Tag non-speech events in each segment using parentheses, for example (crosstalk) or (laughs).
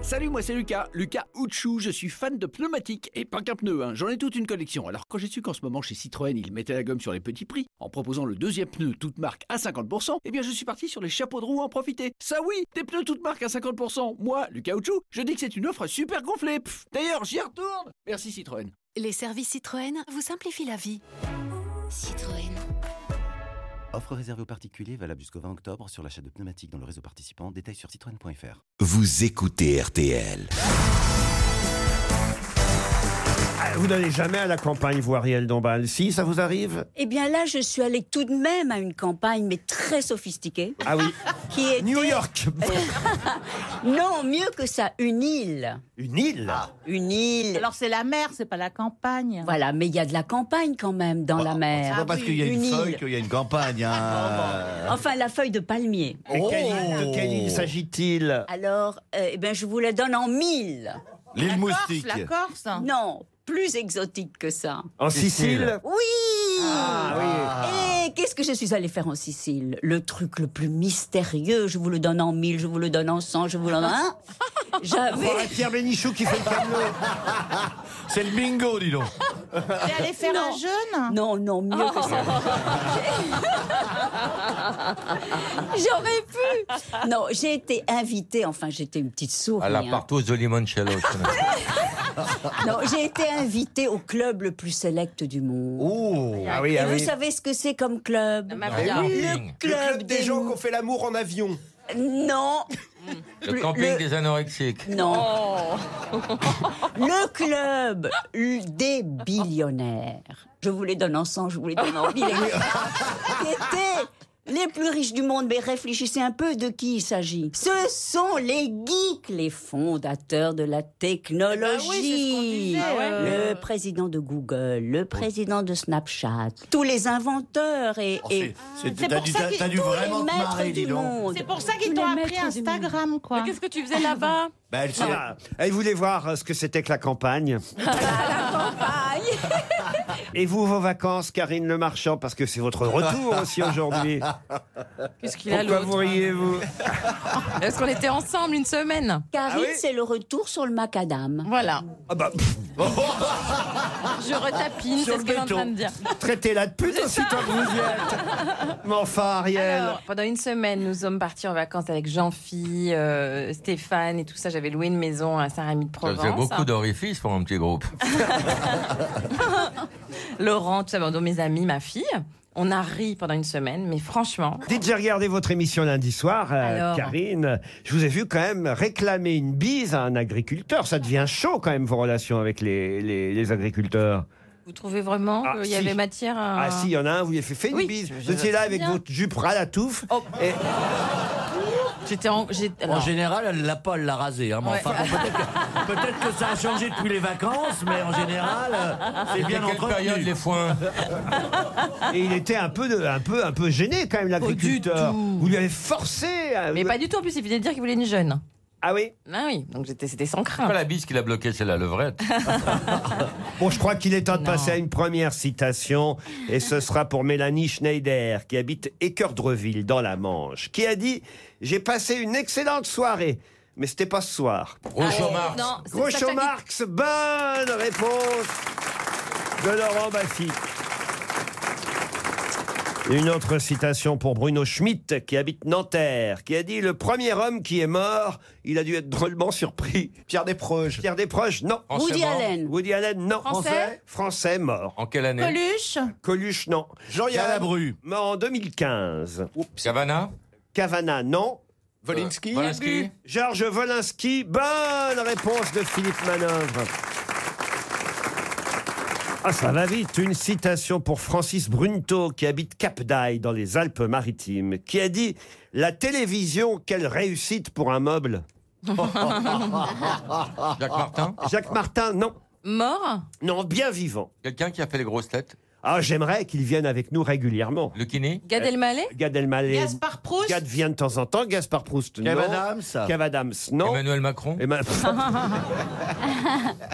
Salut, moi c'est Lucas, Lucas Ouchou, je suis fan de pneumatiques et pas qu'un pneu, hein. j'en ai toute une collection. Alors quand j'ai su qu'en ce moment chez Citroën ils mettaient la gomme sur les petits prix, en proposant le deuxième pneu toute marque à 50%, eh bien je suis parti sur les chapeaux de roue à en profiter. Ça oui, des pneus toute marque à 50%, moi, Lucas Ouchou, je dis que c'est une offre super gonflée. Pff, D'ailleurs, j'y retourne Merci Citroën. Les services Citroën vous simplifient la vie. Citroën. Offre réservée aux particuliers valable jusqu'au 20 octobre sur l'achat de pneumatiques dans le réseau participant. Détails sur citroën.fr. Vous écoutez RTL. Ah, Vous n'allez jamais à la campagne voir Ariel Dombal. Si, ça vous arrive Eh bien là, je suis allée tout de même à une campagne, mais très sophistiquée, Ah oui. qui est New (laughs) York non mieux que ça, une île, Une île une île. Alors c'est la mer, c'est pas la campagne. Voilà, mais il y a de la campagne quand même dans la C'est mer. pas parce qu'il y a une, Une feuille île. qu'il y a une campagne. (laughs) Hein. Enfin, la feuille de palmier. Mais quelle Oh. île- De quelle île s'agit-il Alors, euh, eh bien, je vous la donne en mille. L'île La Corse, moustique. La Corse. Non, plus exotique que ça. En Sicile Oui. Ah, Et qu'est-ce que je suis allée faire en Sicile Le truc le plus mystérieux. Je vous le donne en mille, je vous le donne en cent, je vous le donne. Hein J'avais. Voilà Oh, (laughs) Pierre Bénichou qui fait le tableau. C'est le bingo, dis donc. T'es allé faire Non. un jeûne Non, non, mieux (laughs) que ça. (laughs) J'aurais pu. Non, j'ai été invitée, enfin j'étais une petite souris. À la hein. partouze de limoncello. je connais. Non, j'ai été invitée au club le plus sélect du monde. Oh Ah oui, Et ah vous oui. savez ce que c'est comme club mafia. Eh oui. Le Le club, des, qui ont fait l'amour en avion. Non, Le camping des anorexiques. non. (laughs) Le club des billionnaires. Je vous les donne en 100, je vous les donne en mille. (laughs) Qui étaient les plus riches du monde, mais réfléchissez un peu de qui il s'agit. Ce sont les geeks, les fondateurs de la technologie. disait, euh. Le président de Google, Oh. le président de Snapchat, tous les inventeurs et... Oh, et c'est- c'est- C'est T'as pour dû, ça t'as- qu'il- t'as dû tous les vraiment te maîtres marrer, dis du donc. monde. C'est pour ça Tous qu'ils les t'ont maîtres appris du monde. Instagram, quoi. Qu'est-ce que tu faisais là-bas Bah, elle s'est- Ah, elle voulait voir euh, ce que c'était que (laughs) la campagne. Et vous, vos vacances, Karine Le Marchand, parce que c'est votre retour aussi aujourd'hui. Qu'est-ce qu'il a Pourquoi vous l'autre riez-vous Est-ce qu'on était ensemble une semaine Karine, Ah oui c'est le retour sur le macadam. Voilà. Ah bah, pff, (laughs) Je retapine, c'est Sur le ce que est en train de dire. Traitez-la de pute aussi tant que vous y êtes. (laughs) Mais enfin, Ariel. Alors, pendant une semaine, nous sommes partis en vacances avec Jean-Phi, euh, Stéphane et tout ça. J'avais loué une maison à Ça Saint-Rémy-de-Provence. faisait beaucoup d'orifices pour un petit groupe. (laughs) Laurent, tout ça, bon, dont mes amis, ma fille. On a ri pendant une semaine, mais franchement, Dites, j'ai regardé votre émission lundi soir, euh, Alors Karine. Je vous ai vu quand même réclamer une bise à un agriculteur. Ça devient chaud quand même vos relations avec les, les- les agriculteurs. vous trouvez vraiment Ah, qu'il y si. avait matière à... Ah si, il y en a un, vous lui avez fait, fais une Oui, bise. je- Vous étiez là avec bien. votre jupe ras la touffe. Oh. Et- J'étais en... j'ai- En alors, général, elle l'a pas, elle l'a rasé. hein, mais Ouais. enfin, bon, peut-être que- peut-être que, ça a changé depuis les vacances, mais en général, euh, c'est C'était bien quelle entretenu. période les foins Et il était un peu, de- un peu, un peu gêné quand même, l'agriculteur. Vous lui avez forcé. à- Mais pas du tout, en plus, il venait de dire qu'il voulait une jeune. Ah oui Ah oui, donc j'étais- c'était sans Pas crainte. la bise qui l'a bloqué, c'est la levrette. (laughs) Bon, je crois qu'il est temps Non. de passer à une première citation. Et ce sera pour Mélanie Schneider, qui habite Équeurdreville, dans la Manche, qui a dit J'ai passé une excellente soirée. Mais c'était pas ce soir. Groucho Marx. Non, c'est Sacha Groucho qui- Marx, bonne réponse de Laurent Baffy. Une autre citation pour Bruno Schmitt, qui habite Nanterre, qui a dit Le premier homme qui est mort, il a dû être drôlement surpris. Pierre Desproges. Pierre Desproges, non. Français Woody mort. Allen. Woody Allen, non. Français Français mort. En quelle année Coluche, Coluche, non. Jean-Yann Labru. Mort en 2015. Savannah Cavana, non. Euh, Volinsky Volinsky Georges Volinsky, bonne réponse de Philippe Manœuvre. Ah, ça va vite. Une citation pour Francis Brunto, qui habite Cap d'Aille, dans les Alpes-Maritimes, qui a dit La télévision, quelle réussite pour un meuble. Jacques Martin (laughs) Jacques Martin, non. Mort Non, bien vivant. Quelqu'un qui a fait les grosses têtes Ah, j'aimerais qu'il vienne avec nous régulièrement. Euh, Lucchini Euh, Gad Elmaleh Gad Elmaleh. Gaspard Proust, Gad vient de temps en temps. Gaspard Proust, non. Kevin Adams. Cavadams, non. Emmanuel Macron Eh (laughs) ben,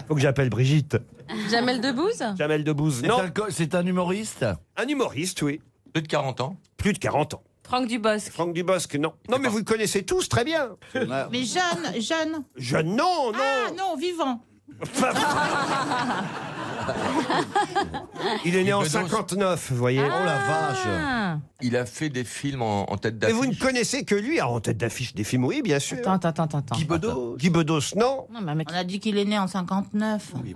faut que j'appelle Brigitte. (laughs) Jamel Debbouze Jamel Debbouze, C'est non. un co- C'est un humoriste Un humoriste, oui. Plus de 40 ans Plus de 40 ans. Franck Dubosc. Franck Dubosc, non. Non, mais vous le connaissez tous très bien. Mais jeune, (laughs) jeune. Jeune, non, non. Ah non, vivant. Il est né Il en peut donc- 59, vous voyez. Oh la Ah. vache. Il a fait des films en, en tête Mais d'affiche. vous ne connaissez que lui. Ah, en tête d'affiche des films, oui, bien sûr. Attends, attends, attends, attends. Guy Bedos Guy Bedos, non. Non, mais un mec- On a dit qu'il est né en 59. Oui,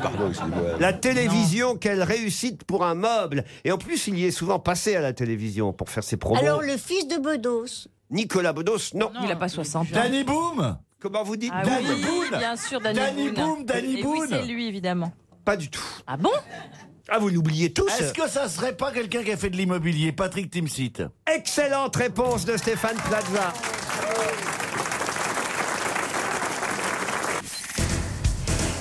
pardon, excusez-moi. La télévision, quelle réussite pour un meuble. Et en plus, il y est souvent passé à la télévision pour faire ses promos. Alors, le fils de Bedos. Nicolas Bedos, non. Il a pas 60 ans. Danny Boom Comment vous dites Ah non, Danny oui, Boone. bien sûr, Danny, Danny Boone, Danny Et oui, Boone. c'est lui, évidemment. Pas du tout. Ah bon Ah, vous l'oubliez tous. Est-ce que ça serait pas quelqu'un qui a fait de l'immobilier Patrick Timsit Excellente réponse de Stéphane Plaza.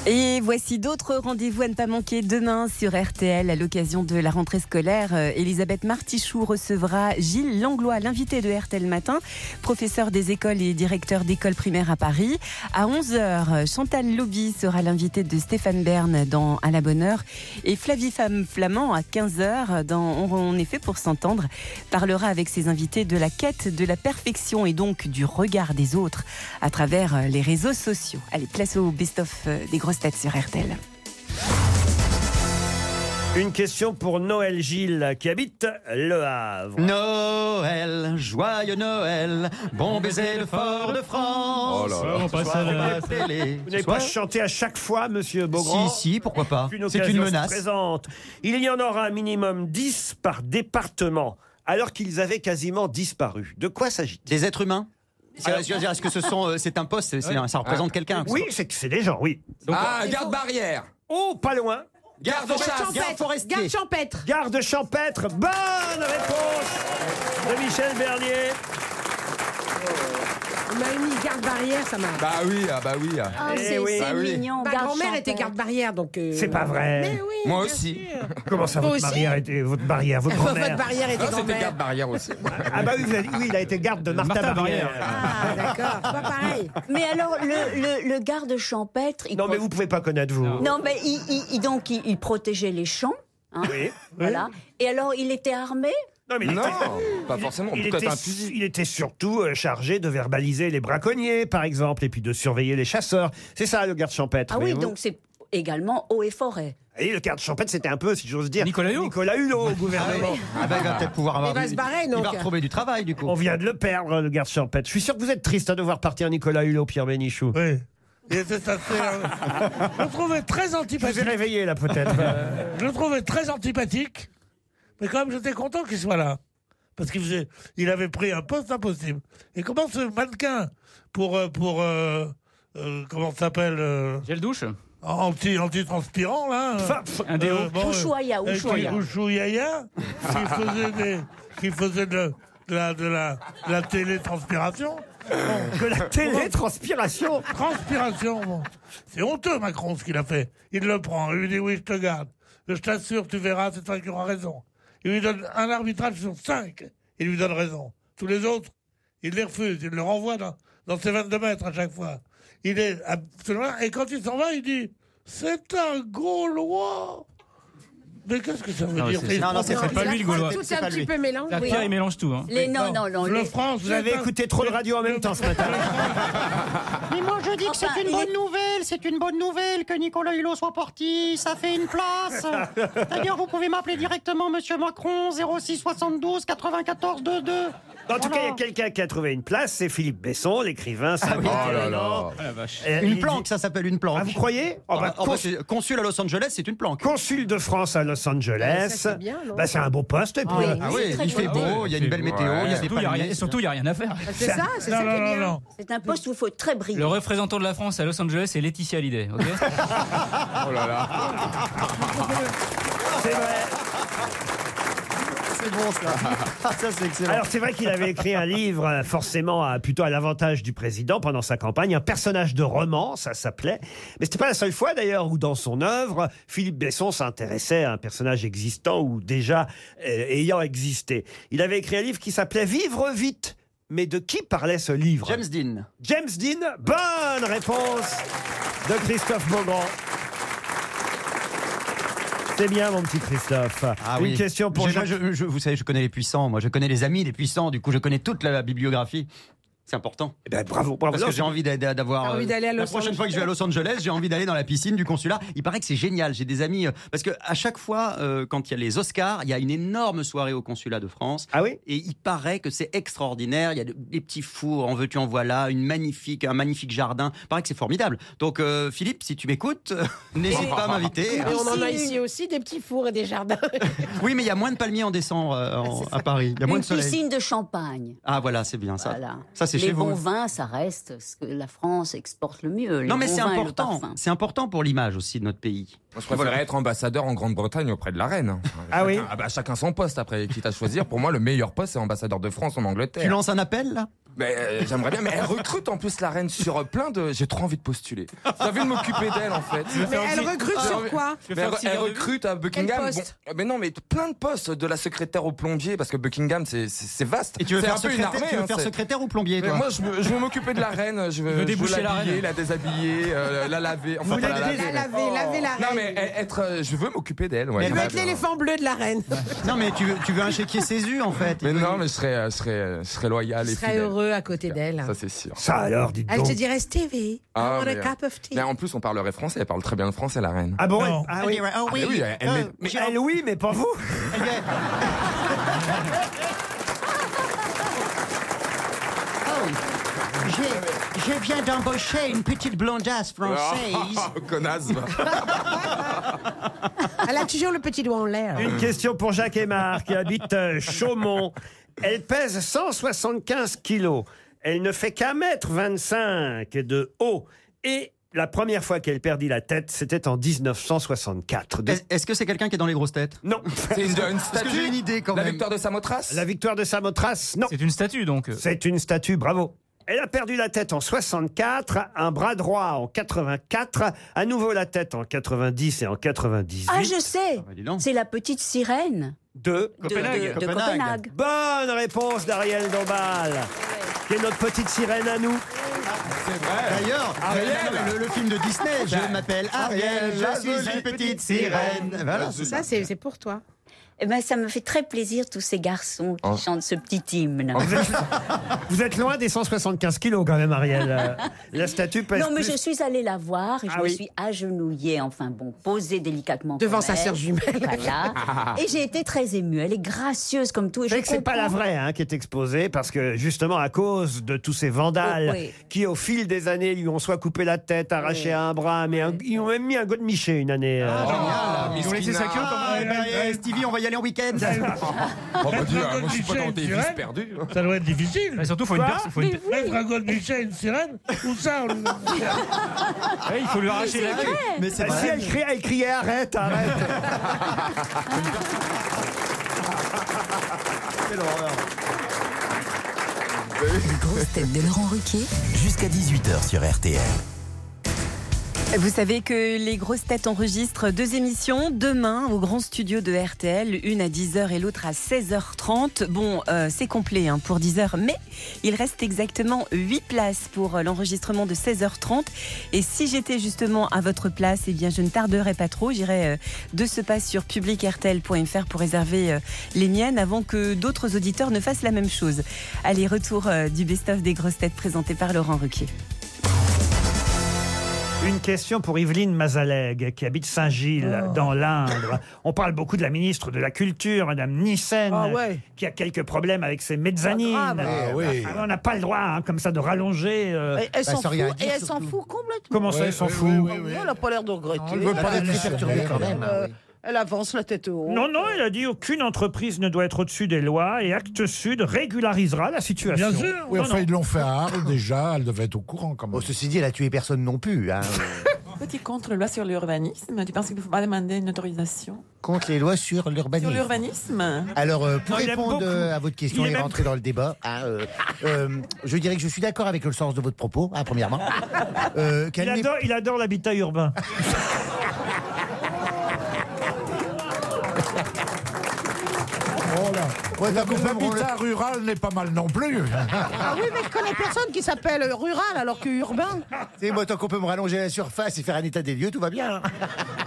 Et voici d'autres rendez-vous à ne pas manquer demain sur RTL à l'occasion de la rentrée scolaire. euh, Elisabeth Martichoux recevra Gilles Langlois, l'invité de RTL Matin, professeur des écoles et directeur d'école primaire à Paris. À 11h, Chantal Lobby sera l'invité de Stéphane Bern dans À la bonne heure et Flavie Femme Flamand à 15h dans On on est fait pour s'entendre parlera avec ses invités de la quête de la perfection et donc du regard des autres à travers euh, les réseaux sociaux. Allez, place au best-of euh, des grosses têtes sur RTL. Une question pour Noël Gilles qui habite Le Havre. Noël, joyeux Noël, bon baiser le fort de France. Oh là là. On passe à la télé. Vous n'avez pas chanté à chaque fois, monsieur Beaugrand Si, si, pourquoi pas. C'est occasion une se menace. présente. Il y en aura un minimum 10 par département, alors qu'ils avaient quasiment disparu. De quoi s'agit-il Des êtres humains C'est- Ah, je veux dire, Est-ce que ce sont, euh, c'est un poste, c'est- c'est un- Ah. ça représente quelqu'un Oui, c'est que c'est des gens, oui. Ah, euh, garde barrière. Oh, pas loin. Garde chasse, garde forestier. Garde champêtre. Garde champêtre, bonne réponse de Michel Bernier. On m'a mis garde barrière, ça m'a. Bah oui, ah bah oui. ah. Ah, Eh c'est oui. c'est Bah oui. mignon. Ma garde grand-mère était champêtre. garde barrière, donc. euh, C'est pas vrai. Mais oui. Moi bien aussi. sûr. Comment ça, Vous votre aussi barrière était votre barrière, votre Votre grand-mère barrière était Non, Ah, c'était garde grand-mère. barrière aussi. Ah bah oui, vous avez- oui, il a été garde de Martha, Martha Barrière. Ah, d'accord. c'est Pas pareil. Mais alors, le, le- le garde champêtre, il Non mais pro- vous pouvez pas connaître vous. Non, mais il, il- il- donc, il, il protégeait les champs. hein, Oui. Voilà. Et alors, il était armé Non mais il Non, était- pas forcément. Il Peut-être était, un fusil. il était surtout euh, chargé de verbaliser les braconniers, par exemple, et puis de surveiller les chasseurs. C'est ça, le garde champêtre. Ah oui, voyez-vous. donc c'est également eau et forêt. Et le garde champêtre, c'était un peu, si j'ose dire, Nicolas Hulot. Hulot au gouvernement. Ah ben, il va peut-être pouvoir avoir. Il va du- se barrer, il donc. va retrouver du travail, du On coup. vient de le perdre, le garde champêtre. Je suis sûr que vous êtes triste à devoir partir, Nicolas Hulot, Pierre Bénichou. Oui. (laughs) Il était assez. euh, je le trouvais très Je vous ai antipathique. réveillé, Ah. là, peut-être. Euh, Je le trouvais très antipathique. Mais quand même, j'étais content qu'il soit là. Parce qu'il faisait, il avait pris un poste impossible. Et comment ce mannequin pour. euh, pour euh, euh, comment ça s'appelle euh, Gel douche anti, Anti-transpirant, là hein. Fa- fa- Un déo euh, bon, Ushuaïa, euh, Ushuaïa. qui- Ushuaïa, qui faisait, des, qui faisait de, de la, de la, de la télétranspiration. de la télétranspiration. Transpiration, bon. C'est honteux, Macron, ce qu'il a fait. Il le prend, il lui dit oui, je te garde. Je t'assure, tu verras, c'est toi qui auras raison. Il lui donne un arbitrage sur cinq. Il lui donne raison. Tous les autres, il les refuse, il le renvoie dans, dans ses 22 mètres à chaque fois. Il est absolument. Et quand il s'en va, il dit C'est un Gaulois Mais qu'est-ce que ça veut Non, dire c'est- Il se non, non, c'est prend pas pour lui, le Gaulois. Tout C'est un pas petit lui. peu mélange. La oui. pierre, il mélange tout. Hein. Les, non, non, non. Le les- France, Vous avez j'attends- écouté trop de radio en même temps ce matin. Le- Mais moi je dis que Enfin, c'est une il bonne nouvelle, c'est une bonne nouvelle que Nicolas Hulot soit parti, ça fait une place. (laughs) D'ailleurs, vous pouvez m'appeler directement Monsieur Macron 06 72 94 22. En tout cas, il y a quelqu'un qui a trouvé une place, c'est Philippe Besson, l'écrivain. Ah ça Oh là là. Ah la vache. Une planque, ça s'appelle une planque. Euh, Ah, vous croyez Oh, bah, Ah, en cons- fait, c'est- consul à Los Angeles, c'est une planque. Consul de France à Los Ah, ça, Angeles. c'est bien, non Bah, c'est un beau poste. Et puis, Oui. euh, Ah C'est oui, très il fait joli. beau, il y a une belle météo, Ouais. il y a des Surtout, il y a rien- palmiers. Surtout, il n'y a rien à faire. Ah, C'est ça, c'est ça Non, qui non, est non, bien. non. C'est un poste où il faut être très Le brillant. représentant de la France à Los Angeles, c'est Laetitia Hallyday. (laughs) ok Oh là là. Ah Ah, c'est vrai. C'est bon ça. (laughs) Ah, ça c'est excellent. Alors c'est vrai qu'il avait écrit un livre euh, forcément à, plutôt à l'avantage du président pendant sa campagne, un personnage de roman, ça s'appelait. Mais c'était pas la seule fois d'ailleurs où dans son œuvre, Philippe Besson s'intéressait à un personnage existant ou déjà euh, ayant existé. Il avait écrit un livre qui s'appelait Vivre vite. Mais de qui parlait ce livre James Dean. James Dean. Bonne réponse de Christophe Beaugrand. C'est bien, mon petit Christophe. Ah Une oui. question pour Je- moi, Jacques. je- je- Vous savez, je connais les puissants. Moi, je connais les amis des puissants. Du coup, je connais toute la bibliographie. C'est important. Eh ben, bravo, Parce que j'ai envie d'a- d'a- T'as d'avoir. envie euh, d'aller à La Los prochaine Angeles. fois que je vais à Los Angeles, j'ai envie d'aller dans la piscine du consulat. Il paraît que c'est génial. J'ai des amis. euh, Parce que à chaque fois, euh, quand il y a les Oscars, il y a une énorme soirée au consulat de France. Ah oui Et il paraît que c'est extraordinaire. Il y a de- des petits fours, en veux-tu, en voilà, une magnifique, un magnifique jardin. Il paraît que c'est formidable. Donc, euh, Philippe, si tu m'écoutes, (laughs) Oh. n'hésite pas à m'inviter. Et hein. on en a ici aussi des petits fours et des jardins. Oui, mais il y a moins de palmiers en décembre euh, en- à Paris. Il y a moins Une de soleil. piscine de champagne. Ah voilà, c'est bien ça. Voilà. Ça c'est les chez bons vous. vins, ça reste ce que la France exporte le mieux. les non mais bons c'est vins et le important. parfum. C'est important pour l'image aussi de notre pays. Je préférerais être ambassadeur en Grande-Bretagne auprès de la reine. Ah oui Chacun- bah, Chacun son poste après, quitte à choisir. Pour moi, le meilleur poste, c'est ambassadeur de France en Angleterre. Tu lances un appel là Mais euh, j'aimerais bien. Mais (laughs) elle recrute en plus la reine sur euh, plein de. J'ai trop envie de postuler. J'ai envie de m'occuper d'elle en fait. Mais elle recrute sur quoi Mais elle, elle recrute à Buckingham. Quel poste Bon, mais non, mais plein de postes de la secrétaire au plombier parce que Buckingham c'est- c'est c'est vaste. Et tu veux C'est faire un peu une secrétaire- armée, tu veux hein, faire c'est- secrétaire ou plombier, Mais toi Moi, je, veux- je veux m'occuper de la reine. Je veux, veux je veux déboucher la l'habiller, reine. la déshabiller, euh, la laver. Enfin, Vous pas la voulez laver. la laver, laver la Non reine. mais euh, être. euh, Je veux m'occuper d'elle. ouais. Tu veux Ouais, être ouais. l'éléphant bleu de la reine. Non mais tu veux, tu veux injecter ses yeux en fait. Mais non, mais je serais, euh, je serais, euh, je serais loyal Tu et serais fidèle. heureux à côté d'elle. Ça c'est sûr. Ça alors, dites Elle te dirait Stevie, Ah, I want a mais, euh, cup of tea. mais en plus, on parlerait français. Elle parle très bien le français, la reine. Ah bon Non. elle- ah oui. Ah oui, oui, elle- elle- Euh, mais- elle, oui, mais pas vous. Eh Je, je viens d'embaucher une petite blondasse française. Oh, (laughs) connasse. va. euh, Elle a toujours le petit doigt en (laughs) l'air. Euh. Une question pour Jacques Aymar qui habite euh, Chaumont. Elle pèse 175 kilos. Elle ne fait qu'un mètre 25 de haut. Et la première fois qu'elle perdit la tête, c'était en 1964. De- Est- Est-ce que c'est quelqu'un qui est dans les grosses têtes (laughs) Non. C'est une, une Parce que statue. j'ai une idée quand la même. victoire de Samothrace. La victoire de Samothrace, non. C'est une statue donc. euh. C'est une statue, bravo. Elle a perdu la tête en 64, un bras droit en 84, à nouveau la tête en 90 et en 98. Ah, je sais bah, dis donc. C'est la petite sirène Deux. de- de, de Copenhague. Bonne réponse d'Ariel Dombal, qui est notre petite sirène à nous. D'ailleurs, Ariel. Ariel, non, mais le, le film de Disney, je m'appelle Ariel, la je suis jolie une petite sirène. Voilà, c'est ça. Ça, Ah, c'est c'est pour toi. Eh ben, ça me fait très plaisir, tous ces garçons qui chantent ce petit hymne. Vous êtes loin des 175 kilos quand même, Ariel. Euh, (laughs) La statue pèse Non, mais plus- je suis allée la voir et je Ah me oui. suis agenouillée, enfin bon, posée délicatement. Devant comme sa elle. sœur jumelle. (laughs) Voilà. et j'ai été très émue. Elle est gracieuse comme tout. Et Vous savez je que Ah. c'est pas la comprends. vraie hein, qui est exposée parce que justement à cause de tous ces vandales Oui, oui. qui au fil des années lui ont soit coupé la tête, arraché un bras, mais un- ils ont même mis un god miché une année. euh, Ah, Génial. hein. Miss Ils ont laissé Pina. sa queue quand Ah, eh ben, eh, Stevie, on va y aller en (laughs) week-end. Oh, bah, Dieu, Notre moi, je suis pas dans Michel des vis Sirène. perdues. Ça doit être difficile. même. Surtout, faut une Quoi perce- faut une per- Mettre un god Michel et une sirène, ou ça on le- Ouais, Il faut lui arracher la queue. Mais c'est Ah, si vrai. elle criait, elle criait arrête, arrête. Quelle horreur. Les grosses têtes de Laurent Ruquier, Jusqu'à 18h sur RTL. Vous savez que les grosses têtes enregistrent deux émissions demain au grand studio de RTL, une à 10h et l'autre à 16h30. Bon, euh, c'est complet hein, pour 10h, mais il reste exactement 8 places pour euh, l'enregistrement de 16h30. Et si j'étais justement à votre place, eh bien je ne tarderais pas trop. J'irai euh, de ce pas sur publicrtl.fr pour réserver euh, les miennes avant que d'autres auditeurs ne fassent la même chose. Allez, retour euh, du best-of des grosses têtes présenté par Laurent Ruquier. Une question pour Yveline Mazaleg, qui habite Saint-Gilles, Oh. dans l'Indre. On parle beaucoup de la ministre de la Culture, Madame Nissen, Ah ouais. qui a quelques problèmes avec ses mezzanines. Ah, grave. Eh Ah, on n'a pas le droit, hein, comme ça, de rallonger. euh, Elle s'en ça fout, Bah, rien à et dire, elle s'en surtout. fout complètement. Comment ça, elle s'en fout Elle a pas l'air de regretter. veut pas Elle- les faire elle- perturber quand même, euh, Elle avance la tête haute. Non, non, elle a dit aucune entreprise ne doit être au-dessus des lois et Actes Sud régularisera la situation. Bien sûr. Oui, Non, enfin, non. ils l'ont fait à Arles déjà, elle devait être au courant quand même. Oh, ceci dit, elle a tué personne non plus. hein. Petit contre loi sur l'urbanisme, tu penses qu'il ne faut pas demander une autorisation Contre les lois sur Sur l'urbanisme. l'urbanisme Alors, euh, pour Non, il aime répondre beaucoup. euh, à votre question et Il aime- rentrer dans le débat, hein, (laughs) euh, euh, je dirais que je suis d'accord avec le sens de votre propos, hein, premièrement. Euh, qu'elle Il n'est- adore, il adore l'habitat (laughs) urbain. (laughs) Oh là. Ouais, la même l'habitat rural n'est pas mal non (laughs) plus. Ah oui, mais je connais personne qui s'appelle rural alors que urbain. Tu sais, moi, tant qu'on peut me rallonger la surface et faire un état des lieux, tout va hein. bien. (laughs)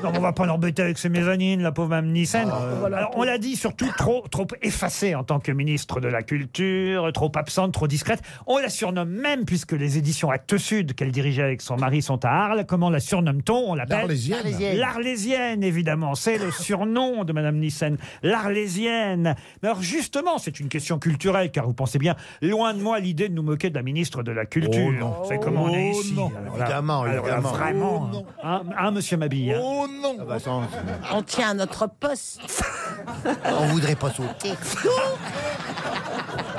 Non, on va pas l'embêter avec ses mésanines, la pauvre Mme Nissen. voilà. Alors, on l'a dit, surtout trop, trop effacée en tant que ministre de la Culture, trop absente, trop discrète. On la surnomme même, puisque les éditions Actes Sud qu'elle dirigeait avec son mari sont à Arles. Comment la surnomme-t-on On l'appelle L'Arlésienne. L'Arlésienne. L'Arlésienne, évidemment. C'est le surnom de Mme Nissen. L'Arlésienne. Mais alors, justement, c'est une question culturelle, car vous pensez bien, loin de moi l'idée de nous moquer de la ministre de la Culture. Oh non. C'est comment on est Oh ici. non. Alors là- Évidemment, alors là, évidemment. vraiment. Oh non. hein, hein, monsieur Mabille. hein. Oh non On tient à notre (laughs) poste. On voudrait pas sauter.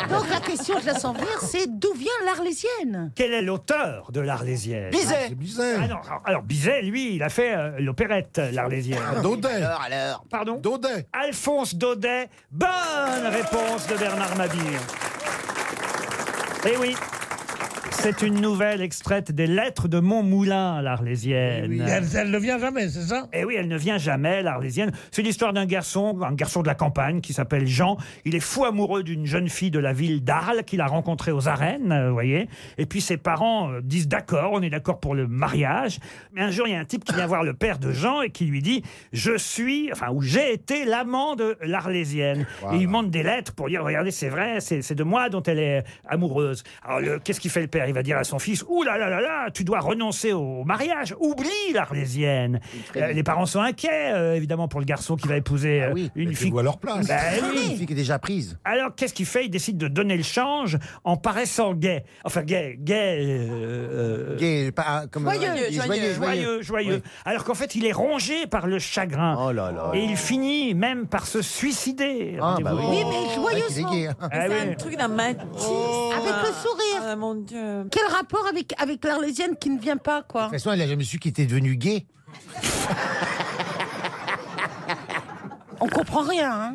Donc la question, je la sens venir, c'est d'où vient l'Arlésienne Quel est l'auteur de l'Arlésienne Bizet. Ah, Ah non, alors- alors Bizet, lui, il a fait euh, l'opérette, euh, l'Arlésienne. Ah, Daudet. Alors, Pardon Daudet. Alphonse Daudet. Bonne réponse de Bernard Mabille. Eh oui c'est une nouvelle extraite des lettres de Montmoulin à l'Arlésienne. Eh Elle, elle ne vient jamais, c'est ça Eh oui, elle ne vient jamais, l'Arlésienne. C'est l'histoire d'un garçon, un garçon de la campagne qui s'appelle Jean. Il est fou amoureux d'une jeune fille de la ville d'Arles qu'il a rencontrée aux arènes, euh, vous voyez. Et puis ses parents euh, disent d'accord, on est d'accord pour le mariage. Mais un jour, il y a un type qui vient voir le père de Jean et qui lui dit Je suis, enfin, ou j'ai été l'amant de l'Arlésienne. Et il monte des lettres pour dire Regardez, c'est vrai, c'est c'est de moi dont elle est amoureuse. Alors, le- qu'est-ce qu'il fait le père Il va dire à son fils Ouh là là là là, tu dois renoncer au mariage, oublie l'Arlésienne. Euh, les parents sont inquiets, euh, évidemment, pour le garçon qui va Ah épouser euh, une fille. à leur place. Ah Bah oui. Une fille qui est déjà prise. Alors, qu'est-ce qu'il fait Il décide de donner le change en paraissant gay. Enfin, gay, gay. euh, euh, Gay, pas, comme, joyeux, euh, joyeux, joyeux, joyeux. joyeux. Alors qu'en fait, il est rongé par le chagrin. Et il finit même par se suicider. rendez-vous. bah Oui, mais joyeusement. Ah Mais C'est oui. un truc d'un matisme. Avec Oh. le sourire. Ah, mon Dieu. Quel rapport avec, avec l'Arlésienne qui ne vient pas, quoi De toute façon, elle a jamais su qu'il était devenu gay. On comprend rien, hein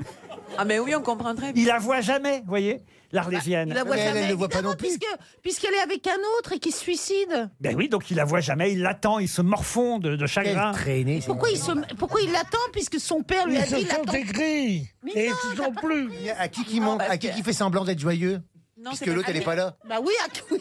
Ah, mais oui, on comprend très bien. Il la voit jamais, vous voyez, l'Arlésienne. Bah, Il la voit jamais, évidemment, Ah puisque- Puisqu'elle est avec un autre et qui se suicide. Ben oui, donc il la voit jamais, il l'attend, il se morfond de, de chagrin. Ah. Pourquoi il, se- pourquoi il l'attend puisque son père lui a Ils se dit sont l'attend écrits et ils se sont plus. À qui qui manque À qui qui fait semblant d'être joyeux bah, Non, Puisque c'est l'autre, elle n'est pas là. Bah oui, à qui oui.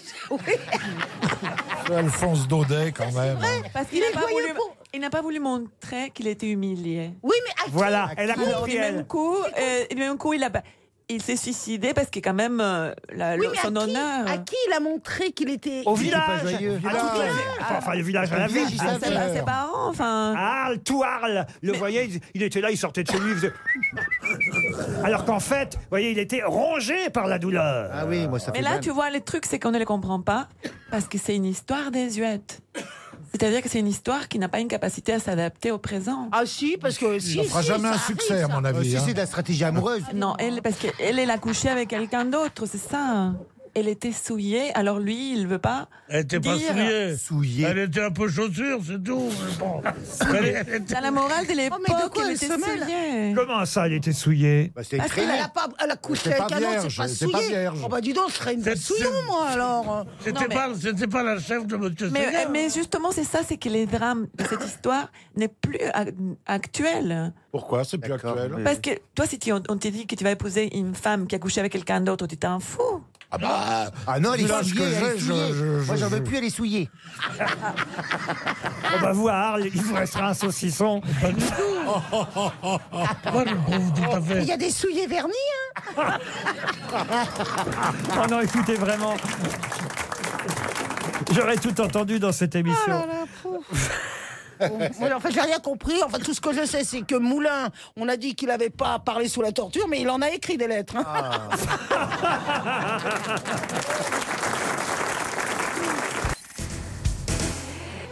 Alphonse Daudet, quand même. Parce qu'il Il n'a est pas, joyeux voulu- il n'a pas voulu montrer qu'il était humilié. Oui, mais à qui Voilà, elle a Alors, compris, du elle. même coup, euh, du même coup, il a pas- Il s'est suicidé parce que quand même euh, la- Oui, le- mais son à qui, honneur. à qui il a montré qu'il était. Au qu'il était pas village, joyeux à toute la- enfin, enfin, le village à la ville. Ah, c'est pas ses parents, enfin. Arles, tout Arles. Le voyez, il, il était là, il sortait de chez lui. il faisait- Alors qu'en fait, vous voyez, il était rongé par la douleur. Ah oui, moi ça Mais là, tu vois, le truc, c'est qu'on ne le comprend pas parce que c'est une histoire désuète. C'est-à-dire que c'est une histoire qui n'a pas une capacité à s'adapter au présent. Ah si, parce que si. Il n'en fera si, jamais ça un arrive, succès, à ça. mon avis. Euh, Si hein. c'est de la stratégie amoureuse. Non, elle, parce qu'elle, elle a couché avec quelqu'un d'autre, c'est ça. Elle était souillée, alors lui, il veut pas. Elle était pas dire- souillée. Souillée. Elle était un peu chaussure, c'est tout. mais bon. Elle était- Ah, Dans la morale de l'époque, Oh, mais de quoi elle elle était se mêle souillée. Comment ça, il était souillé Bah, c'est Parce qu'elle a, pas- elle a couché C'est pas avec un autre, vierge, c'est pas c'est pas souillé. vierge. Oh bah dis donc, je serais une bonne C'est- c'est- souillon, moi alors. C'était Non, mais- pas, c'était pas la chef de Monsieur Mais, euh, Seigneur. mais justement, c'est ça, c'est que les drames de cette histoire n'est plus ac- actuel. Pourquoi C'est plus actuel. Parce que toi, si tu- on on te dit que tu vas épouser une femme qui a couché avec quelqu'un d'autre, tu t'en fous. Ah bah. Ah non, elle est Village souillée, que elle est j'ai, je- souillée. je- Moi, je- j'en veux je- plus, elle est souillée. Ah, On va voir, il vous restera un saucisson. Moi, je trouve tout à Il fait. y a des souillés vernis, hein. (laughs) Oh non, écoutez, vraiment. J'aurais tout entendu dans cette Oh là émission. là, pouf. (laughs) Bon, moi, en fait, j'ai rien compris. Enfin, tout ce que je sais, c'est que Moulin, on a dit qu'il n'avait pas parlé sous la torture, mais il en a écrit des lettres. hein. Ah. Ah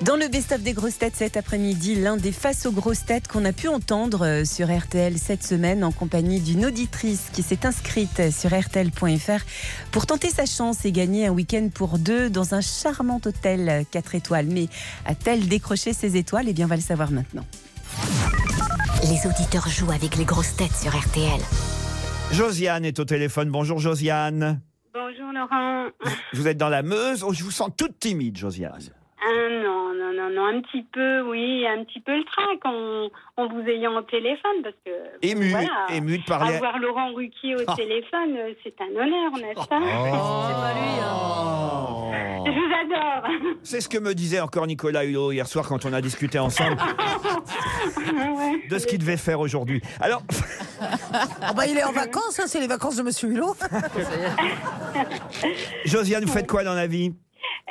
Dans le best-of des grosses têtes cet après-midi, l'un des faces aux grosses têtes qu'on a pu entendre euh, sur RTL cette semaine en compagnie d'une auditrice qui s'est inscrite sur RTL.fr pour tenter sa chance et gagner un week-end pour deux dans un charmant hôtel 4 étoiles. Mais a-t-elle décroché ses étoiles Eh bien, on va le savoir maintenant. Les auditeurs jouent avec les grosses têtes sur RTL. (laughs) Josiane est au téléphone. Bonjour, Josiane. Bonjour Laurent. Vous êtes dans la Meuse. Oh, je vous sens toute timide, Josiane. Ah non, non, non, non, un petit peu, oui, un petit peu le trac en, en vous ayant au téléphone parce que. bon, Ému, ému de parler à- Avoir Laurent Ruquier au Ah. téléphone, euh, c'est un honneur, n'est-ce pas Oh. hein. Je vous adore C'est ce que me disait encore Nicolas Hulot hier soir quand on a discuté ensemble (laughs) de ce qu'il devait faire aujourd'hui. Alors, Ah bah il est en vacances, hein, c'est les vacances de Monsieur Hulot. Josiane, vous faites quoi dans la vie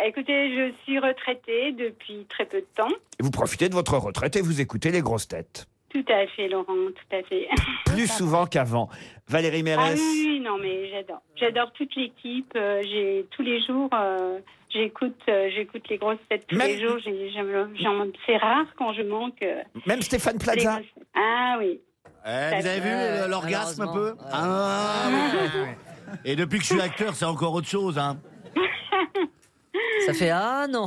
Écoutez, je suis retraitée depuis très peu de temps. Vous profitez de votre retraite et vous écoutez les grosses têtes. Tout à fait, Laurent, tout à fait. (laughs) Plus souvent qu'avant. Valérie Ah Mérès, oui, oui, non, mais j'adore. J'adore toute l'équipe. euh, j'ai tous les jours, euh, j'écoute, euh, j'écoute les grosses têtes tous les jours. J'ai- j'aime- j'en- C'est rare quand je manque. euh, même Stéphane Plaza. les grosses têtes. Ah oui. Eh, vous avez vu, euh, l'orgasme un peu Ah, Et depuis que je suis acteur, c'est encore autre chose. Hein. Ça fait ah non.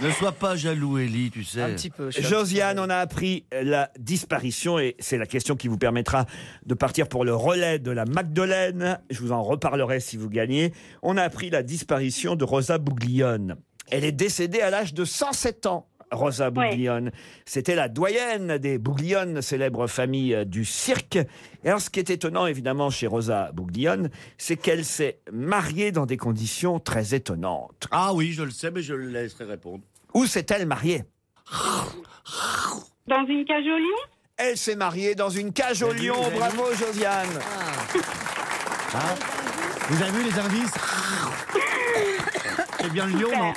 ne sois pas jaloux, Ellie, tu sais. Josiane, on a appris la disparition et c'est la question qui vous permettra de partir pour le relais de la Magdeleine. Je vous en reparlerai si vous gagnez. On a appris la disparition de Rosa Bouglione. Elle est décédée à l'âge de 107 ans. Rosa Bouglione. C'était la doyenne des Bouglione, célèbre famille euh, du cirque. Et alors, ce qui est étonnant, évidemment, chez Rosa Bouglione, c'est qu'elle s'est mariée dans des conditions très étonnantes. Ah oui, je le sais, mais je le laisserai répondre. Où s'est-elle mariée Dans une cage au lion Elle s'est mariée dans une cage au Vous avez vu, lion. vous avez Bravo, Josiane. Ah. Hein Vous avez vu les indices C'est bien le lion, non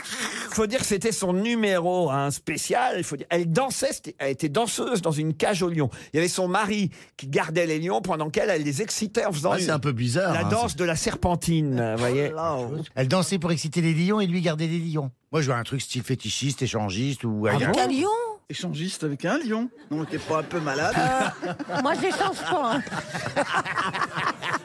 faut dire que c'était son numéro hein, spécial. Faut dire, elle dansait, c'était- elle était danseuse dans une cage aux lions. Il y avait son mari qui gardait les lions pendant qu'elle, elle les excitait en faisant Ouais, c'est une- un peu bizarre, la hein, danse de la serpentine. euh, voyez. Ah, oh. Elle dansait pour exciter les lions et lui gardait les lions. Moi, je vois un truc style fétichiste, échangiste ou. Avec ailleurs. un lion Échangiste avec un lion Non, t'es pas un peu malade Ah. Moi, je l'échange pas. hein.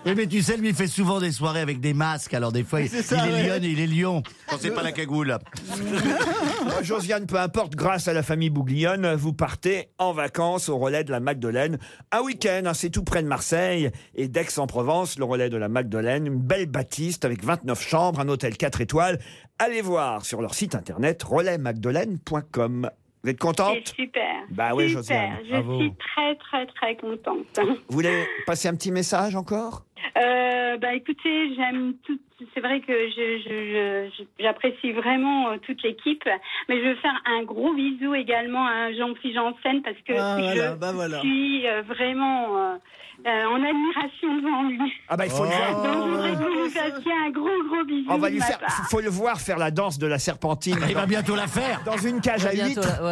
Oui, mais tu sais, lui, il fait souvent des soirées avec des masques, alors des fois, il, C'est ça, il est ouais. lion et il est lion. Quand c'est pas (laughs) la cagoule. Euh, Josiane, peu importe, grâce à la famille Bouglione, vous partez en vacances au relais de la Magdeleine. Un week-end, hein, c'est tout près de Marseille et d'Aix-en-Provence, le relais de la Magdeleine, une belle bâtisse avec 29 chambres, un hôtel 4 étoiles. Allez voir sur leur site internet relaismagdeleine.com. Vous êtes contente C'est super. Bah oui, super. Josiane. Je Bravo. suis très, très, très contente. Vous voulez passer un petit message encore Euh, bah écoutez, j'aime tout. C'est vrai que je- je- je- je- j'apprécie vraiment euh, toute l'équipe, mais je veux faire un gros bisou également à Jean-Philippe Janssen parce que Ah, voilà, je bah voilà. suis euh, vraiment euh, euh, en admiration devant lui. Ah bah, il faut le voir. Donc je voudrais que vous Oh. lui fassiez un gros gros bisou. On va de lui ma faire, part. faut le voir faire la danse de la serpentine. Il va bientôt la faire. Dans une Ah, cage à huîtres.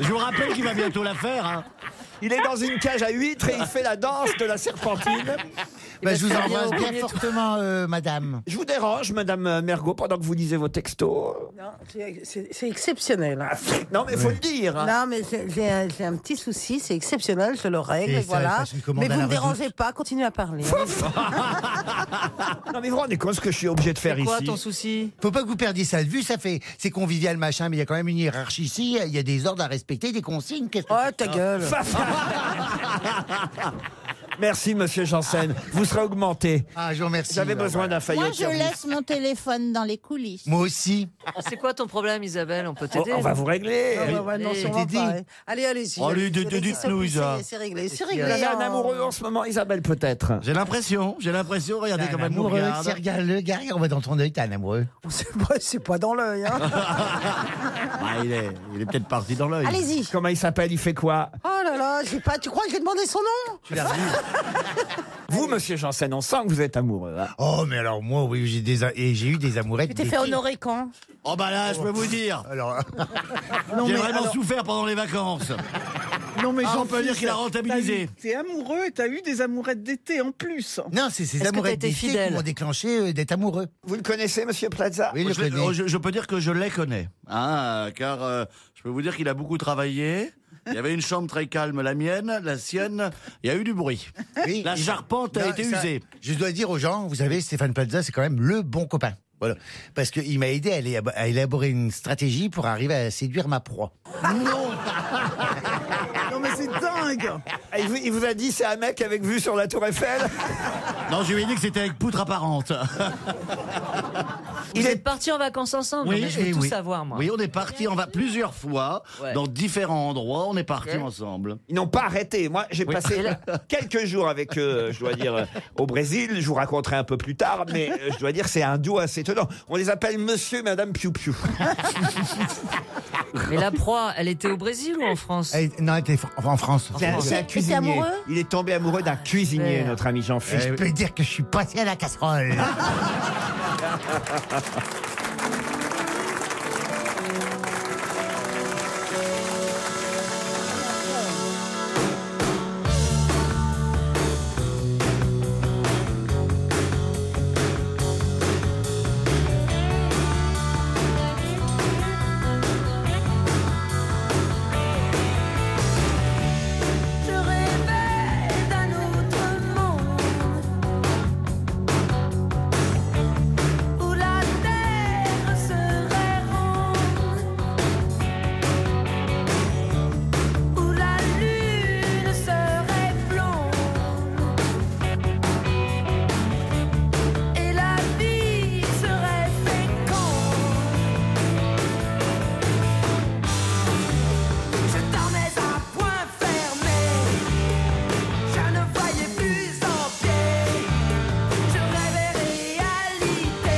Je vous rappelle qu'il va bientôt la faire. hein. Il est dans une cage à huîtres et il fait la danse de la serpentine. Bah, je vous embrasse bien fortement, euh, madame. Je vous dérange, Madame euh, Mergot, pendant que vous lisez vos textos. Non, c'est- C'est c'est exceptionnel. hein. Non, mais faut le dire. hein. Non, mais c'est- j'ai un, j'ai un petit souci, c'est exceptionnel, je le règle, Et et ça, voilà. passe une commande Mais à vous la ne me redoute. dérangez pas, continuez à parler. hein. Non, mais vous vous rendez compte ce que je suis obligé de faire ici souci Faut pas que vous perdiez ça de vue, ça fait. C'est convivial, machin, mais il y a quand même une hiérarchie ici, il y a des ordres à respecter, des consignes. Oh, ta gueule Merci, Monsieur Janssen. Vous serez augmenté. Ah, je vous remercie. J'avais Bah, besoin d'un Moi, faillot. je laisse mon téléphone dans les coulisses. Moi aussi. C'est quoi ton problème, Isabelle On peut t'aider, Oh, On- on va là. vous régler. Non, ouais, Ah ouais, non, Eh, ça, on va Didi. pas, ouais. Allez, allez-y. Oh, lui, allez-y, dites- allez-y, dites-nous, ça pousse, hein. Isa. C'est réglé, c'est Vous réglé. avez un hein. amoureux en ce moment, Isabelle, peut-être J'ai l'impression, j'ai l'impression, regardez T'as comme un elle nous amoureux regarde. qui regarde le gars, on va dans ton œil, t'as un amoureux. (laughs) C'est pas, c'est pas dans l'œil, hein. Bah, il est, il est peut-être parti dans l'œil. Allez-y. Comment il s'appelle Il (laughs) fait quoi Oh là là, j'ai pas. Tu crois que j'ai demandé son nom Vous, Monsieur Janssen, on sent que vous êtes amoureux. hein. Oh, mais alors moi, oui, j'ai des a- et j'ai eu des amourettes. Tu t'es des fait filles. honorer quand Oh bah là, je peux vous dire. (laughs) Alors, J'ai vraiment souffert pendant les vacances. Non, mais Ah, j'en on peut dire qu'il a rentabilisé. T'es amoureux et t'as eu des amourettes d'été en plus. non, c'est ces Est-ce que amourettes t'as été des filles qui fidèle m'ont déclenché euh, d'être amoureux. Vous le connaissez, Monsieur Plaza Oui, je le je, connais. oh, je- je peux dire que je les connais, hein, car euh, je peux vous dire qu'il a beaucoup travaillé. Il y avait une chambre très calme, la mienne, la sienne. Il y a eu du bruit. Oui, la il- charpente a Non, été ça, usée. Je dois dire aux gens, vous savez, Stéphane Plaza, c'est quand même le bon copain. Voilà. Parce qu'il m'a aidé à, élab- à élaborer une stratégie pour arriver à séduire ma proie. Non Non, mais c'est dingue Ah, Il vous, il vous a dit c'est un mec avec vue (laughs) sur la Tour Eiffel Non, je lui ai dit que c'était avec poutre apparente. Il est parti en vacances (laughs) ensemble. mais je veux et tout savoir, moi. eh Oui, on est parti on va plusieurs fois Ouais. dans différents endroits. On est parti ensemble. Ils n'ont pas arrêté. Moi, j'ai (laughs) Oui. passé quelques jours avec eux, je dois dire, euh, au Brésil. Je vous raconterai un peu plus tard, mais euh, je dois dire, c'est un duo assez étonnant. On les appelle Monsieur et Madame Piu Piu. (laughs) Mais la proie, elle était au Brésil ou en France Eh, non, elle était fr- en France. C'est un- c'est un cuisinier. Il est tombé amoureux d'un cuisinier, Merde. notre ami Jean-Philippe. Je peux (laughs) dire que je suis passé à la casserole. Je rêvais d'un autre monde Où la terre serait ronde Où la lune serait blonde Et la vie serait féconde Je dormais à point fermé je ne voyais plus en pied, je rêvais réalité,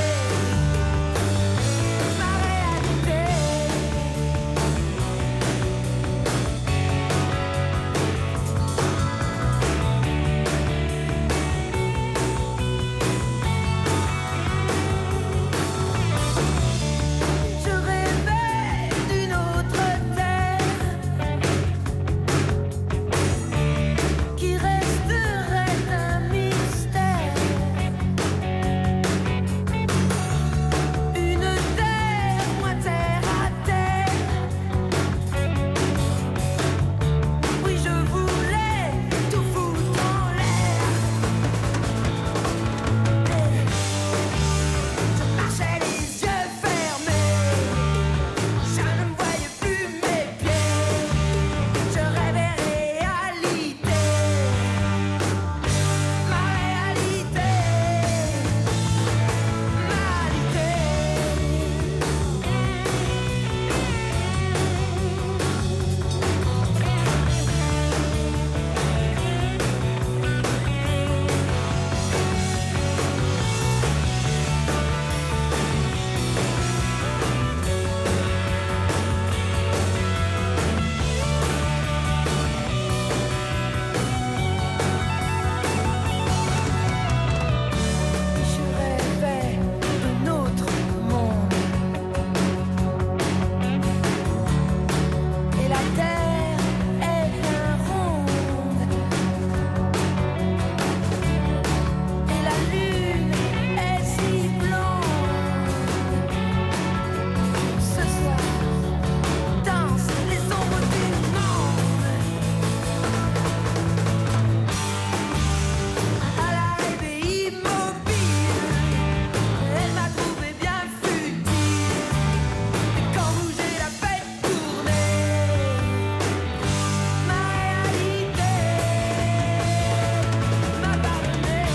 ma réalité. Je rêvais d'une autre terre. qui resterait un mystère. Une terre, moi terre à terre. Oui, je voulais tout foutre en l'air. Je marchais les yeux fermés. Je ne voyais plus mes pieds. Je rêvais réalité, ma réalité, ma réalité. Je rêvais d'un autre monde Et la terre est bien ronde Et la lune est si blonde Ce soir dansent les ombres du monde À la réveille immobile elle m'a trouvé bien futile. Et quand vous j'ai la fête tourner, ma réalité m'a pardonné.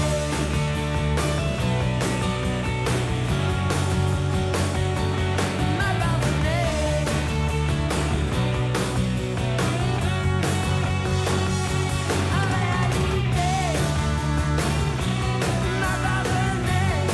M'a pardonné. Ma réalité m'a pardonné.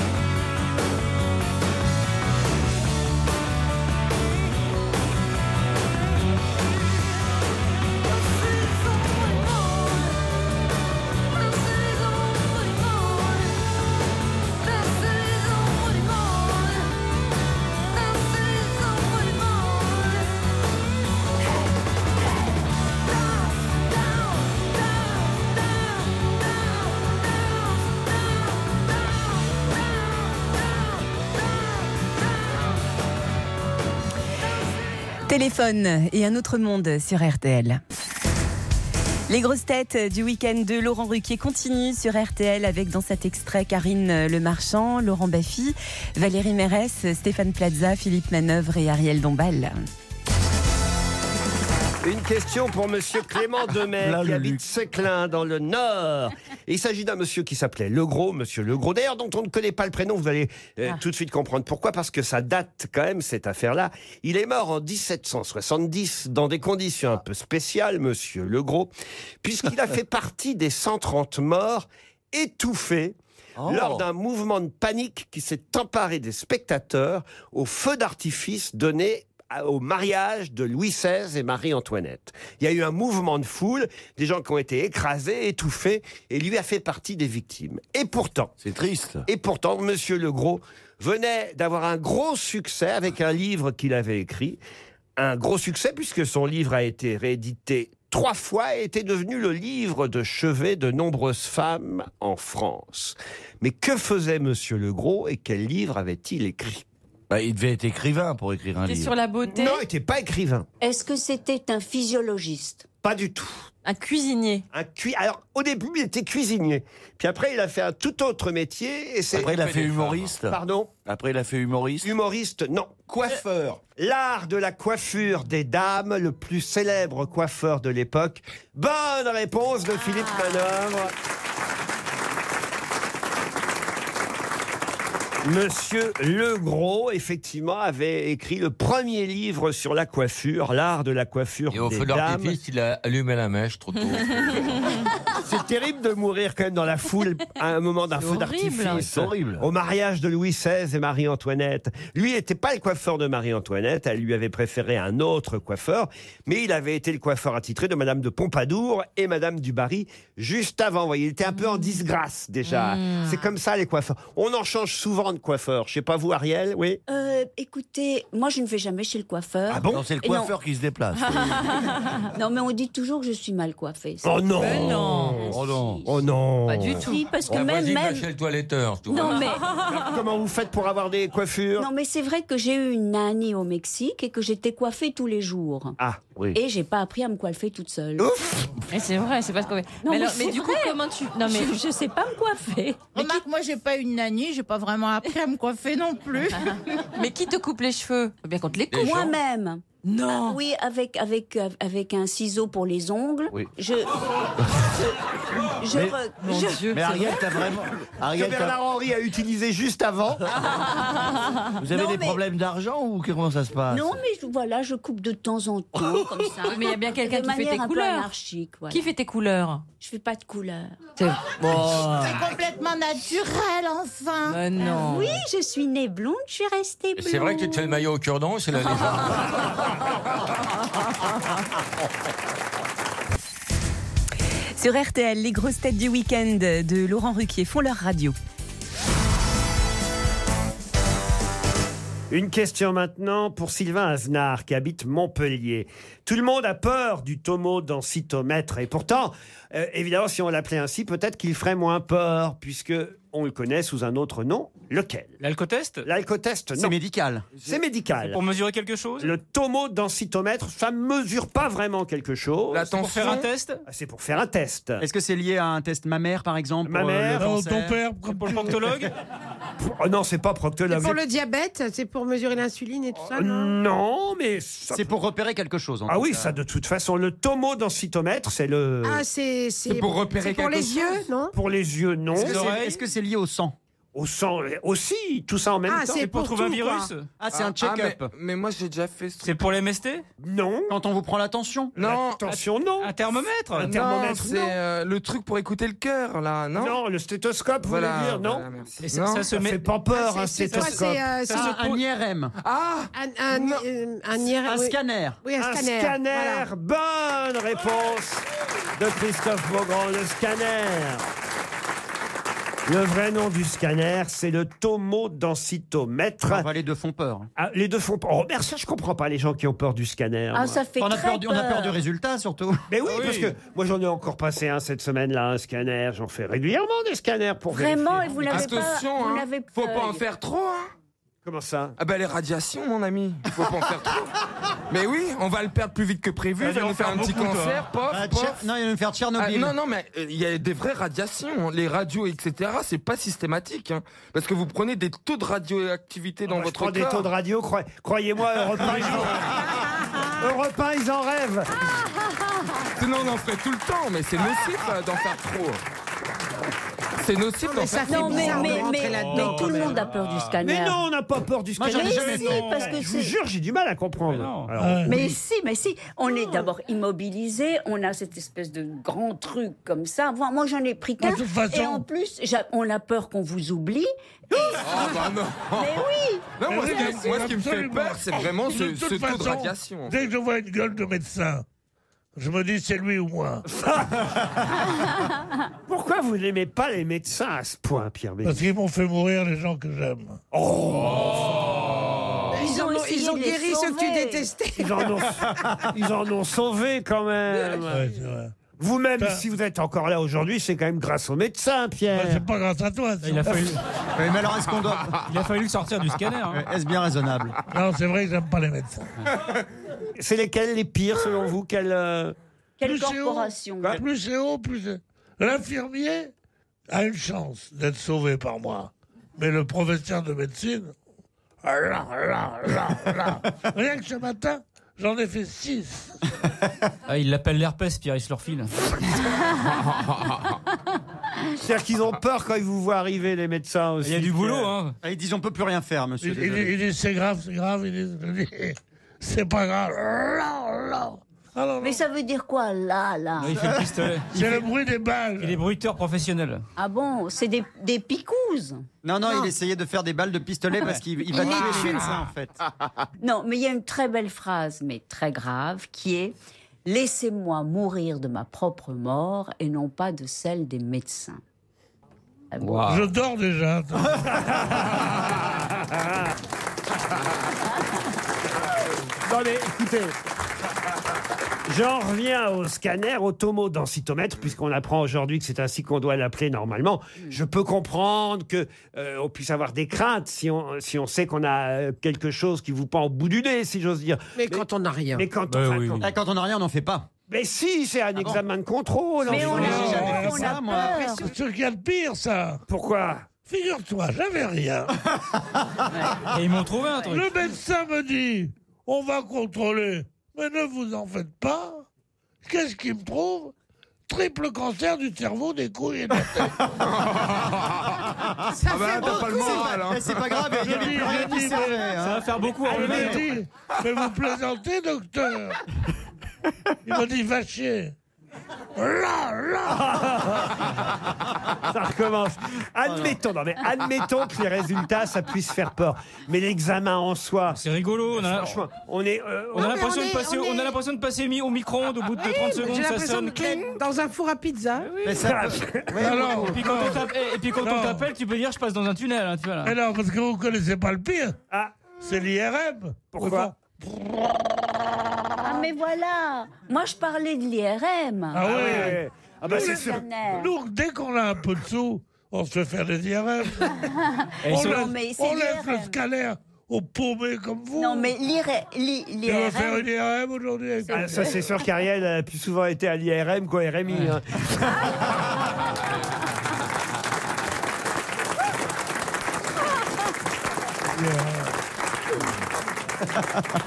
Téléphone et un autre monde sur RTL. Les grosses têtes du week-end de Laurent Ruquier continuent sur RTL avec dans cet extrait Karine Le Marchand, Laurent Baffy, Valérie Mérès, Stéphane Plaza, Philippe Manœuvre et Ariel Dombal. Une question pour monsieur Clément Demet Là, qui le habite Seclin dans le Nord. Il s'agit d'un monsieur qui s'appelait Legros, monsieur Legros. D'ailleurs, dont on ne connaît pas le prénom, vous allez euh, tout de suite comprendre pourquoi parce que ça date quand même cette affaire-là. Il est mort en 1770 dans des conditions un peu spéciales, monsieur Legros, puisqu'il a fait partie des 130 morts étouffés Oh. lors d'un mouvement de panique qui s'est emparé des spectateurs au feu d'artifice donné à- au mariage de Louis XVI et Marie-Antoinette. Il y a eu un mouvement de foule, des gens qui ont été écrasés, étouffés, et lui a fait partie des victimes. Et pourtant... C'est triste. Et pourtant, Monsieur Legros venait d'avoir un gros succès avec un livre qu'il avait écrit. Un gros succès puisque son livre a été réédité trois fois et était devenu le livre de chevet de nombreuses femmes en France. Mais que faisait Monsieur Legros et quel livre avait-il écrit Bah, Il devait être écrivain pour écrire un C'était livre. sur la beauté Non, il n'était pas écrivain. Est-ce que c'était un physiologiste Pas du tout. Un cuisinier Un cui- Alors, au début, il était cuisinier. Puis après, il a fait un tout autre métier. Et c'est- Après, il a fait humoriste. Pardon Après, il a fait humoriste. Humoriste, non. Coiffeur. L'art de la coiffure des dames, le plus célèbre coiffeur de l'époque. Bonne réponse de Philippe Ah. Manœuvre. Monsieur Legros, effectivement, avait écrit le premier livre sur la coiffure, l'art de la coiffure Et au des feu dames. d'artifice, il a allumé la mèche trop tôt. C'est terrible de mourir quand même dans la foule à un moment d'un C'est feu horrible. d'artifice. C'est horrible. Au mariage de Louis XVI et Marie-Antoinette. Lui n'était pas le coiffeur de Marie-Antoinette. Elle lui avait préféré un autre coiffeur. Mais il avait été le coiffeur attitré de Madame de Pompadour et Madame du Barry juste avant. Vous voyez, il était un peu en disgrâce déjà. Hmm. C'est comme ça les coiffeurs. On en change souvent de coiffeur. Je sais pas vous, Ariel, oui Euh, écoutez, moi je ne vais jamais chez le coiffeur. Ah bon Non, c'est le Et non. coiffeur qui se déplace. (laughs) non, mais on dit toujours que je suis mal coiffée. Oh non. Mais Oh non Oh non Si, parce Oh, que La même, voisine va même, chez le toiletteur, tu vois. Non, mais- Comment vous faites pour avoir des coiffures Non, mais c'est vrai que j'ai eu une nanny au Mexique et que j'étais coiffée tous les jours. Ah, oui. Et j'ai pas appris à me coiffer toute seule. Et Eh, c'est vrai, c'est pas ce qu'on fait. Non, mais, mais alors- mais c'est du coup, vrai. comment tu. Non, mais. Je, je sais pas me coiffer. Remarque, moi, j'ai pas une nanny, j'ai pas vraiment appris à me coiffer non plus. (laughs) mais qui te coupe les cheveux Euh, Faut bien qu'on te les coupe. Moi-même. Non. Ah (laughs) oui, avec, avec, avec un ciseau pour les ongles. Oui. Je. je, je mais, re- je- mais Ariel, t'as vraiment. Ariel, que t'as- Bernard Henry a utilisé juste avant. Vous Ah. avez Non, des mais- problèmes d'argent ou comment ça se passe Non, mais je- voilà, je coupe de temps (laughs) en temps, comme ça. Oui, mais il y a bien quelqu'un De qui fait manière tes un peu couleurs. anarchique, voilà. Qui fait tes couleurs Je fais pas de couleurs. C'est complètement naturel, enfin. Bah Ah Oui, je suis née blonde, je suis restée blonde. C'est vrai que tu te fais le maillot au cure-dent, c'est la légende. Sur RTL, les grosses têtes du week-end de Laurent Ruquier font leur radio. Une question maintenant pour Sylvain Aznard qui habite Montpellier. Tout le monde a peur du tomo densitomètre et pourtant, euh, évidemment, si on l'appelait ainsi, peut-être qu'il ferait moins peur puisque on le connaît sous un autre nom. Lequel (laughs) L'alcotest L'alcotest, non. C'est médical. C'est médical. Pour mesurer quelque chose Le tomo densitomètre, ça ne mesure pas vraiment quelque chose. C'est pour faire un test Ah, C'est pour faire un test. Est-ce que c'est lié à un test mammaire, par exemple Ma pour, euh, mère. le Non, cancer Oh, ton père, Pour le proctologue Oh non, c'est pas C'est proctologue. pour le diabète, c'est pour mesurer l'insuline et tout ça, Euh, non Non, mais ça- C'est pour repérer quelque chose. en Ah tout oui, cas. ça de toute façon, le tomo densitomètre, c'est le... Ah, c'est c'est- c'est pour quelque les chose yeux, non Pour les yeux, non. Est-ce que c'est- est-ce que c'est lié au sang Au sang euh, aussi, tout ça en même Ah, temps. c'est pour trouver un virus Ah, c'est un check-up. mais, mais moi, j'ai déjà fait ce truc. C'est pour l'MST Non. Quand on vous prend la tension Non. Attention, non. Un thermomètre Non, non. c'est euh, le truc pour écouter le cœur, là, non Non, le stéthoscope, vous Voilà, voulez dire, non voilà, merci. Et Non. ça, se Ça met... fait pas peur, Ah, un c'est- c'est- stéthoscope. c'est, euh, Ça, c'est- se- IRM. Ah Un, un, euh, un, IRM, Un oui. scanner. Oui, un, Un scanner. scanner, voilà. bonne réponse de Christophe Beaugrand, le scanner. Le vrai nom du scanner, c'est le tomodensitométre. Enfin, les deux font peur. Ah, les deux font peur. Oh, merde, ça, je comprends pas les gens qui ont peur du scanner. Ah, moi. ça fait on, a très peur du, on a peur du résultat surtout. Ah Mais oui, parce que moi j'en ai encore passé un cette semaine là, un scanner. J'en fais régulièrement des scanners pour Vraiment, vérifier. et vous l'avez pas. euh, Attention, vous hein. l'avez Faut pas en faire trop, hein Comment ça Ah bah les radiations, mon ami. Faut pas en faire trop. Mais oui, on va le perdre plus vite que prévu. Ça Il va va nous faire un faire petit beaucoup, toi. cancer, pof, Ah, pof. Tcher- non, il va nous faire Tchernobyl. non, non, mais euh, il y a des vraies radiations. hein. Les radios, etc., c'est pas systématique. hein. parce que vous prenez des taux de radioactivité dans Ah, Je votre prends corps. des taux de radio, croy- croyez-moi, Europe 1, (laughs) Europe 1, ils en rêvent. Sinon, on en ferait tout le temps, mais c'est nocif euh, d'en faire trop. C'est nocif d'en faire trop. non, mais, mais, mais, mais tout le monde a peur du scanner. Mais non, on n'a pas peur du Moi, scanner. j'en ai jamais- Mais si, non. parce que je vous c'est- jure, j'ai du mal à comprendre. Alors, Mais si, mais si, on est d'abord immobilisé, on a cette espèce de grand truc comme ça. Moi, moi, j'en ai pris qu'un. De toute façon- Et en plus, j'a- on a peur qu'on vous oublie. Et- Ah bah non (laughs) Mais oui Non, moi, Mais ce qui- oui, moi, ce qui me fait absolument. peur, c'est vraiment ce- De toute ce taux de façon, radiation. Dès que je vois une gueule de médecin, je me dis c'est lui ou (laughs) moi. Pourquoi vous n'aimez pas les médecins à ce point, Pierre Bénichou Parce qu'ils m'ont fait mourir les gens que j'aime. Oh. Ils ont, ils ont guéri ce que tu détestais. Ils en (laughs) ont, Ah, ils en ont sauvé quand même. Vous-même, si vous êtes encore là aujourd'hui, c'est quand même grâce aux médecins, Pierre. c'est pas grâce à toi. Il a (laughs) fallu- Oui, mais alors, est-ce qu'on doit- Il a fallu sortir du scanner. hein. Est-ce bien raisonnable Non, c'est vrai que j'aime pas les médecins. C'est lesquels les pires, selon vous euh, Quelle, Quelle plus c'est haut, corporation quoi, Plus c'est haut, plus c'est- L'infirmier a une chance d'être sauvé par moi. Mais le professeur de médecine... ah là, ah là, ah là, ah là. Rien que ce matin, j'en ai fait six. Ah, il l'appelle l'herpès, Pierre, il se leur file. (laughs) C'est-à-dire qu'ils ont peur quand ils vous voient arriver, les médecins aussi. Il y a du boulot, hein. Ah, Ils disent on peut plus rien faire, monsieur. Il, il- désolé. il dit c'est grave, c'est grave. Il dit, je dis, c'est pas grave. Ah, Mais ça veut dire quoi, là, là Il fait le pistolet. C'est le bruit des balles. Il est bruiteur professionnel. Ah bon, c'est des, des picouzes Non, non, il essayait de faire des balles de pistolet parce qu'il il va Il tuer insulte. les médecins, en fait. Non, mais il y a une très belle phrase, mais très grave, qui est « Laissez-moi mourir de ma propre mort et non pas de celle des médecins Ah Je (laughs) dors déjà. (laughs) Non mais écoutez. J'en reviens au scanner, au tomodensitomètre, puisqu'on apprend aujourd'hui que c'est ainsi qu'on doit l'appeler normalement. Je peux comprendre que euh, on puisse avoir des craintes si on, si on sait qu'on a euh, quelque chose qui vous pend au bout du nez, si j'ose dire. Mais, quand on n'a rien. Mais quand, on, oui, oui. Ah, quand on n'a rien, on n'en fait pas. Ah Mais si, c'est un examen de contrôle. Mais on l'a l'a jamais fait, on a peur. C'est ce qu'il y a de pire, ça. Pourquoi Figure-toi, (laughs) j'avais rien. Et ils m'ont trouvé un truc. Le médecin me dit on va contrôler, mais ne vous en faites pas. Qu'est-ce qu'il me trouve Triple cancer du cerveau, des couilles et de (laughs) la tête. Ça Ah bah, fait t'as pas beaucoup. le moral, hein. C'est pas grave, il y avait Je dis, plus rien je qui dis, servait, mais- hein. Ça va faire beaucoup à Je lui relever. ai dit, mais vous plaisantez, docteur Il m'a dit, va chier. (laughs) Là, là Ça recommence. Admettons, non, mais admettons que les résultats, ça puisse faire peur. Mais l'examen en soi. C'est rigolo, on a- Franchement, on est. euh, On a l'impression de passer, on a l'impression de passer mi- au micro-ondes au bout de 30 secondes, Eh, J'ai ça l'impression sonne. de cling dans un four à pizza. Mais (laughs) ça- Et puis quand on tape- et- et puis quand on t'appelle, tu peux dire je passe dans un tunnel. hein, tu vois, là. Ah. Alors, parce que vous connaissez pas le pire. C'est l'IRM. Pourquoi Ah mais voilà Moi je parlais de l'IRM Ah oui Ah bah, bah, c'est c'est sûr. (laughs) Nous, dès qu'on a un peu de sous, on se fait faire des IRM. Et on sur- laisse, Non, mais c'est on laisse le l'IRM. scanner aux paumés comme vous. Non mais l'IRM... Tu veux faire une IRM aujourd'hui avec Ah, ça, c'est sûr qu'Ariel a plus souvent été à l'IRM qu'au RMI. (laughs) hein.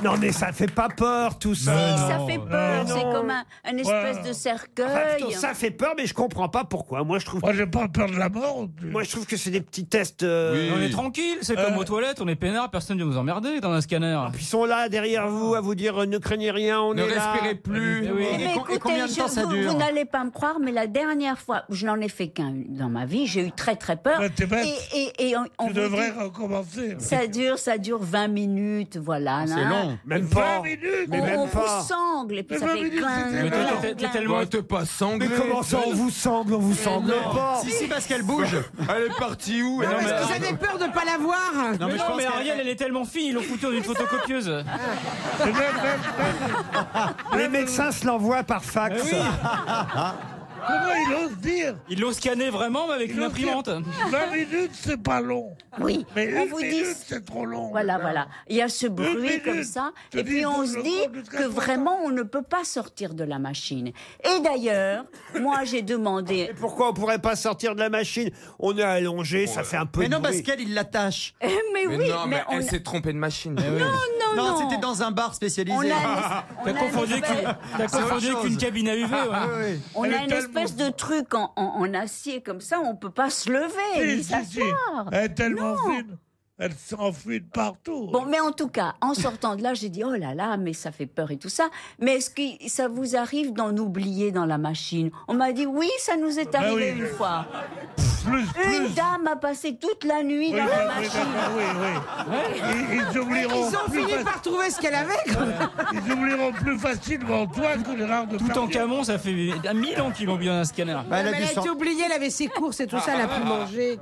non, mais ça fait pas peur, tout ça. Ah Ça fait peur, c'est comme un, un espèce Ouais. de Enfin, cercueil. plutôt, ça fait peur, mais je comprends pas pourquoi. Moi, je trouve. Moi, j'ai pas peur de la mort. Moi, je trouve que c'est des petits tests. euh, On est tranquille, c'est comme aux toilettes, on est peinard, personne ne vient nous emmerder dans un scanner. Ah, Ils sont là derrière vous à vous dire euh, ne craignez rien, on Ne est là. respirez plus. Eh oui. Eh ben, écoutez, je- vous, vous n'allez pas me croire, mais la dernière fois, je n'en ai fait qu'un dans ma vie, j'ai eu très très peur. t'es bête. Et, et- et on, on Tu vous devrais dit, recommencer. ça dure, ça dure 20 minutes, voilà. Ah, C'est là. long. Même Et pas. on- 20 minutes, mais on, même on pas. vous sangle, et puis Mais ça 20 fait minutes, clin, c'était clin, long. clin. tellement- Ouais, t'es pas sanglé. Mais comment ça, on vous sangle, on vous sangle non. pas Si, si, parce qu'elle (laughs) bouge. Elle est partie où elle Non, est parce que partie- j'avais peur de pas la voir. Non, mais, non, mais Ariel, elle est tellement fine, ils l'ont foutue dans une photocopieuse. Ah. (laughs) Les médecins se l'envoient par fax. Mais Eh oui. (laughs) Comment il ose dire Ils l'ont scanné vraiment mais avec une imprimante. 20 minutes, c'est pas long. Oui, Mais on une vous minute, dit. c'est trop long. Voilà, madame. voilà. Il y a ce Une bruit minute. comme ça, Je et dis, puis on je se compte dit jusqu'à que trois. vraiment on ne peut pas sortir de la machine. Et (laughs) d'ailleurs, moi j'ai Ah, demandé. Pourquoi on pourrait pas sortir de la machine On est allongé, ça fait un peu Mais de non, bruit. parce qu'elle, il l'attache. Eh, Mais, oui, non, mais, mais on- Eh elle s'est trompée de machine. Non, non, non, non. Non, c'était dans un bar spécialisé. On a (laughs) un es- on a un espèce- C'est autre chose. (laughs) Ah, On Elle a est une tellement- espèce de truc en, en- en acier comme ça, on peut pas se lever ni Si, si, si. s'asseoir. Elle est tellement Non. fine. Elle s'enfuit de partout. hein. Bon, mais en tout cas, en sortant de là, j'ai dit oh là là, mais ça fait peur et tout ça. Mais est-ce que ça vous arrive d'en oublier dans la machine On m'a dit oui, ça nous est Ben arrivé oui. une fois. plus. Une dame a passé toute la nuit Oui, dans la oui, machine. d'accord, oui, oui. Ils, ils oublieront Ils ont plus fini faci- par trouver ce qu'elle avait, quand même. Ils oublieront plus facilement toi que Gérard de Tout en camon, ça fait 1000 ans qu'ils l'ont mis dans un scanner. Non, mais elle a été oubliée, elle avait ses courses et tout ça, elle a pu Ah. manger.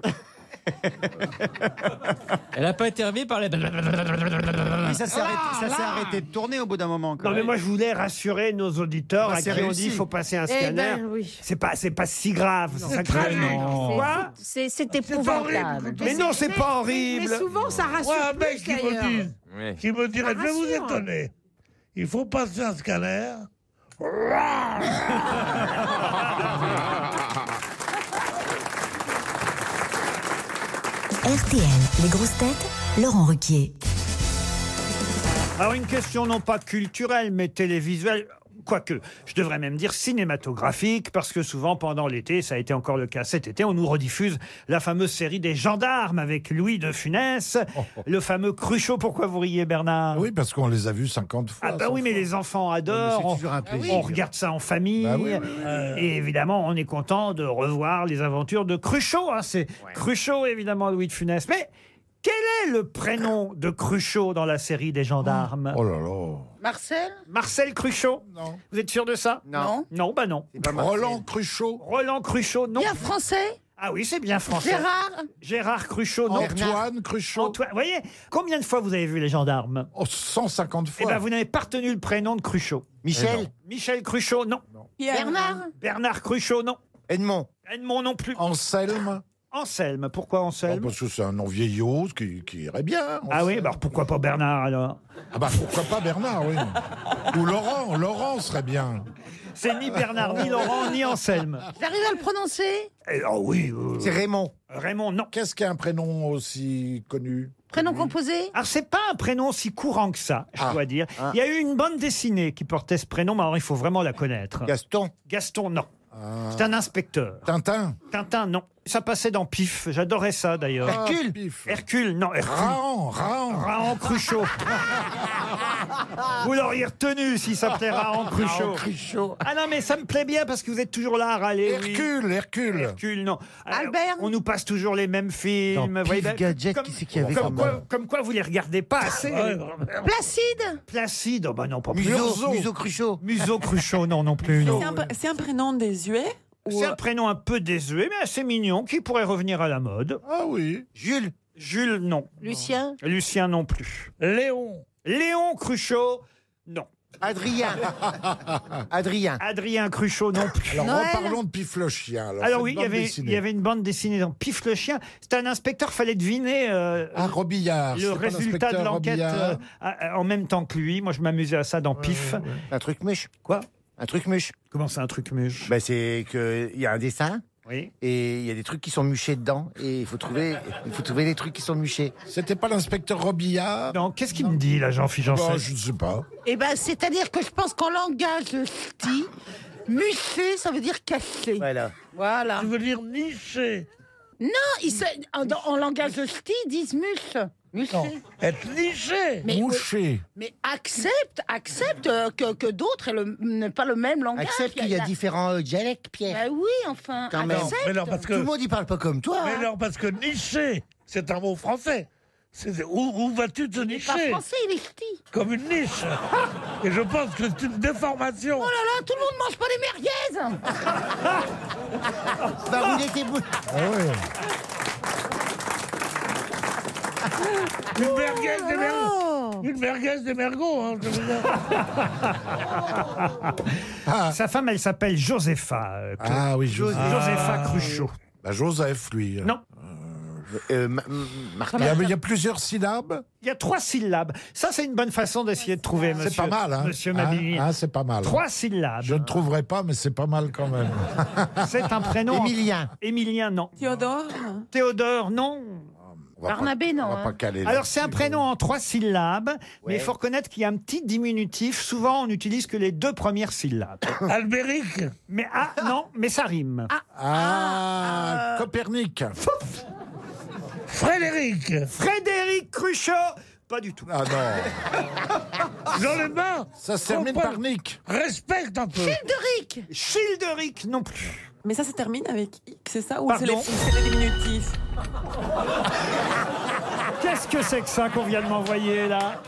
Elle a pas été réveillée par les. Mais ça s'est arrêté, ça s'est arrêté de tourner au bout d'un moment. quand Non mais même. moi je voulais rassurer nos auditeurs Bah, à qui c'est on réussi. dit il faut passer un Eh scanner. ben oui. C'est pas c'est pas si grave, c'est ça que Mais je veux dire. non. Quoi C'est c'est épouvantable. Mais non, c'est pas Mais, horrible. souvent, ça rassure Moi, un plus, mec qui me, d'ailleurs. dise, qui me dirait, Ça je vais vous rassure. étonner, il faut passer un scanner. RTL, les grosses têtes, Laurent Ruquier. Alors une question non pas culturelle mais télévisuelle. Quoique, je devrais même dire cinématographique, parce que souvent pendant l'été, ça a été encore le cas cet été, on nous rediffuse la fameuse série des gendarmes avec Louis de Funès, le fameux Cruchot. Pourquoi vous riez, Bernard Oh. Oui, parce qu'on les a vus 50 fois. Ah bah oui, mais les enfants Mais adorent. c'est On- toujours un plaisir. On regarde ça en famille. Euh, Bah oui, oui, Et évidemment, on est content de revoir les aventures de Cruchot. hein. C'est Cruchot, évidemment, Louis de Funès. Mais quel est le prénom de Cruchot dans la série des gendarmes Oh là là Marcel Marcel Cruchot Non. Vous êtes sûr de ça Non. Non, bah non. Roland Cruchot Roland Cruchot, non. Bien français Ah oui, c'est bien français. Gérard Gérard Cruchot, non. Antoine Cruchot. Antoine, vous voyez, combien de fois vous avez vu les gendarmes 150 Eh fois. ben, vous n'avez pas retenu le prénom de Cruchot. Michel Eh non. Michel Cruchot, non. Bernard Bernard Cruchot, non. Edmond Edmond non plus. Ah, Anselme Oh, Anselme, pourquoi Anselme Parce que c'est un nom vieillot qui, qui irait bien. Ah oui, bah alors pourquoi pas Bernard alors Ah bah pourquoi pas Bernard, oui. Ou Laurent, Laurent serait bien. C'est ni Bernard, ni Laurent, ni Anselme. J'arrive à le prononcer oh oui. C'est Raymond. Raymond, non. Qu'est-ce qu'un prénom aussi connu Prénom composé Alors, c'est pas un prénom si courant que ça, je dois dire. Ah. Il y a eu une bande dessinée qui portait ce prénom, mais alors il faut vraiment la connaître. Gaston Ah. Gaston, non. C'est un inspecteur. Tintin Tintin, non. Ça passait dans Pif. J'adorais ça, Oh, d'ailleurs. Ah, Hercule Pif. Hercule, non. Hercule. Raon, Raon. Raon Cruchot. vous l'auriez retenu si ça plaît Raon Cruchot. Raon Cruchot. Ah non, mais ça me plaît bien parce que vous êtes toujours là à râler. oui. Hercule, Hercule. Hercule, non. Albert On nous passe toujours les mêmes films. Dans vous voyez, Pif ben, Gadget, comme, qui c'est qu'il y avait comme comme quoi, nom comme quoi vous les regardez pas assez. Ouais. Placide Placide, oh bah non, pas Museau, Museau Cruchot. Museau Cruchot, non, non plus. non. C'est un pr- C'est un, prénom désuet ou... euh, C'est un prénom un peu désuet, mais assez mignon, qui pourrait revenir à la mode. Ah oui. Jules Jules, non. Lucien Lucien, non plus. Léon. Léon Cruchot, non. Adrien. Adrien. Adrien Cruchot, non plus. Alors Noël. reparlons de Pif le chien. Alors, Alors cette oui, il y, bande avait, dessinée. il y avait une bande dessinée dans Pif le chien. C'était un inspecteur, fallait deviner euh, Ah, Robillard. le résultat de l'enquête euh, à- à- en même temps que lui. Moi, je m'amusais à ça dans Pif. Un truc mûche. Quoi Un truc mûche. Comment c'est un truc mûche bah, C'est qu'il y a un dessin. Oui. Et il y a des trucs qui sont mûchés dedans. Et il faut trouver, il faut trouver les trucs qui sont mûchés. C'était pas l'inspecteur Robillard Bah, Non, qu'est-ce qu'il me dit là, Jean-Philippe Janssen Je ne sais pas. Eh ben, c'est-à-dire que je pense qu'en langage ch'ti, mucher, ça veut dire caché. Voilà. Voilà. Tu veux dire niché Non, ils se- en, dans- en langage ch'ti, ils disent muche. Mucher. Être niché Mais- Mouché. Mais accepte, accepte euh, que, que d'autres aient le- n'aient pas le même langage. Accepte qu'il y a différents euh, dialectes, Pierre. Ben oui, enfin. Quand même. accepte. Mais non, parce que... Tout le monde y parle pas comme toi. Mais hein. non, parce que niché, c'est un mot français. C'est- Où, où vas-tu te Il est pas nicher français, il est ch'ti. Comme une (laughs) niche. Et je pense que c'est une déformation. Oh là là, tout le monde mange pas Bah, des merguez (laughs) Va rouler tes boules. Ah Une merguez des Oh. mergots. Une merguez des mergots, hein, je veux dire. Sa femme, elle s'appelle Josepha. euh, Claude. Ah oui, Joseph. Josepha Cruchot. Bah, Joseph, lui. Non. Euh, Ma- M- Martin. Il y, a, il y a plusieurs syllabes. Il y a trois syllabes. Ça, c'est une bonne façon d'essayer de trouver, monsieur. C'est pas mal, hein Monsieur Hein Mabini. Hein, c'est pas mal. Trois syllabes. Ah, Je ne trouverai pas, mais c'est pas mal quand même. Ah. (laughs) C'est un prénom. Émilien. Émilien, non. Théodore Théodore, non. va pas- Barnabé, non, On va hein. pas caler. Alors c'est un prénom en trois syllabes, mais il faut reconnaître qu'il y a un petit diminutif. Souvent, on n'utilise que les deux premières syllabes. Albéric Mais ah non, mais ça rime. Ah, Ah, Copernic. Frédéric Frédéric Cruchot Pas du tout. Ah non. (laughs) Dans le bain Ça se termine par Nick. Respecte un peu Childeric Childeric non plus. Mais ça se termine avec X, c'est ça Ou Pardon c'est les, c'est les diminutifs Qu'est-ce que c'est que ça qu'on vient de m'envoyer là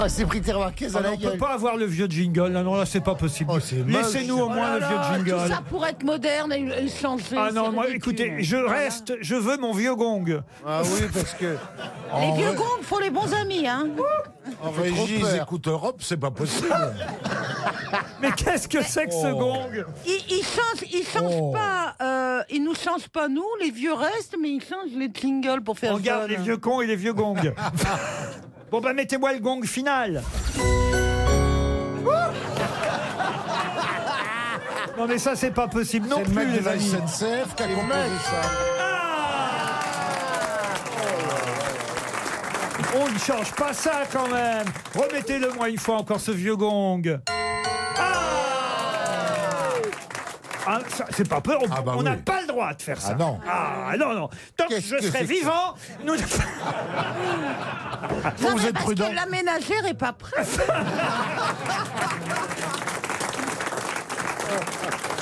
Ah, c'est pris tes remarqués, Ah ça non, la on peut gueule. pas avoir le vieux jingle. Là, non, là, c'est pas possible. Laissez-nous au moins Oh le là vieux là, jingle. Tout ça pour être moderne et, et changer. Ah c'est non, moi, ridicule. écoutez, je Voilà. reste, je veux mon vieux gong. Ah oui, parce que. Les vieux groupes font les bons amis, hein. En fait trop régie, ils peur. écoutent Europe, c'est pas possible. Ah. Mais qu'est-ce que c'est que Oh. ce gong Oh. Ils, ils changent, ils changent pas, euh, ils nous changent pas nous, les vieux restent, mais ils changent les jingles pour faire. On garde jeune. les vieux cons et les vieux (laughs) gongs. bon, bah, mettez-moi le gong final. Non, mais ça, c'est pas possible non C'est le plus, mec de les la amis. SNCF qui a composé ça. Ah On ne change pas ça quand même. Remettez-le moi une fois encore ce vieux gong. Ah, ça, c'est pas peur, on bah on n'a pas le droit de faire ça. Ah non. Ah non, non. Tant que je serai vivant, nous. Non, mais parce que la ménagère est (laughs) pas prête.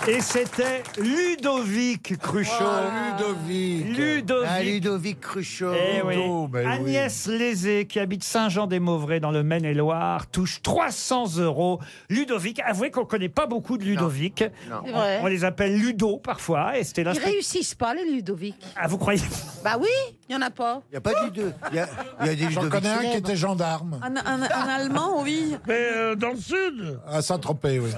Et c'était Ludovic Cruchot. Ah, Ludovic. Ludovic. Ah, Ludovic Cruchot. Eh oui. Ludo, ben oui. Agnès Lézé, qui habite Saint-Jean-des-Mauvrais dans le Maine-et-Loire, touche 300 euros. Ludovic, avouez qu'on ne connaît pas beaucoup de Ludovic. Non. C'est vrai. On, on les appelle Ludo parfois. Et c'était là. Ils réussissent pas les Ludovic. Ah, vous croyez Bah oui, il y en a pas. Il n'y a pas du deux. Il y a, il y a des J'en Ludovic connais un qui célèbres. était gendarme. un, un- un Allemand, oui. Mais euh, dans le sud À Saint-Tropez, oui.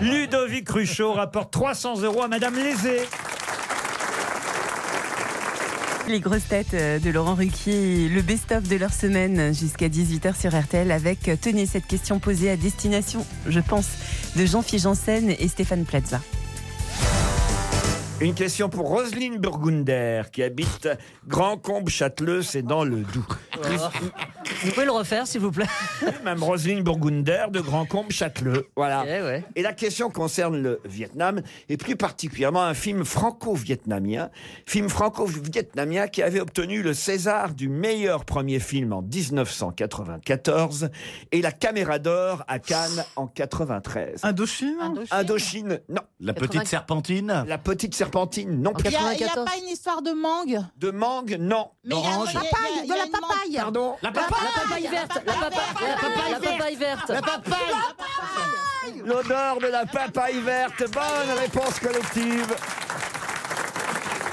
Ludovic Cruchot rapporte 300 euros à Madame Lézé. Les grosses têtes euh, de Laurent Ruquier, le best-of de leur semaine jusqu'à 18h sur RTL avec, euh, tenez cette question posée à destination, je pense, de Jean-Philippe Janssen et Stéphane Plaza. Une question pour Roselyne Burgunder, qui habite Grand Combe Châteleux, c'est dans le Doubs. Oh. Vous pouvez le refaire, s'il vous (laughs) plaît. Même Roselyne Burgunder de Grand Combe Châteleux. Voilà. Et la question concerne le Vietnam, et plus particulièrement un film franco-vietnamien. Film franco-vietnamien qui avait obtenu le César du meilleur premier film en 1994 et la Caméra d'Or à Cannes en 93. Indochine Ah, Indochine, non. La petite serpentine La petite serpentine, non. Il y a- il y a, pas une histoire de mangue. De mangue, non. Mais il y a une papaye, de la papaye. Pardon La papaye. La papaye verte, la papa- la papa- la papaye verte. La L'odeur de la papaye verte. Bonne réponse collective.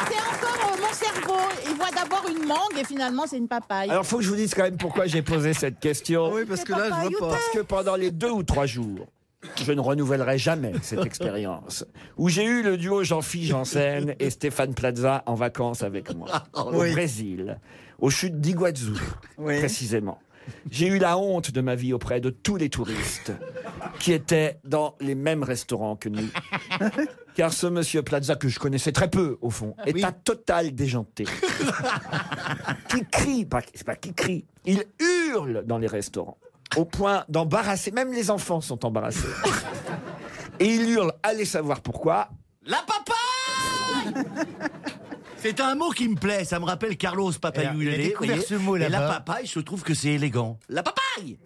C'est encore euh, mon cerveau. Il voit d'abord une mangue et finalement c'est une papaye. Alors, faut que je vous dise quand même pourquoi j'ai posé cette question. Oui, parce que là, je vois pas. Parce que pendant les deux ou trois jours, je ne renouvellerai jamais cette expérience, où j'ai eu le duo Jean-Philippe Janssen et Stéphane Plaza en vacances avec moi, au Oui. Brésil, aux chutes d'Iguazu, précisément. J'ai eu la honte de ma vie auprès de tous les touristes qui étaient dans les mêmes restaurants que nous. Car ce monsieur Plaza, que je connaissais très peu au fond, est un total déjanté qui crie, pas, c'est pas qui crie, il hurle dans les restaurants, au point d'embarrasser, même les enfants sont embarrassés. Et il hurle, allez savoir pourquoi. La papaye C'est un mot qui me plaît, ça me rappelle Carlos Papayou. Il a découvert ce mot Et la là-bas. papaye, je trouve que c'est élégant. La papaye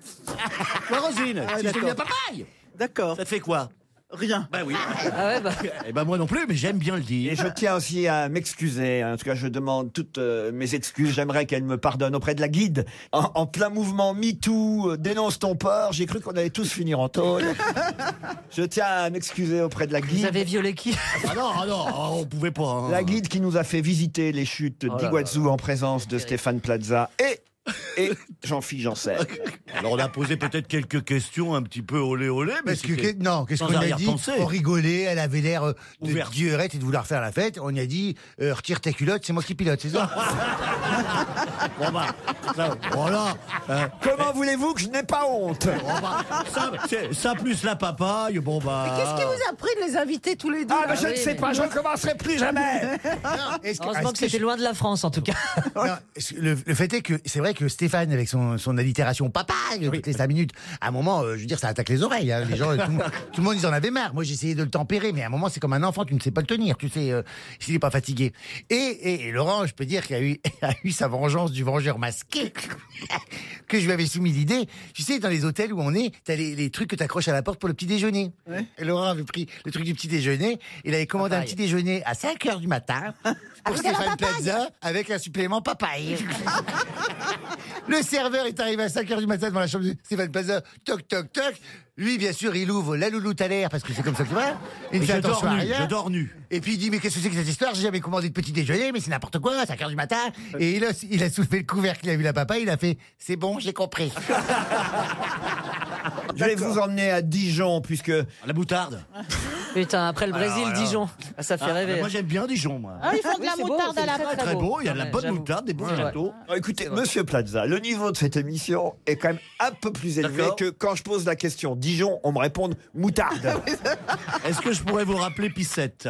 La Rosine, Ah, si je te dis la d'accord. papaye D'accord. Ça te fait quoi Rien. Bah oui. ouais, bah. Eh ben moi non plus, mais j'aime bien le dire. Et je tiens aussi à m'excuser. En tout cas, je demande toutes euh, mes excuses. J'aimerais qu'elle me pardonne auprès de la guide. En, en plein mouvement MeToo, euh, dénonce ton port, j'ai cru qu'on allait tous finir en tôle. (laughs) Je tiens à m'excuser auprès de la guide. Vous avez violé qui Ah non, ah non, ah, on pouvait pas. hein. Oh La guide qui nous a fait visiter les chutes là d'Iguazu en présence de Stéphane Plaza et et Jean-Philippe (laughs) Janssen. Alors on a posé peut-être quelques questions un petit peu olé olé, mais Parce que, c'était que- non, qu'est-ce sans qu'on a dit arrière-pensée. On rigolait, elle avait l'air euh, de Ouverte. diurette et de vouloir faire la fête. On y a dit, euh, retire ta culotte, c'est moi qui pilote, c'est ça Bon bah, ça, voilà. hein. Comment voulez-vous que je n'ai pas (laughs) honte ça, c'est- ça plus la papaye, bon bah. Mais qu'est-ce qui vous a pris de les inviter tous les deux Ah, mais je ne sais pas, je ne recommencerai (laughs) plus jamais. est-ce que- Heureusement est-ce que que c'était je- loin de la France, en tout cas. (laughs) Non, le, le fait est que c'est vrai que Stéphane, avec son, son allitération papa, toutes les cinq minutes, à un moment, euh, je veux dire, ça attaque les oreilles. hein. Les gens, tout, (laughs) le monde- tout le monde, ils en avaient marre. Moi, j'essayais de le tempérer, mais à un moment, c'est comme un enfant, tu ne sais pas le tenir, tu sais, euh, s'il n'est pas fatigué. Et, et- et Laurent, je peux dire qu'il a eu, (laughs) a eu sa vengeance du vengeur masqué, que je lui avais soumis l'idée. Tu sais, dans les hôtels où on est, t'as les, les trucs que t'accroches à la porte pour le petit déjeuner. Et Laurent avait pris le truc du petit déjeuner, il avait commandé un petit déjeuner à 5 heures du matin pour Stéphane Plaza avec un supplément papaye. Le serveur est arrivé à 5h du matin devant la chambre de Stéphane Plaza. Toc, toc, toc. Lui, bien sûr, il ouvre la louloute à l'air parce que c'est comme ça qu'il va. Il ne Et fait je dors attention à nu, rien. je dors nu. Et puis il dit Mais qu'est-ce que c'est que cette histoire J'ai jamais commandé de petit déjeuner, mais c'est n'importe quoi, à 5h du matin. Et il a, il a soulevé le couvercle, il a vu la papa, il a fait C'est bon, j'ai compris. Je vais vous emmener à Dijon, puisque. La moutarde. Putain, après Ah, le Brésil, Alors, alors. Dijon. Ah, ça fait Ah, rêver. mais moi j'aime bien Dijon, moi. Ah, ils font de la moutarde à la très, pâte. très beau. il y a de la Ouais, bonne j'avoue. moutarde, des bons Ouais. Ah, gâteaux. Non, écoutez, monsieur Plaza, le niveau de cette émission est quand même un peu plus élevé D'accord. que quand je pose la question Dijon, on me répond moutarde. (laughs) Est-ce que je pourrais vous rappeler Pissette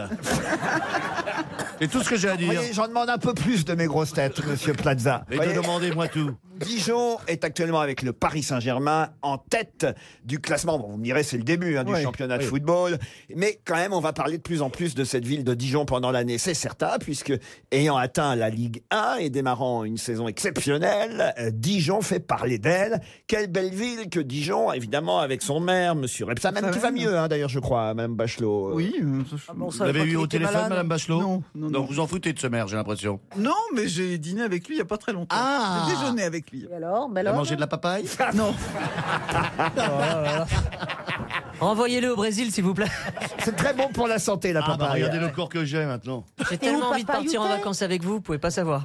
C'est tout ce que j'ai à Vous dire. voyez, J'en demande un peu plus de mes grosses têtes, monsieur Plaza. Mais Vous voyez, de demandez-moi tout. Dijon est actuellement avec le Paris Saint-Germain en tête du classement. Bon, vous me direz, c'est le début hein, du Ouais, championnat de ouais. football. Mais quand même, on va parler de plus en plus de cette ville de Dijon pendant l'année. C'est certain, puisque ayant atteint la Ligue 1 et démarrant une saison exceptionnelle, euh, Dijon fait parler d'elle. Quelle belle ville que Dijon, évidemment, avec son maire, monsieur Repsa, même Ça qui va, va non mieux, hein, d'ailleurs, je crois, madame Bachelot. Oui. euh, ça, je- Vous l'avez eu au téléphone, Madame Bachelot Non, non, non. Donc vous en foutez de ce maire, j'ai l'impression. Non, mais j'ai dîné avec lui il n'y a pas très longtemps. Ah. J'ai déjeuné avec lui. alors, bah Il a mangé de la papaye (laughs) Non. Oh, Renvoyez-le au Brésil, s'il vous plaît. C'est très bon pour la santé, la Ah bah papaye. regardez le corps que j'ai maintenant. J'ai où, tellement envie de Papa partir en Youté vacances avec vous, vous pouvez pas savoir.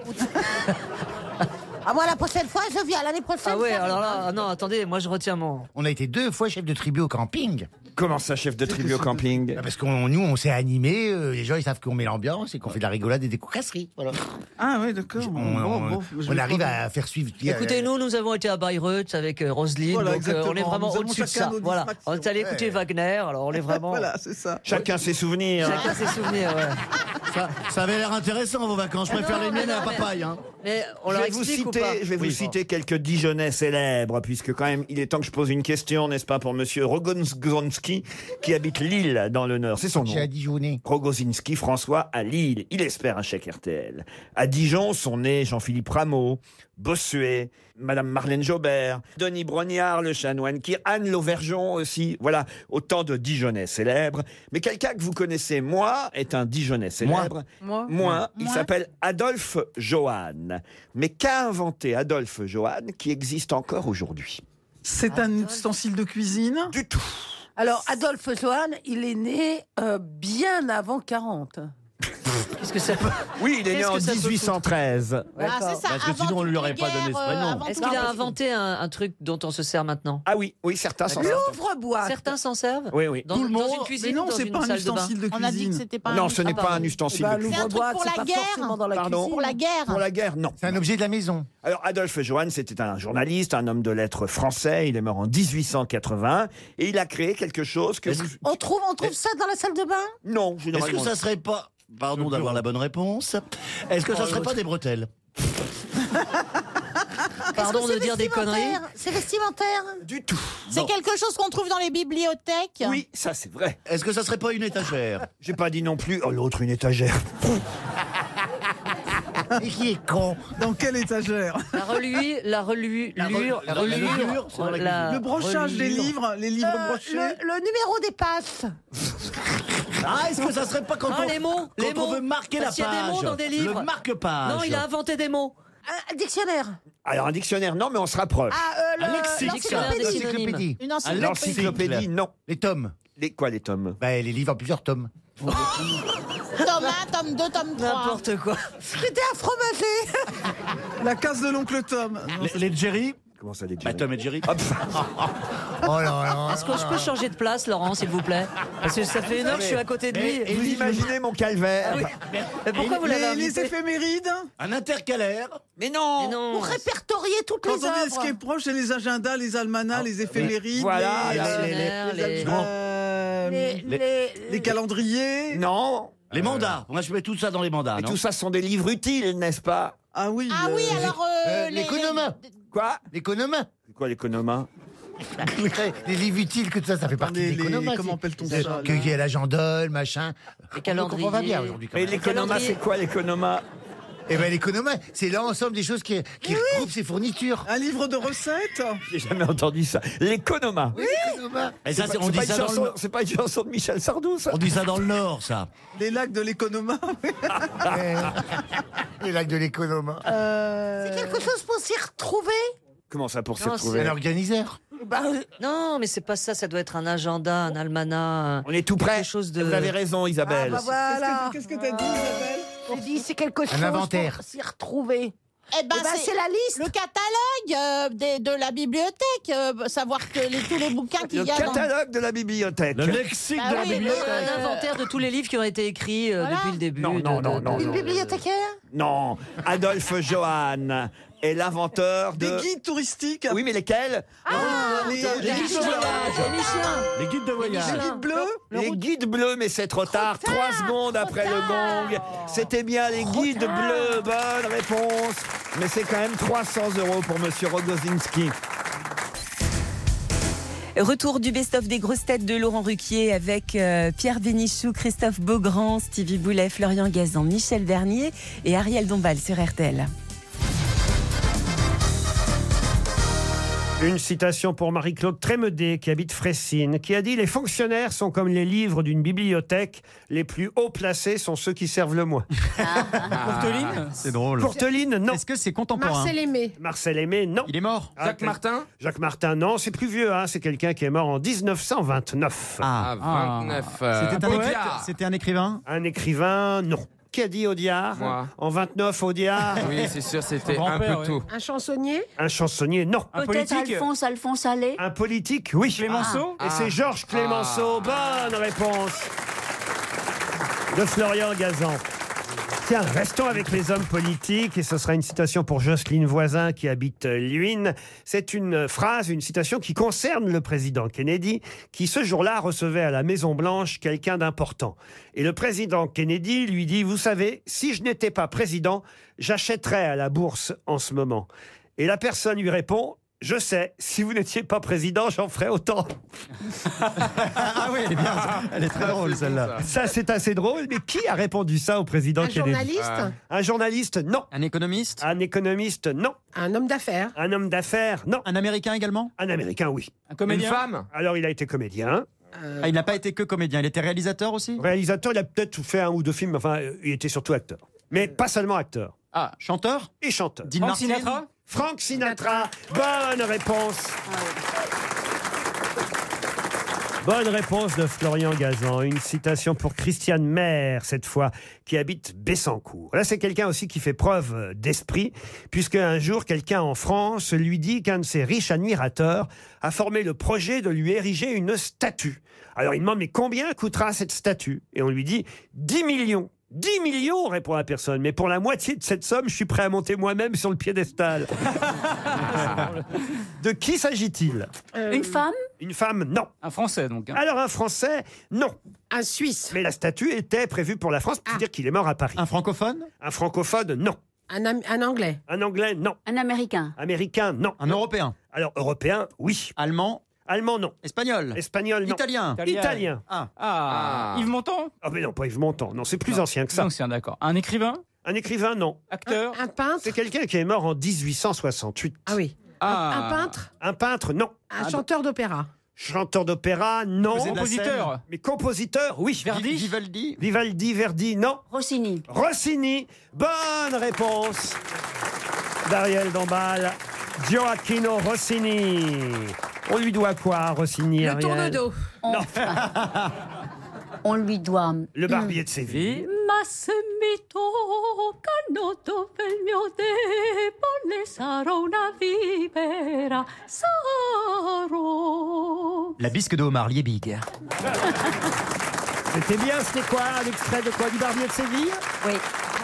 Ah, moi, la prochaine fois, je viens, l'année prochaine. Ah ouais, je viens. alors euh, là, ah non, attendez, moi je retiens mon. On a été deux fois chef de tribu au camping. Comment ça, chef de tribu au camping Bah, Parce qu'on nous, on s'est animé. euh, les gens, ils savent qu'on met l'ambiance et qu'on fait de la rigolade et des concasseries. Voilà. Ah oui, d'accord. On, (laughs) Bon, on- bon, je on vais arrive pas- à faire suivre. euh, Écoutez, nous, nous avons été à Bayreuth avec euh, Roselyne, Voilà, donc euh, on est exactement. vraiment Nous avons au-dessus de chacun ça. nos Voilà, on est allé distractions. écouter Ouais. Wagner, alors (laughs) on est vraiment. Voilà, c'est ça. Chacun ses souvenirs. hein. Ah, Chacun ses souvenirs, ouais. Ça, ça avait l'air intéressant vos vacances, je préfère non, les mais miennes non, à mais- papaye. Hein. Mais on je leur vais vous explique ou citer, pas je vais vous Oui. citer quelques Dijonnais célèbres, puisque quand même, il est temps que je pose une question, n'est-ce pas, pour Monsieur Rogozinski, qui habite Lille, dans le Nord. C'est son nom. J'ai à Dijonais. Rogozinski, François, à Lille. Il espère un chèque RTL. À Dijon sont nés Jean-Philippe Rameau, Bossuet, Madame Marlène Jobert, Denis Brognard, le chanoine qui, Anne Lauvergeon aussi. Voilà, autant de Dijonnais célèbres. Mais quelqu'un que vous connaissez, moi, est un Dijonnais célèbre. Moi. Moins, il Moi. s'appelle Adolphe Johan. Mais qu'a inventé Adolphe Johan qui existe encore aujourd'hui C'est un ustensile de cuisine Du tout. Alors, Adolphe Johan, il est né euh, bien avant 40. Qu'est-ce que ça Oui, il est né Qu'est-ce en que ça peut foutre 1813. Ah, c'est ça. Parce que avant sinon, on lui toute aurait la pas donné ce guerre, euh, prénom. avant Est-ce toute qu'il la- a inventé un, un truc dont on se sert maintenant Ah oui, oui, certains s'en servent. L'ouvre-boîte. Certains s'en servent Oui, oui. dans, Tout le dans monde. une cuisine Mais non, dans c'est une pas un salle de bain. ustensile de On a dit que cuisine. c'était pas non, un- ce n'est Ah, pas pardon. un Eh ustensile. ben, de cuisine. L'ouvre-boîte, pour c'est la pas guerre. forcément dans la Pardon cuisine. Pour la guerre. hein. Pour la guerre, non. C'est un objet de la maison. Alors Adolphe Johan, c'était un journaliste, un homme de lettres français. Il est mort en 1880 et il a créé quelque chose que vous- On trouve, on trouve ça dans la salle de bain non, Est-ce que généralement. ça serait pas. Pardon d'avoir la bonne réponse. Est-ce que ça serait pas des bretelles Pardon Est-ce que de c'est dire des conneries. vestimentaire C'est vestimentaire du tout. C'est Non. quelque chose qu'on trouve dans les bibliothèques. Oui, ça c'est vrai. Est-ce que ça serait pas une étagère J'ai pas dit non plus. Oh, l'autre une étagère. Ah, Et qui est con Dans quelle étagère La relue, la relue, La re- lure, la relure, relure, c'est dans la cuisine. Le brochage des relure. livres, les livres Euh, brochés. le, le numéro des passes. Ah, est-ce que ça serait pas quand Ah, on, les mots, quand les on mots. veut marquer Parce qu'il la y a page des mots dans des livres. Le marque-page. Non, il a inventé des mots. Un dictionnaire. Alors un dictionnaire, non, mais on se rapproche. Ah, euh, le- Un lexique, Dictionnaire des l'encyclopédie. synonymes. L'encyclopédie. Une À encyclopédie. l'encyclopédie. L'encyclopédie, non. Les tomes. Les quoi les tomes Oh, Bah, les livres en plusieurs tomes. Tome 1, tome 2, tome 3. N'importe quoi. J'étais à fromager. La case de l'oncle Tom. Les, Jerry Comment ça, les Jerry Tom et Jerry. Oh là Est-ce que je peux changer de place, Laurent, s'il vous plaît Parce que ça fait une heure que je suis à côté de lui. Et vous imaginez mon calvaire. Mais pourquoi vous l'avez invité éphémérides Un intercalaire. Mais non, Pour répertorier toutes les Quand on dit ce œuvres. qui est proche, c'est les agendas, les almanachs, les éphémérides. Ah, Voilà, les, les- les- les- les- euh, les- les- les calendriers. Non. Les mandats. Moi, je mets tout ça dans les mandats. Et non tout ça sont des livres utiles, n'est-ce pas Ah oui. Ah oui, alors, euh, les- L'économain. Quoi L'économain. C'est quoi l'économain (laughs) Les livres utiles, que tout ça, ça fait partie Attendez, de l'économain. les- comment c'est- appelle-t-on c'est- ça, là Qu'il y ait la gendole, machin. Les On comprend pas bien aujourd'hui. quand Mais même. l'économat, c'est quoi l'économat (laughs) Eh ben l'économat, c'est l'ensemble des choses qui, qui regroupent ses fournitures. Eh Un livre (laughs) de recettes J'ai jamais entendu ça. L'économat. Oui, l'économat. C'est ça, pas- c'est- on c'est dit pas ça une dans le- chanson- C'est pas une chanson de Michel Sardou, ça On dit ça dans le Nord, ça. Les lacs de l'économat. Les lacs de l'économat. Euh, C'est quelque chose pour s'y retrouver Comment ça pour se Non, trouver c'est- Un organiseur Bah, euh. Non, mais c'est pas ça. Ça doit être un agenda, un almanach. euh, On est tout près. Quelque chose de... Ah, bah Vous avez raison, Isabelle. Ah, Voilà. Qu'est-ce que t'as dit, Isabelle J'ai dit, c'est quelque chose inventaire. pour s'y retrouver. Eh ben, Eh ben, c'est la liste. Le catalogue euh, des- de la bibliothèque. euh, savoir que les- tous les bouquins qu'il Le y a dans... catalogue de la bibliothèque. Le lexique Bah de la oui, bibliothèque. Un inventaire de tous les livres qui ont été écrits euh, depuis le début. Non, non, de- non, de- non, de- (laughs) non. Bibliothécaire Non, Adolphe Johann est l'inventeur de... Des guides touristiques. Oui, mais lesquels Ah, les, les guides de voyage. Les guides de voyage. Les guides bleus Les guides bleus, mais c'est trop tard. Trois secondes après le gong. C'était bien les guides bleus. Bonne réponse. Mais c'est quand même 300 euros pour Monsieur Rogozinski. Retour du best-of des grosses têtes de Laurent Ruquier avec euh, Pierre Bénichou, Christophe Beaugrand, Stevie Boulet, Florian Gazan, Michel Bernier et Ariel Dombal sur RTL. Une citation pour Marie-Claude Trémedé, qui habite Fressines, qui a dit Les fonctionnaires sont comme les livres d'une bibliothèque. Les plus haut placés sont ceux qui servent (laughs) le moins. Courteline C'est drôle. Courteline, non. Est-ce que c'est hein. Marcel Aimé. Marcel Aimé, non. Il est mort. Jacques Martin Jacques Martin, non. C'est plus vieux, hein. C'est quelqu'un qui est mort en 1929. Ah, Ah, 29, euh, C'était un poète Audiard. C'était un écrivain Un écrivain, non. Qui a dit Audiard Moi. En 29, Audiard Oui, c'est sûr, c'était Son un peu grand-père, tôt. Un chansonnier Un chansonnier, non. Peut-être Alphonse, Alphonse Allais Un politique, oui. Ah. Clémenceau Et c'est Georges Clémenceau. Bonne réponse de Florian Gazan. Tiens, restons avec les hommes politiques et ce sera une citation pour Jocelyne Voisin qui habite euh, Luynes. C'est une euh, phrase, une citation qui concerne le président Kennedy qui ce jour-là recevait à la Maison Blanche quelqu'un d'important. Et le président Kennedy lui dit, vous savez, si je n'étais pas président, j'achèterais à la bourse en ce moment. Et la personne lui répond, je sais, si vous n'étiez pas président, j'en ferais autant. (laughs) Ah oui, Elle est très drôle, celle-là. Ça, c'est assez drôle, mais qui a répondu ça au président Un Kennedy journaliste Ah. Un journaliste, non. Un économiste Un économiste, non. Un homme d'affaires Un homme d'affaires, non. Un Américain également Un Américain, oui. Un comédien Une femme Alors, il a été comédien. Euh, Ah, il n'a pas été que comédien, il était réalisateur aussi Réalisateur, il a peut-être fait un ou deux films, mais enfin, euh, il était surtout acteur. Mais pas seulement acteur. Euh. Ah, chanteur Et chanteur. Dean Frank Martin Sinatra Frank (laughs) Sinatra. Bonne réponse. Bonne réponse de Florian Gazan. Une citation pour Christiane Maire, cette fois, qui habite Bessancourt. Là, c'est quelqu'un aussi qui fait preuve euh, d'esprit, puisque un jour, quelqu'un en France lui dit qu'un de ses riches admirateurs a formé le projet de lui ériger une statue. Alors, il demande, mais combien coûtera cette statue Et on lui dit, 10 millions. 10 millions, répond la personne. Mais pour la moitié de cette somme, je suis prêt à monter moi-même sur le piédestal. (laughs) de qui s'agit-il Une femme Une femme, non. Un Français, donc. hein. Alors un Français, non. Un Suisse. Mais la statue était prévue pour la France, pour dire qu'il est mort à Paris. Un francophone Un francophone, non. un, Am- un Anglais Un Anglais, non. Un Américain Américain, non. Un Européen Alors Européen, oui. Allemand Allemand, non. Espagnol Espagnol, non. Italien Italien. Ah. Ah. Yves Montand Ah mais non, pas Yves Montand. Non, c'est plus ancien que ça. Donc c'est un d'accord. Un écrivain Un écrivain, non. Acteur Un peintre C'est quelqu'un qui est mort en 1868. Ah oui. Ah. Un peintre Un peintre, non. Un chanteur d'opéra Chanteur d'opéra, non. Faisait de la Compositeur. scène. Mais compositeur, oui. Verdi Vivaldi Vivaldi, Verdi, non. Rossini Rossini. Bonne réponse d'Ariel Dombal. Gioacchino Rossini. On lui doit quoi, Rossini Ariel On lui doit Le barbier de Séville. ma 가슴이 똑같노 또 별묘대 벌레 사로나 비베라 사로 La bisque de homard Liebig. C'était bien, c'était quoi Un extrait de quoi Du Barbier de Séville Oui.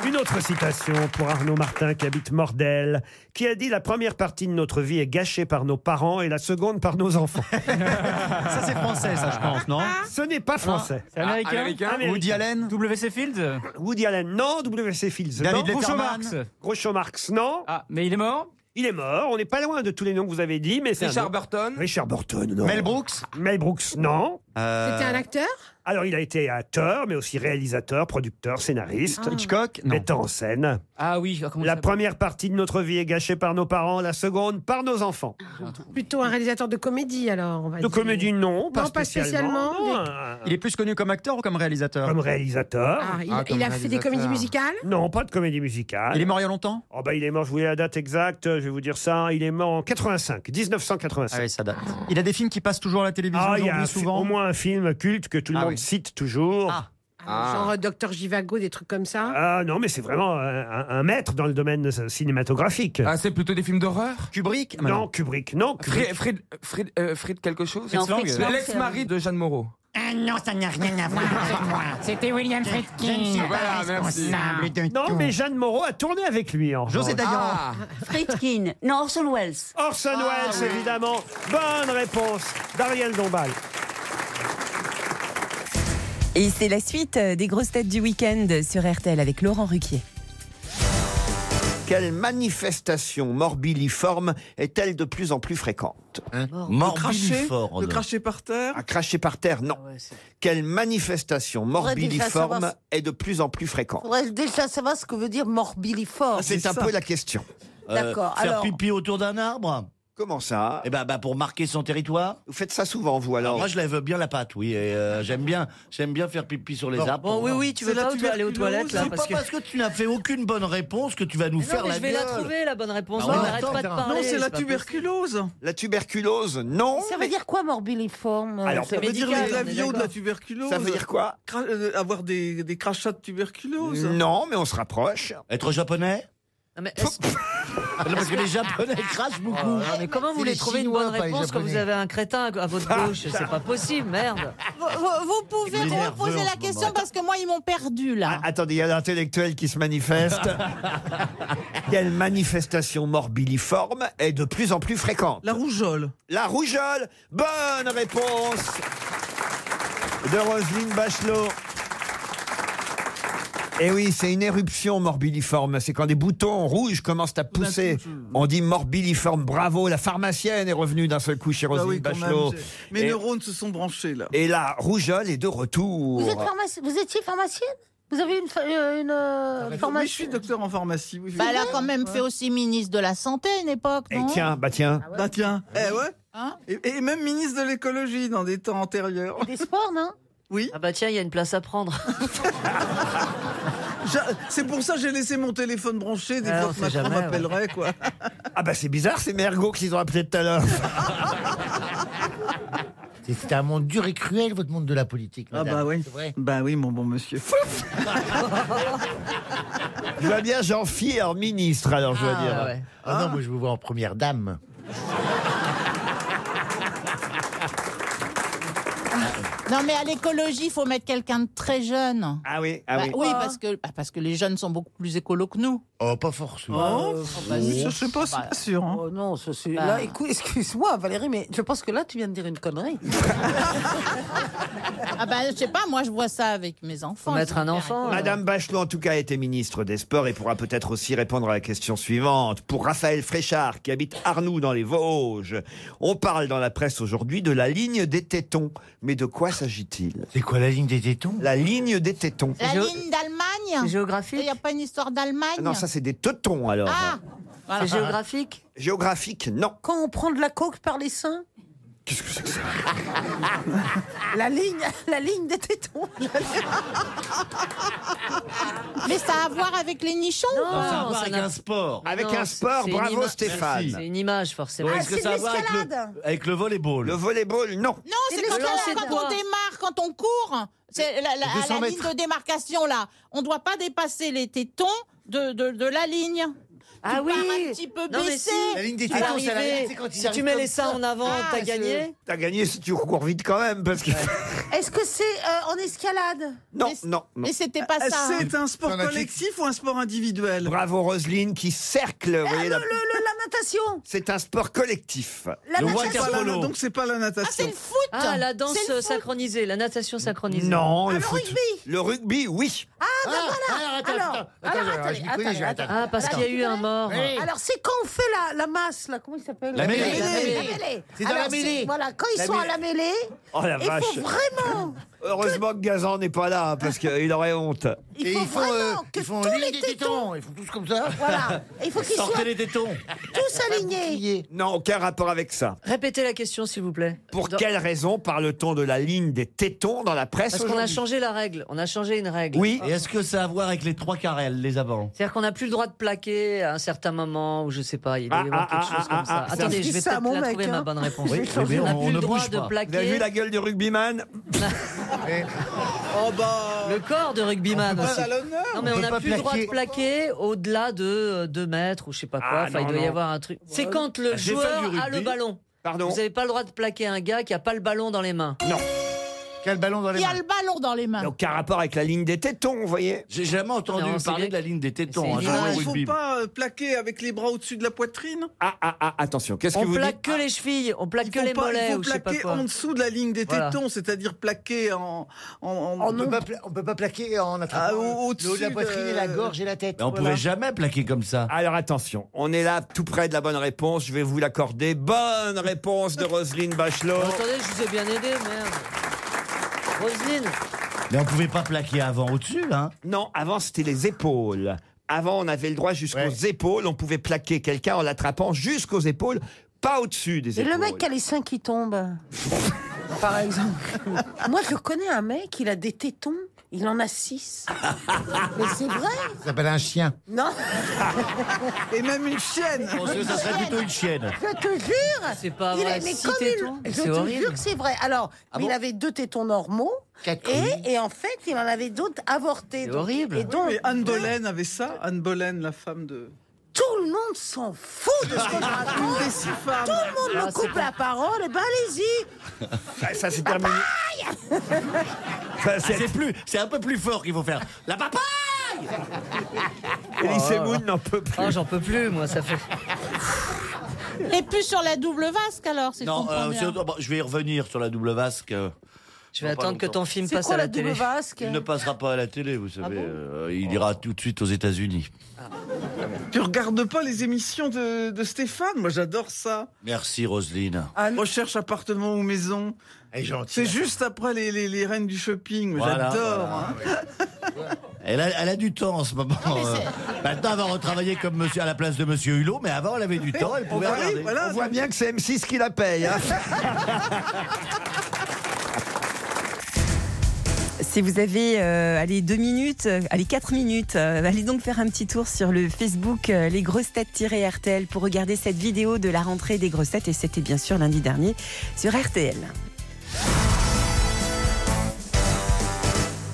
Une autre citation pour Arnaud Martin qui habite Mordel, qui a dit La première partie de notre vie est gâchée par nos parents et la seconde par nos enfants. Ça, c'est français, ça, je pense, non Ah. Ce n'est pas français. C'est américain Ah, américain Woody Allen W.C. Fields Woody Allen, non. W.C. Fields, David non. Groucho Letterman Marx Groucho Marx, non. Ah, mais il est mort il est mort, on n'est pas loin de tous les noms que vous avez dit, mais c'est Richard un- Burton Richard Burton, non. Mel Brooks Mel Brooks, non. C'était un acteur Alors, il a été acteur, mais aussi réalisateur, producteur, scénariste. Ah. Hitchcock Non. Metteur en scène. Ah oui, ah, comment La ça première partie de notre vie est gâchée par nos parents, la seconde par nos enfants. Plutôt un réalisateur de comédie, alors, on va De dire. comédie, non, pas Non, pas spécialement. spécialement. Non, Des- un- Il est plus connu comme acteur ou comme réalisateur Comme réalisateur. Ah, il- Ah, comme il a fait des réalisateur. comédies musicales Non, pas de comédie musicale. Il est mort il y a longtemps oh, bah, Il est mort, je voulais la date exacte, je vais vous dire ça. Il est mort en 85, 1985. Ah oui, ça date. Il a des films qui passent toujours à la télévision Ah, il y a aujourd'hui, un fi- souvent. au moins un film culte que tout le Ah monde oui. cite toujours. Ah. Genre euh, Docteur Givago, des trucs comme ça. non, mais c'est vraiment un, un- un maître dans le domaine euh, cinématographique. Ah, c'est plutôt des films d'horreur Kubrick Ah, Non, Kubrick, non. Kubrick. Fred, Fred, Fred, euh, Fred quelque chose Non, Fritz Lang. L'ex-mari de Jeanne Moreau. Ah non, ça n'a rien à voir avec moi. C'était William Friedkin. Je ne suis pas Ah, bah, Ah, responsable. Non, mais Jeanne Moreau a tourné avec lui. En Oh. José revanche. Dayan. Ah. (laughs) Ah. Friedkin, non, Orson Welles. Ah. Orson Welles, oui. évidemment. Bonne réponse d'Ariel Dombal. Et c'est la suite euh, des grosses têtes du week-end sur RTL avec Laurent Ruquier. Quelle manifestation morbiliforme est-elle de plus en plus fréquente Le cracher, le Hein cracher par terre. À cracher par terre, non. Quelle manifestation Faudrait déjà morbiliforme savoir- est de plus en plus fréquente Faudrait déjà savoir ce que veut dire Ah, morbiliforme. C'est un peu la question. D'accord, Euh, Faire alors- pipi autour d'un arbre Comment ça Eh ben, bah, pour marquer son territoire. Ah, Vous faites ça souvent, vous alors Moi, je lève bien la patte, oui. et, euh, j'aime bien, j'aime bien faire pipi sur les Bon, arbres. bon, oui, oui, tu veux C'est la pas tuberculose. aller aux toilettes, là, C'est parce pas que- parce que tu n'as fait aucune bonne réponse que tu vas nous Mais non, faire mais la je vais la gueule. trouver, la bonne réponse. Ah Bah, on ouais, n'arrête attends, pas de attends. parler. Non, c'est la pas tuberculose. Bah La tuberculose, non. Ça veut dire quoi euh, morbiliforme Alors, ça veut dire médical, les on est avions d'accord. de la tuberculose. Ça veut dire quoi Cra- euh, Avoir des, des crachats de tuberculose. Non, mais on se rapproche. Être japonais Non, parce que (laughs) les Japonais crachent beaucoup. Ah, mais comment vous voulez trouver une bonne réponse quand vous avez un crétin à votre gauche C'est pas possible, merde. Vous, vous- vous pouvez Il est nerveux en reposer ce la moment. question parce que moi, ils m'ont perdu Ah, là. Attendez, il y a l'intellectuel qui se (laughs) manifeste. (laughs) Quelle manifestation morbiliforme est de plus en plus fréquente La rougeole. La rougeole Bonne réponse de Roselyne Bachelot. Eh oui, c'est une éruption morbiliforme. C'est quand des boutons rouges commencent Bah, à pousser. On dit morbiliforme. Bravo, la pharmacienne est revenue d'un seul coup chez Bah Roselyne oui, quand même, Bachelot. c'est- Mes Et- neurones se sont branchés là. Et la rougeole est de retour. Vous, êtes pharmaci- ah, vous étiez pharmacienne Vous avez une, fa- euh, une Ah, euh, Oui, je formation suis docteur en pharmacie. Oui, Bah, elle a quand même fait aussi ministre de la Santé à une époque, Eh, non bah tiens. Ah Bah tiens, eh ouais. Hein et, et même ministre de l'écologie dans des temps antérieurs. Des sports, non Oui. Ah bah tiens, il y a une place à prendre. (laughs) J'a- C'est pour ça que j'ai laissé mon téléphone branché, des Ah, fois on que sait Macron jamais, ouais. m'appellerait, (laughs) quoi. Ah bah c'est bizarre, c'est Mergo qu'ils ont appelé tout à l'heure. C'est c'est un monde dur et cruel, votre monde de la politique. Ah madame. bah oui. C'est vrai. Bah oui, mon bon monsieur. Je vois bien jean philippe en ministre, alors je dois Ah, dire. ouais. Ah non, moi je vous vois en première dame. Non, mais à l'écologie, il faut mettre quelqu'un de très jeune. Ah oui, ah Bah oui. Oui, parce que, bah, parce que les jeunes sont beaucoup plus écolos que nous. Oh, pas forcément. Oh, bah, je sais pas, c'est pas sûr. hein. Oh non, ça c'est. Bah. Là, écoute, excuse-moi, Valérie, mais je pense que là, tu viens de dire une connerie. (laughs) Ah bah, je sais pas, moi, je vois ça avec mes enfants. ils sont hyper écolos. Madame Bachelot, en tout cas, était ministre des Sports et pourra peut-être aussi répondre à la question suivante. Pour Raphaël Fréchard, qui habite Arnoux dans les Vosges, on parle dans la presse aujourd'hui de la ligne des tétons. Mais de quoi s'agit-il C'est quoi la ligne des tétons La ligne des tétons. La ligne d'Allemagne Géographique Il n'y a pas une histoire d'Allemagne Ah Non, ça c'est des tetons alors. Ah Voilà. C'est géographique Géographique, non. Quand on prend de la coke par les seins Qu'est-ce que c'est (laughs) que ça La ligne, la ligne des tétons. Mais ça a à voir avec les nichons ou Ah, pas sport. Avec Non, un sport, c'est une bravo ima- Stéphane. Merci. Ah, C'est une image, forcément. Ah, Est-ce que ça a à voir avec le, avec le volleyball Le volleyball, non. Non, c'est quand, on- quand on démarre, quand on court, c'est la, la- à 200 la ligne mètres. de démarcation là. On ne doit pas dépasser les tétons de, de, de la ligne. Ah tu oui. pars un petit peu Non, mais baissé. si. La ligne des À tétons, l'arrivée, c'est la ligne, c'est quand il si arrive tu mets comme les seins ça. en avant, Ah, t'as gagné. T'as gagné si tu cours vite quand même, parce que. (laughs) Est-ce que c'est euh, en escalade Non, non, non. hein. C'est un sport collectif ou un sport individuel Bravo Roselyne qui cercle, vous voyez, la- La natation c'est un sport collectif. La Le natation. water polo. Donc c'est pas la natation. Ah, c'est le foot Ah, la danse synchronisée, la natation synchronisée. Non, le, foot. Le rugby, oui. Ah, ben voilà alors, attends, Alors, attends, alors, attends, attendez, je m'y connais, attendez, je- attendez. Ah, parce qu'il y a eu un mort. Oui. Alors, c'est quand on fait la, la masse, là, comment il s'appelle La mêlée. La mêlée. La mêlée. C'est dans la mêlée. Voilà, quand ils La sont à mêlée. la mêlée, Oh, la il faut vache. vraiment, (laughs) Heureusement que Gazan n'est pas là, hein, parce qu'il aurait honte. il faut font, euh, vraiment que ils font tous ligne les des tétons, tétons, ils font tous comme ça. Voilà. Et il faut qu'ils Sortez soient les tétons. tous alignés. Non, aucun rapport avec ça. Répétez la question, s'il vous plaît. Pour Dans- quelle raison parle-t-on de la ligne des tétons dans la presse Parce qu'on a aujourd'hui changé la règle. On a changé une règle. Oui. Et est-ce que ça a à voir avec les trois carrels, les (laughs) avant C'est-à-dire qu'on n'a plus le droit de plaquer à un certain moment, ou je sais pas, il doit y avoir Ah, ah, quelque chose ah, comme ça. ah, ah, Attendez, c'est je vais ça, peut-être mon la mec, trouver hein. ma bonne réponse. Oui, mais on n'a on plus ne le droit bouge de pas. Vous avez vu plaquer. la gueule du rugbyman oh bah... Le corps de rugbyman On peut pas aussi. à l'honneur, Non mais on on peut n'a pas plus le droit de plaquer au-delà de 2 mètres ou je sais pas quoi. Ah, enfin, non, il doit y non. avoir un truc. C'est Ouais. quand le J'ai fait du joueur a rugby. le ballon. Pardon Vous n'avez pas le droit de plaquer un gars qui a pas le ballon dans les mains. Non. Quel ballon dans Il y a le ballon dans Ah. les mains. Aucun rapport avec la ligne des tétons, vous voyez J'ai jamais entendu Non, c'est parler les- de la ligne des c'est tétons. hein, les dans le images. rugby. Il Il faut pas euh, plaquer avec les bras au-dessus de la poitrine. Ah, ah, ah, attention, qu'est-ce que On vous plaque dites que les chevilles, on plaque Il que faut les pas- il mollets faut ou je sais pas plaquer quoi. en dessous de la ligne des Voilà. tétons, c'est-à-dire plaquer en. en, en- On peut pas pla- on peut pas plaquer en attrapant Ah, au- le- le haut de au-dessus la poitrine de- et la gorge et la tête. Mais on pouvait jamais plaquer comme ça. Alors attention, on est là tout près de la bonne réponse, je vais vous l'accorder. Bonne réponse de Roselyne Bachelot. Oh, Attendez, je vous ai bien aidé, merde. Roselyne. Mais on pouvait pas plaquer avant au-dessus, hein. Non, avant c'était les épaules. Avant, on avait le droit jusqu'aux épaules, on pouvait plaquer quelqu'un en l'attrapant jusqu'aux épaules, pas au-dessus des Et épaules. le mec qui a les seins qui tombent, (laughs) par exemple. Moi, je connais un mec, il a des tétons, il en a six. Mais c'est vrai Ça s'appelle un chien. Non (laughs) Et même une chienne Je pense que ça serait plutôt (laughs) une chienne. Je te jure Ah, C'est pas il vrai, est- mais six comme il- tétons, Je c'est te horrible. jure que c'est vrai. Alors, Ah mais bon il avait deux tétons normaux. Quatre et, et en fait, il en avait d'autres avortés. Donc- Et donc, Anne Boleyn avait ça, Anne Boleyn, la femme de. tout le monde s'en fout de ce que je raconte. (laughs) Une des six Tout le Ah, monde me coupe la parole. Et ben, allez-y (laughs) Ça, ça, c'est terminé. Ah, c'est plus, c'est un peu plus fort qu'il faut faire. Oh La papaye Elie Semoun n'en peut plus. Ah, j'en peux plus, moi, ça fait. (laughs) Et plus sur la double vasque alors, si je Non, comprends euh, bien. c'est autre- bon, je vais y revenir sur la double vasque. euh, Je vais attendre que ton film passe à la télé. Ah Il ne passera pas à la télé, vous savez. euh, il ira tout de suite aux États-Unis. Tu regardes pas les émissions de, de Stéphane Moi, j'adore ça. Merci, Roselyne. Recherche appartement ou maison. C'est juste après les, les, les reines du shopping. Voilà, J'adore. voilà, hein. Elle a, elle a du temps en ce moment. euh. Maintenant, elle va retravailler comme monsieur, à la place de Monsieur Hulot, mais avant, elle avait du temps, elle On pouvait voit, regarder. on voit bien que c'est M6 qui la paye. (laughs) hein. Si vous avez euh, allez, deux minutes, euh, allez, quatre minutes, euh, allez donc faire un petit tour sur le Facebook euh, Les Grosses Têtes-RTL pour regarder cette vidéo de la rentrée des Grosses Têtes. Et c'était bien sûr lundi dernier sur RTL.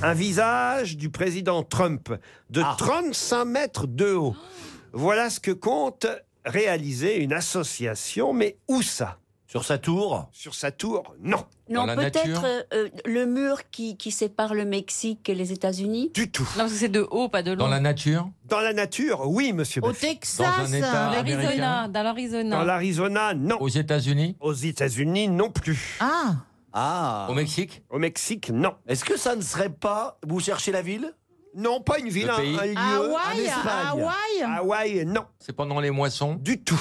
Un visage du président Trump de 35 mètres de haut. Voilà ce que compte réaliser une association, mais où ça Sur sa tour Sur sa tour, non. Non, peut-être euh, euh, le mur qui, qui sépare le Mexique et les États-Unis Du tout. Non, parce que c'est de haut, pas de Dans la nature Dans la nature, oui, monsieur. Baffy. l'Arizona, dans l'Arizona. Dans l'Arizona, non. Aux États-Unis Aux États-Unis, non plus. Ah Ah Au Mexique Au Mexique, non. Est-ce que ça ne serait pas. Vous cherchez la ville Non, pas une ville, Le un, pays. un lieu. Hawaï, en Espagne. Hawaï Ah, Hawaï, non. C'est pendant les moissons Du tout.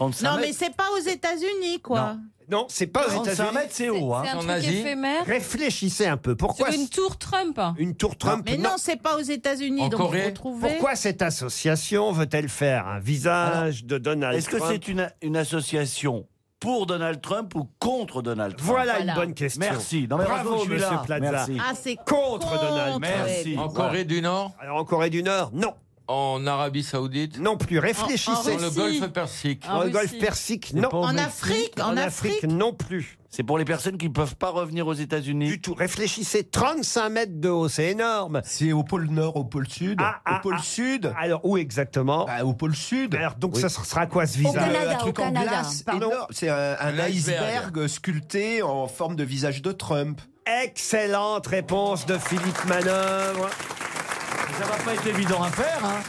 Non, mais c'est pas aux États-Unis, quoi. Non, c'est pas aux 35 États-Unis. mètres, c'est haut, hein. C'est un En truc Asie. éphémère. Réfléchissez un peu. Pourquoi Sur une tour Trump Une tour Trump Mais non, c'est pas aux États-Unis. Donc il faut trouver. Pourquoi cette association veut-elle faire un visage de Donald Est-ce que Trump c'est une, une association pour Donald Trump ou contre Donald Trump Voilà une Voilà. bonne question. Merci. Non, mais Bravo, bravo, je suis monsieur là. Plaza. Merci. Ah, c'est Contre contre, Donald Trump. Merci. En Voilà. Corée du Nord Alors, en Corée du Nord, non. En Arabie Saoudite Non plus. Réfléchissez. Dans le Golfe Persique. Dans le Golfe Persique, non. non plus. C'est pour les personnes qui ne peuvent pas revenir aux États-Unis. Du tout. Réfléchissez, 35 mètres de haut, c'est énorme. C'est au pôle Nord, au pôle Sud. au pôle sud Alors, où exactement Au pôle sud. Alors, donc, ça sera quoi ce visa un truc en glace Pardon énorme. C'est un, un Un iceberg. iceberg sculpté en forme de visage de Trump. Excellente réponse de Philippe Manœuvre. Ça va pas être évident à faire. hein.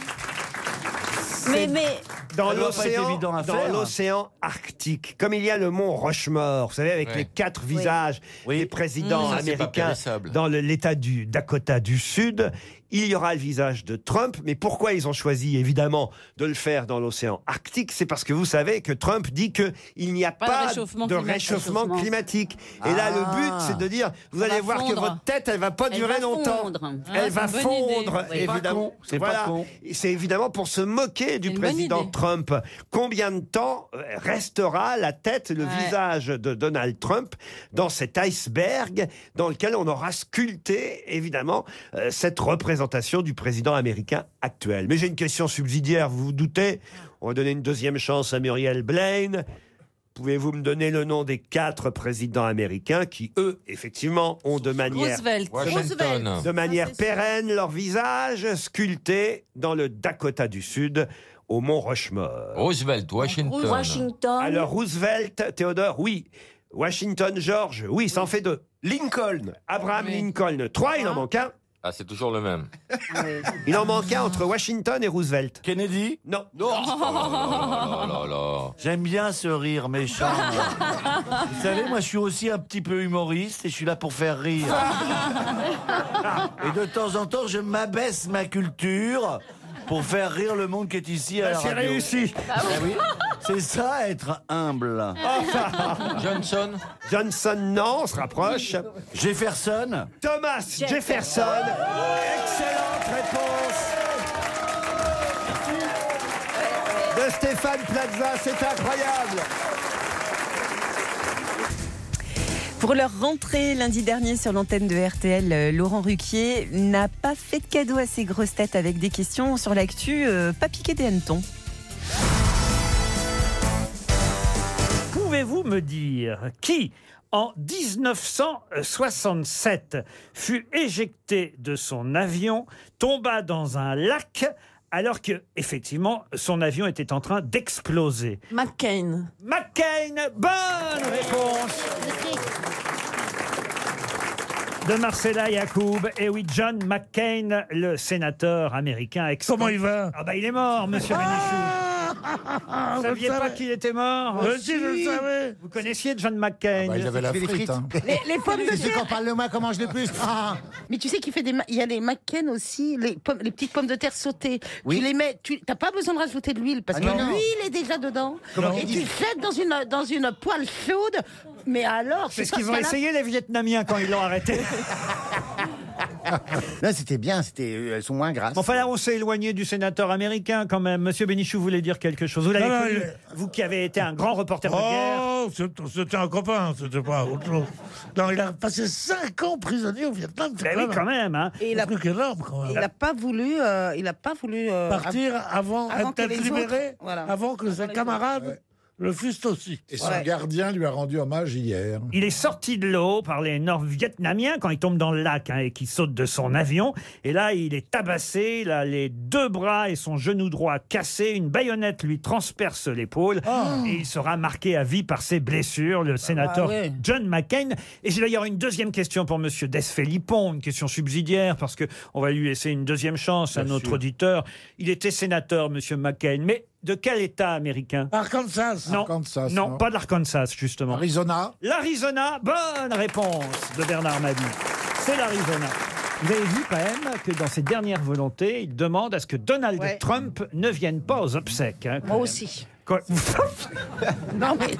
Mais, mais, Dans Ça doit pas être l'océan, évident à dans faire. l'océan Arctique, comme il y a le mont Rushmore, vous savez, avec Ouais. les quatre Oui. visages des présidents Mmh. Ça, c'est pas américains périssable. dans le- l'État du Dakota du Sud, il y aura le visage de Trump. Mais pourquoi ils ont choisi, évidemment, de le faire dans l'océan Arctique C'est parce que vous savez que Trump dit que il n'y a pas, de réchauffement de climatique. réchauffement Réchauffement. climatique. Et là, le but, Ah. c'est de dire, vous On allez va voir que fondre. votre tête, elle va pas Elle durer va longtemps. fondre. Ah, elle c'est va une bonne idée. fondre, Ouais. C'est pas évidemment. con, c'est pas Voilà. con. Et C'est évidemment pour se moquer du une bonne président idée. Trump. Combien de temps euh, restera la tête, le Ouais. visage de Donald Trump dans cet iceberg dans lequel on aura sculpté, évidemment, euh, cette représentation du président américain actuel Mais j'ai une question subsidiaire, vous vous doutez On va donner une deuxième chance à Muriel Blaine. Pouvez-vous me donner le nom des quatre présidents américains qui, eux, effectivement, ont de manière, Roosevelt. Washington. de manière pérenne leur visage sculpté dans le Dakota du Sud, au Mont Rushmore Roosevelt, Washington. Alors Roosevelt, Théodore, oui. Washington, George, oui, ça en fait deux. Lincoln. Abraham Lincoln, trois, il en manque un. Ah, c'est toujours le même. Il en manque un entre Washington et Roosevelt. (laughs) Kennedy Non. Oh Oh. J'aime bien ce (laughs) rire méchant. Vous savez, moi, je suis aussi un petit peu humoriste et je suis là pour faire (laughs) rire. Et de temps en temps, je m'abaisse ma culture pour faire rire le monde qui est ici à Bah, la c'est radio. réussi. Ah oui. C'est ça, être humble. Johnson Johnson, non, on se rapproche. Jefferson Thomas Jefferson. Excellente réponse de Stéphane Plaza, c'est incroyable. Pour leur rentrée lundi dernier sur l'antenne de RTL, euh, Laurent Ruquier n'a pas fait de cadeau à ses grosses têtes avec des questions sur l'actu, euh, pas piqué des hannetons. Pouvez-vous me dire qui, en 1967, fut éjecté de son avion, tomba dans un lac, alors que, effectivement, son avion était en train d'exploser McCain. McCain, bonne réponse de Marcella Yacoub. Et oui, John McCain, le sénateur américain. ex- Comment il va Ah bah il est mort, monsieur Bénichou. vous Vous saviez le pas savez. qu'il était mort Euh, si, je le savais. Vous connaissiez John McCain Ah bah, il avait la Il fait des frite, hein. (laughs) Les, les pommes de C'est celui terre. qu'on parle de moi, comment je le plus Ah. (laughs) Mais tu sais qu'il fait des, ma- il y a les McCain aussi, les pommes, les petites pommes de terre sautées. Oui. Tu les mets, tu t'as pas besoin de rajouter de l'huile parce Ah que non. l'huile est déjà dedans. Comment et ils tu disent jettes dans une dans une poêle chaude. Mais alors, (laughs) C'est ce pas qu'ils ont qu'à la- essayé les Vietnamiens quand ils l'ont (laughs) arrêté. Là, c'était bien, c'était, euh, elles sont moins grasses. Enfin là, on s'est éloigné du sénateur américain quand même. Monsieur Bénichou voulait dire quelque chose. Vous l'avez Non, non, connu, vous qui avez été un grand reporter de guerre. Oh, c'est- c'était un copain, c'était pas autre chose. Non, il a passé 5 ans prisonnier au Vietnam. c'est Ben oui, quand même, hein. Et il a truc énorme, quand même. Il n'a pas voulu, euh, il a pas voulu euh, Partir avant, que d'être les libéré, autres- voilà. avant que ses les camarades le fussent aussi. Et son gardien lui a rendu hommage hier. Il est sorti de l'eau par les Nord-Vietnamiens quand il tombe dans le lac hein, et qu'il saute de son avion. Et là, il est tabassé. Il a les deux bras et son genou droit cassés. Une baïonnette lui transperce l'épaule. Ah. Et il sera marqué à vie par ses blessures, le sénateur bah ouais. John McCain. Et j'ai d'ailleurs une deuxième question pour Monsieur Desfélipon, une question subsidiaire, parce que on va lui laisser une deuxième chance à notre auditeur. Il était sénateur, Monsieur McCain. Mais de quel État américain Arkansas. Non, non, pas de l'Arkansas, justement. Arizona. L'Arizona, bonne réponse de Bernard Mabie. C'est l'Arizona. Vous avez vu quand même que dans ses dernières volontés, il demande à ce que Donald Trump ne vienne pas aux obsèques. hein, quand Moi même. aussi. Quoi- (laughs) Non, mais.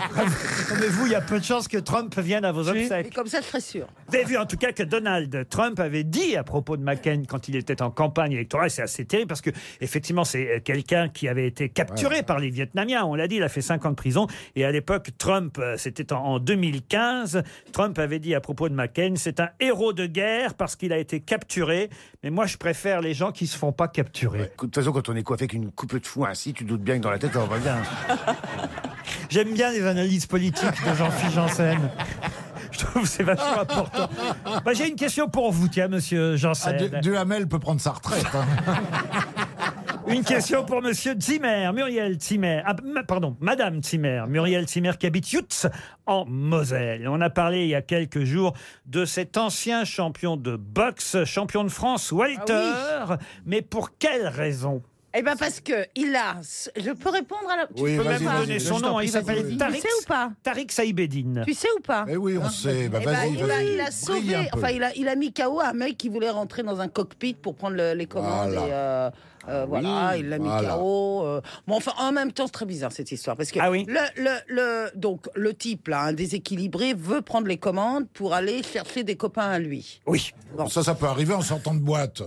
mais vous, il y a peu de chances que Trump vienne à vos Et obsèques. comme ça, je serais sûre. Vous avez vu en tout cas que Donald Trump avait dit à propos de McCain quand il était en campagne électorale, c'est assez terrible parce que effectivement c'est euh, quelqu'un qui avait été capturé par les Vietnamiens, on l'a dit, il a fait 5 ans de prison et à l'époque Trump, euh, c'était en, en 2015, Trump avait dit à propos de McCain, c'est un héros de guerre parce qu'il a été capturé, mais moi je préfère les gens qui se font pas capturer. De toute façon, quand on est coiffé qu'une coupe de fou ainsi, tu doutes bien que dans la tête, ça va pas bien. J'aime bien les analyses politiques de Jean-Philippe Janssen. Je trouve que (laughs) c'est vachement important. Bah, J'ai une question pour vous, tiens, monsieur Janssen. Ah, Du- Duhamel peut prendre sa retraite. hein. (laughs) Une question pour Monsieur Zimmer, Muriel Zimmer, ah, ma- pardon, Madame Zimmer, Muriel Zimmer qui habite Yutz en Moselle. On a parlé il y a quelques jours de cet ancien champion de boxe, champion de France, Walter. Mais pour quelle raison Eh ben parce que il a. Je peux répondre à la. Tu peux même donner son nom, il s'appelle Tariq, Tu sais ou pas Tariq Saïbeddine. Tu sais ou pas Eh oui, on sait. Bah, Eh ben, vas-y, il, a, vas-y. il a Brille un sauvé, peu. enfin il a, il a mis KO un mec qui voulait rentrer dans un cockpit pour prendre le- les commandes. Voilà. Et, euh, euh, voilà, il l'a mis voilà. KO. euh. Bon, enfin, en même temps, c'est très bizarre cette histoire parce que Ah oui le, le, le- donc le type là, un déséquilibré, veut prendre les commandes pour aller chercher des copains à lui. Oui. Ça, ça peut arriver en sortant de boîte.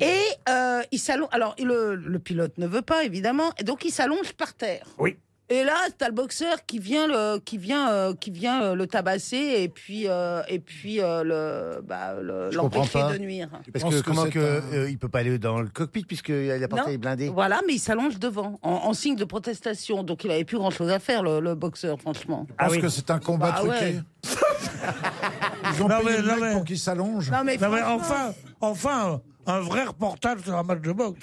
Et euh, il s'allonge. Alors le, le pilote ne veut pas évidemment, et donc il s'allonge par terre. Oui. Et là, t'as le boxeur qui vient le, qui vient, euh, qui vient euh, le tabasser et puis euh, et puis euh, le, bah, le- Je comprends l'empêcher pas. de nuire. Parce que, comment que, euh, il peut pas aller dans le cockpit puisque la porte Non. est blindée. Voilà, mais il s'allonge devant en, en signe de protestation, donc il avait plus grand chose à faire le, le boxeur, franchement. Ah Ah Parce que c'est un combat Bah truqué. ouais. Ils ont Non, payé mais- le non, mec mais- pour qu'il s'allonge. Non, mais franchement- enfin, enfin, un vrai reportage sur un match de (laughs) boxe.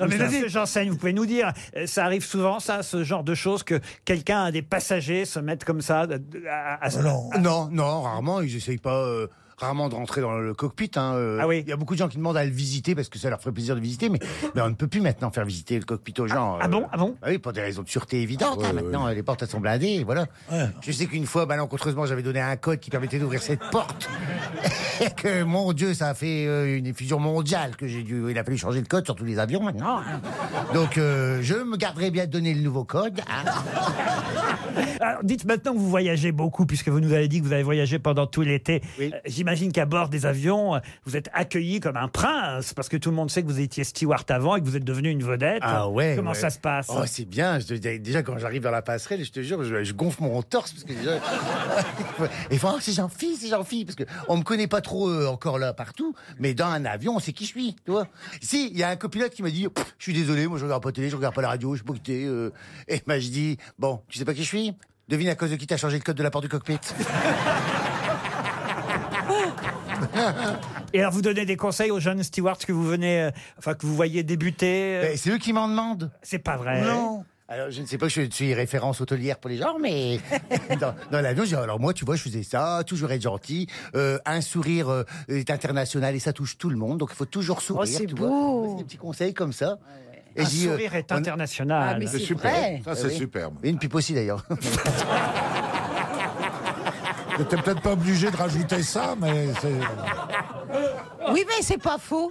Non, mais Vous monsieur Janssen, vous pouvez nous dire, euh, ça arrive souvent, ça, ce genre de choses, que quelqu'un, un des passagers, se mette comme ça euh, à, à, non. non, non, rarement, ils essayent pas. euh, Rarement de rentrer dans le cockpit. hein, euh, Ah oui. Il y a beaucoup de gens qui demandent à le visiter parce que ça leur ferait plaisir de visiter, mais, mais on ne peut plus maintenant faire visiter le cockpit aux gens. euh. ah bon, ah bon Oui, pour des raisons de sûreté évidentes. hein, maintenant, les portes elles sont blindées, voilà. Je sais qu'une fois, malencontreusement, j'avais donné un code qui permettait d'ouvrir cette porte. (laughs) Et que mon Dieu, ça a fait euh, une effusion mondiale que j'ai dû. Il a fallu changer le code sur tous les avions maintenant. hein. Donc, euh, je me garderai bien de donner le nouveau code. hein. Alors, dites maintenant que vous voyagez beaucoup, puisque vous nous avez dit que vous avez voyagé pendant tout l'été. Euh, J'imagine qu'à bord des avions, euh, vous êtes accueilli comme un prince, parce que tout le monde sait que vous étiez steward avant et que vous êtes devenu une vedette. Ah ouais. Comment ouais. ça se passe Oh, (laughs) c'est bien. Je te- déjà, quand j'arrive vers la passerelle, je te jure, je, je gonfle mon torse parce que déjà. (laughs) Et faut, oh, c'est Jean-Phi, c'est Jean-Phi, parce que on me connaît pas trop euh, encore là partout, mais dans un avion, on sait qui je suis, tu vois. Si, il y a un copilote qui m'a dit, Pff, je suis désolé, moi je regarde pas la télé, je regarde pas la radio, je suis pas écouté, euh. Et moi je dis, bon, tu sais pas qui je suis Devine à cause de qui t'as changé le code de la porte du cockpit. Et alors, vous donnez des conseils aux jeunes stewards que vous venez, euh, enfin, que vous voyez débuter euh, Ben, c'est eux qui m'en demandent. C'est pas vrai. Alors, je ne sais pas, je suis référence hôtelière pour les gens, (laughs) mais dans, dans l'avion, j'ai dit, alors moi, tu vois, je faisais ça, toujours être gentil. euh, un sourire euh, est international et ça touche tout le monde, donc il faut toujours Oh, Oh, sourire. c'est tu vois. C'est des petits conseils comme ça. Un j'ai dit, sourire est international. Ah, mais c'est vrai. Ça, c'est superbe. Et une pipe aussi, d'ailleurs. (laughs) T'es peut-être pas obligé de rajouter ça, mais c'est. Oui, mais c'est pas faux.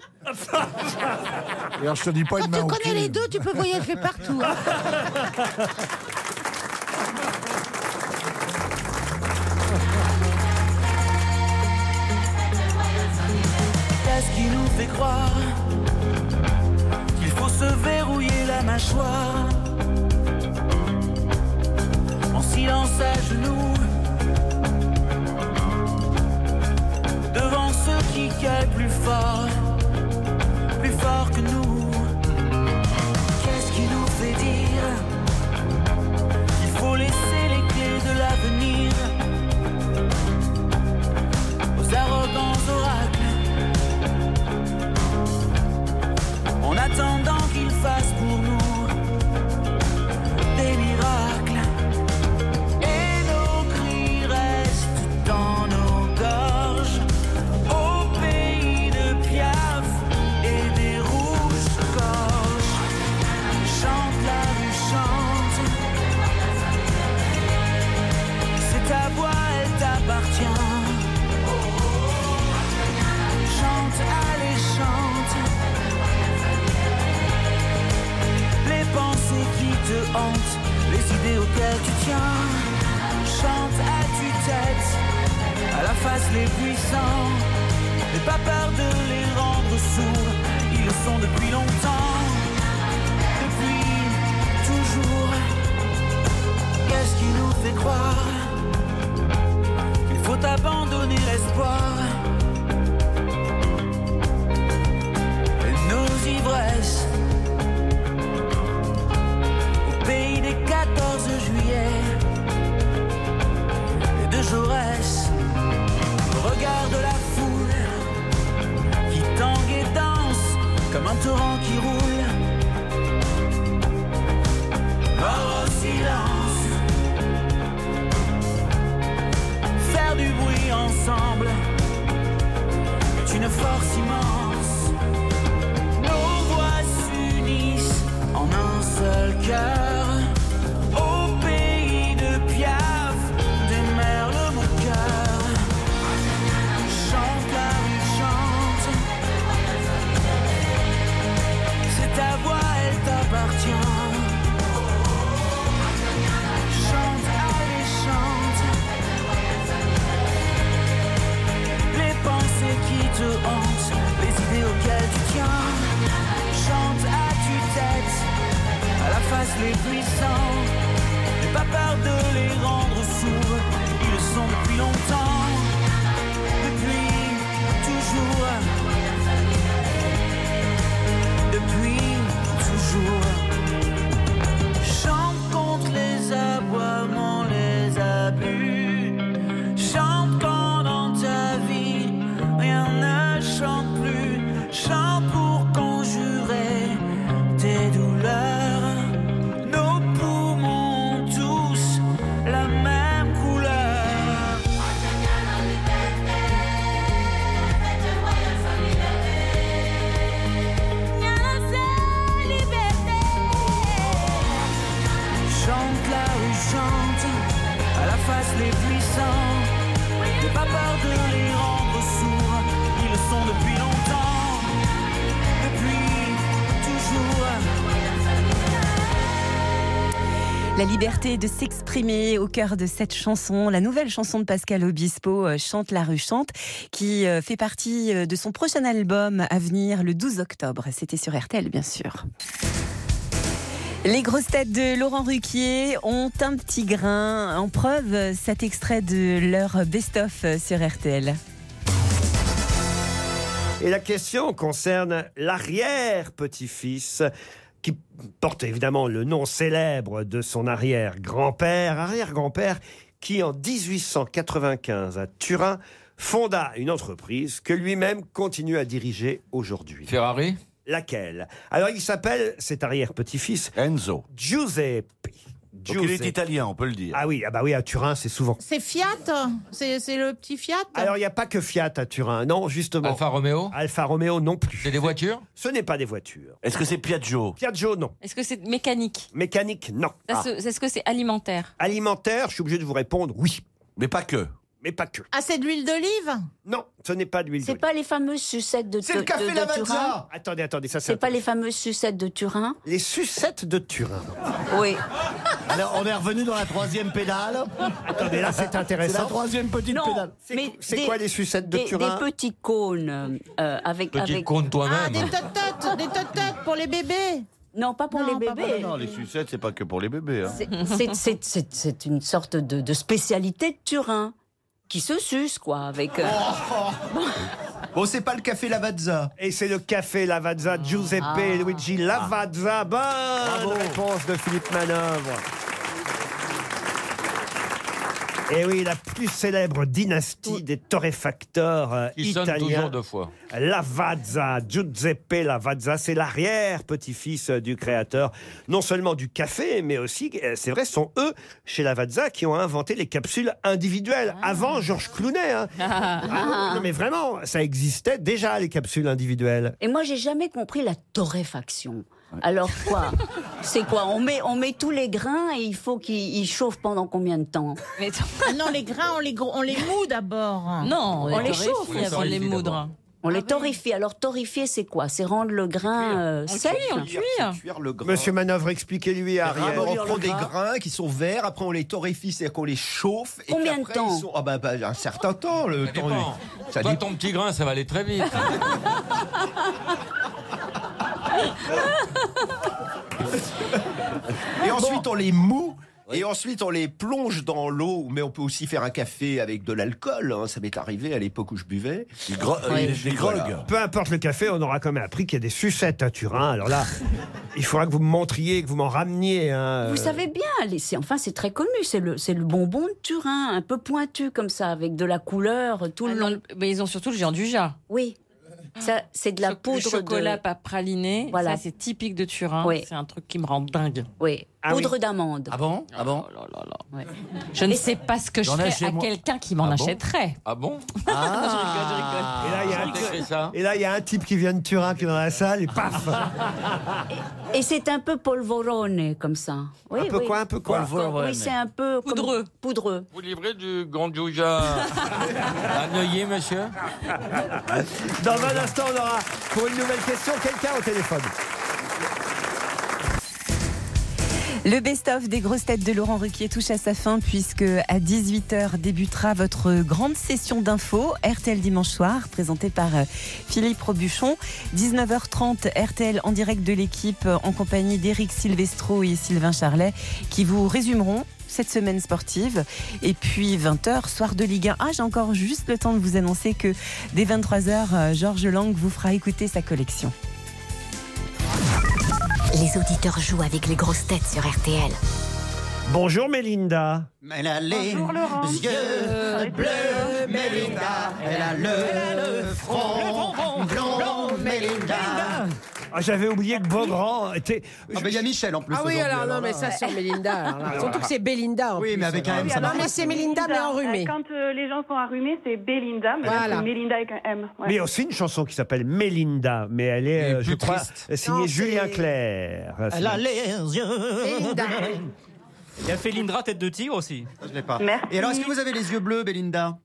Alors je te dis pas Quand une main tu au connais cul. les deux, tu peux voyager partout. hein. Qu'est-ce qui nous fait croire qu'il faut se verrouiller la mâchoire En silence à genoux Devant ceux qui gueulent plus fort Plus fort que nous Qu'est-ce qui nous fait dire fassent les puissants. N'aie pas peur de les rendre sourds, ils le sont depuis longtemps. Depuis toujours, qu'est-ce qui nous fait croire qu'il faut abandonner l'espoir et nos ivresses au pays des 14 juillet et de Jaurès. Au regard de la foule qui tangue et danse comme un torrent qui roule. Mort au silence, faire du bruit ensemble est une force immense. Nos voix s'unissent en un seul cœur. Au pays de Piaf, des mers le mon cœur. Chante car il chante. C'est ta voix, elle t'appartient. Chante, allez, chante. Les pensées qui te hantent, les idées auxquelles tu tiens. Chante à tue-tête, à la face les puissants. N'aie pas peur de les rendre sourds, ils le sont depuis longtemps. Depuis toujours. Depuis toujours. Chante contre les aboiements, les abus. Chante quand dans ta vie rien ne chante plus. Chante pour conjurer tes douleurs. Nos poumons ont tous la même couleur. Chante la rue, chante à la face les puissants. N'aie pas peur de les rendre sourds, ils le sont depuis longtemps. Depuis toujours. La liberté de s'exprimer au cœur de cette chanson, la nouvelle chanson de Pascal Obispo, euh, Chante la rue chante, qui euh, fait partie euh, de son prochain album à venir le 12 octobre. C'était sur RTL, bien sûr. Les grosses têtes de Laurent Ruquier ont un petit grain. En preuve, euh, cet extrait de leur best-of euh, sur RTL. Et la question concerne l'arrière-petit-fils qui porte évidemment le nom célèbre de son arrière-grand-père, arrière-grand-père qui en 1895 à Turin fonda une entreprise que lui-même continue à diriger aujourd'hui. Ferrari Laquelle Alors il s'appelle cet arrière-petit-fils Enzo Giuseppe. Donc, il est italien, on peut le dire. Ah oui, ah bah oui, à Turin, c'est souvent. C'est Fiat hein. C'est c'est le petit Fiat Ah, Alors, il n'y a pas que Fiat à Turin, non, justement. Ah. Alfa Romeo Alfa Romeo non plus. C'est des voitures Ce n'est pas des voitures. Est-ce que c'est Piaggio Piaggio, non. Est-ce que c'est mécanique Mécanique, non. Ça Ah. se- Est-ce que c'est alimentaire Alimentaire, je suis obligé de vous répondre oui. Mais pas que. Mais pas que. Ah, c'est de l'huile d'olive Non, ce n'est pas d'huile C'est d'olive. pas les fameuses sucettes de, C'est le de- café de- de Lavazza. Turin Attendez, attendez, ça c'est. C'est pas les fameuses sucettes de Turin Les sucettes de Turin. Oui. Alors, on est revenu dans la troisième pédale. Attendez, là, c'est intéressant. C'est la troisième petite Non, pédale. mais c'est des- quoi les sucettes de des- Turin Des petits cônes euh, avec. Petits avec- cônes toi-même. Ah, des tototes Des tototes pour les bébés Non, pas pour les bébés. Ah, bah, Non, les sucettes, c'est pas que pour les bébés. hein. C'est- c'est- c'est- C'est c'est une sorte de, de spécialité de Turin qui se suce, quoi, avec. euh, Oh. Bon, c'est pas le café Lavazza. Et c'est le café Lavazza, Giuseppe Ah. Luigi Lavazza. Bonne réponse de Philippe Manœuvre. Et oui, la plus célèbre dynastie des torréfacteurs euh, Qui sonne italiens. toujours deux fois. Lavazza, Giuseppe Lavazza, c'est l'arrière-petit-fils euh, du créateur, non seulement du café, mais aussi, euh, c'est vrai, ce sont eux, chez Lavazza, qui ont inventé les capsules individuelles. Avant Georges Clounet. hein. Ah, non, mais vraiment, ça existait déjà, les capsules individuelles. Et moi, j'ai jamais compris la torréfaction. Alors (laughs) quoi C'est quoi on met, on met tous les grains et il faut qu'ils ils chauffent pendant combien de temps Ah Non, les grains, on les, gro- on les moud d'abord Non, on les chauffe torréfie avant de les d'abord. moudre. Ah On les torréfie. Alors torréfier, c'est quoi C'est rendre le grain euh, sec Cuire le gras. Monsieur Manœuvre, expliquez-lui, Ariel. on prend des grains qui sont verts, après on les torréfie, c'est-à-dire qu'on les chauffe. Et Combien puis de après, temps ils sont- Ah bah, bah, un certain temps. Le temps dépend. Ça Toi, dépend. ton petit grain, ça va aller très vite. Et ensuite on les moue. Et ensuite, on les plonge dans l'eau, mais on peut aussi faire un café avec de l'alcool. hein, Ça m'est arrivé à l'époque où je buvais. Des, euh, Ouais. des- des grogues. ah. Peu importe le café, on aura quand même appris qu'il y a des sucettes à Turin. Alors là, il faudra que vous me montriez, que vous m'en rameniez. hein. Vous savez bien, les- c'est- enfin c'est très connu, c'est le, c'est le bonbon de Turin, un peu pointu comme ça, avec de la couleur tout Ah le long. Mais ils ont surtout le géant du jas. Oui, ça c'est de la Le poudre chocolat de... pas praliné, Voilà. ça c'est typique de Turin. Oui. C'est un truc qui me rend dingue. Oui, Ah poudre oui. d'amande. Ah bon Ah bon Je ne sais pas ce que je J'en ai ferais chez à moi. quelqu'un qui m'en Ah bon achèterait. Ah bon (laughs) Ah. Et là, il y a un- J'ai écrit ça. Et là, il y a un type qui vient de Turin, qui est dans la salle, et paf Et c'est un peu polvorone comme ça. Oui, Un peu oui. quoi, un peu quoi Polvorone. Oui, c'est un peu comme- Poudreux. poudreux. Vous livrez du grand Jouja à Neuilly, monsieur Dans un instant, on aura pour une nouvelle question quelqu'un au téléphone. Le best-of des grosses têtes de Laurent Ruquier touche à sa fin puisque à 18h débutera votre grande session d'infos RTL dimanche soir présentée par euh, Philippe Robuchon. 19h30 RTL en direct de l'équipe euh, en compagnie d'Éric Silvestro et Sylvain Charlet qui vous résumeront cette semaine sportive. Et puis 20h, soir de Ligue 1. Ah, j'ai encore juste le temps de vous annoncer que dès 23h, euh, Georges Lang vous fera écouter sa collection. Les auditeurs jouent avec les grosses têtes sur RTL. Bonjour Mélinda. Elle a les yeux bleus, Mélinda. Elle a le front blanc, Mélinda. Ah, J'avais oublié que Beaugrand était. Ah, mais il y a Michel en plus. Ah oui, aujourd'hui, alors non, mais ça sur Mélinda. alors là. (laughs) Alors Surtout là. que c'est Bélinda. En Oui, plus, mais avec alors. un M, ça Non, marche. mais c'est Mélinda, mais enrhumée. Quand euh, les gens sont enrhumés, c'est Belinda. Mais là, Voilà. c'est Mélinda avec un M. ouais. Mais aussi une chanson qui s'appelle Mélinda, mais elle est, euh, je crois, signée Non, c'est- Julien Clerc. Ah, Elle a les yeux. Mélinda. Il y a Félindra, tête de tigre aussi. Ah, Je l'ai pas. Merci. Et alors, est-ce que vous avez les yeux bleus, Bélinda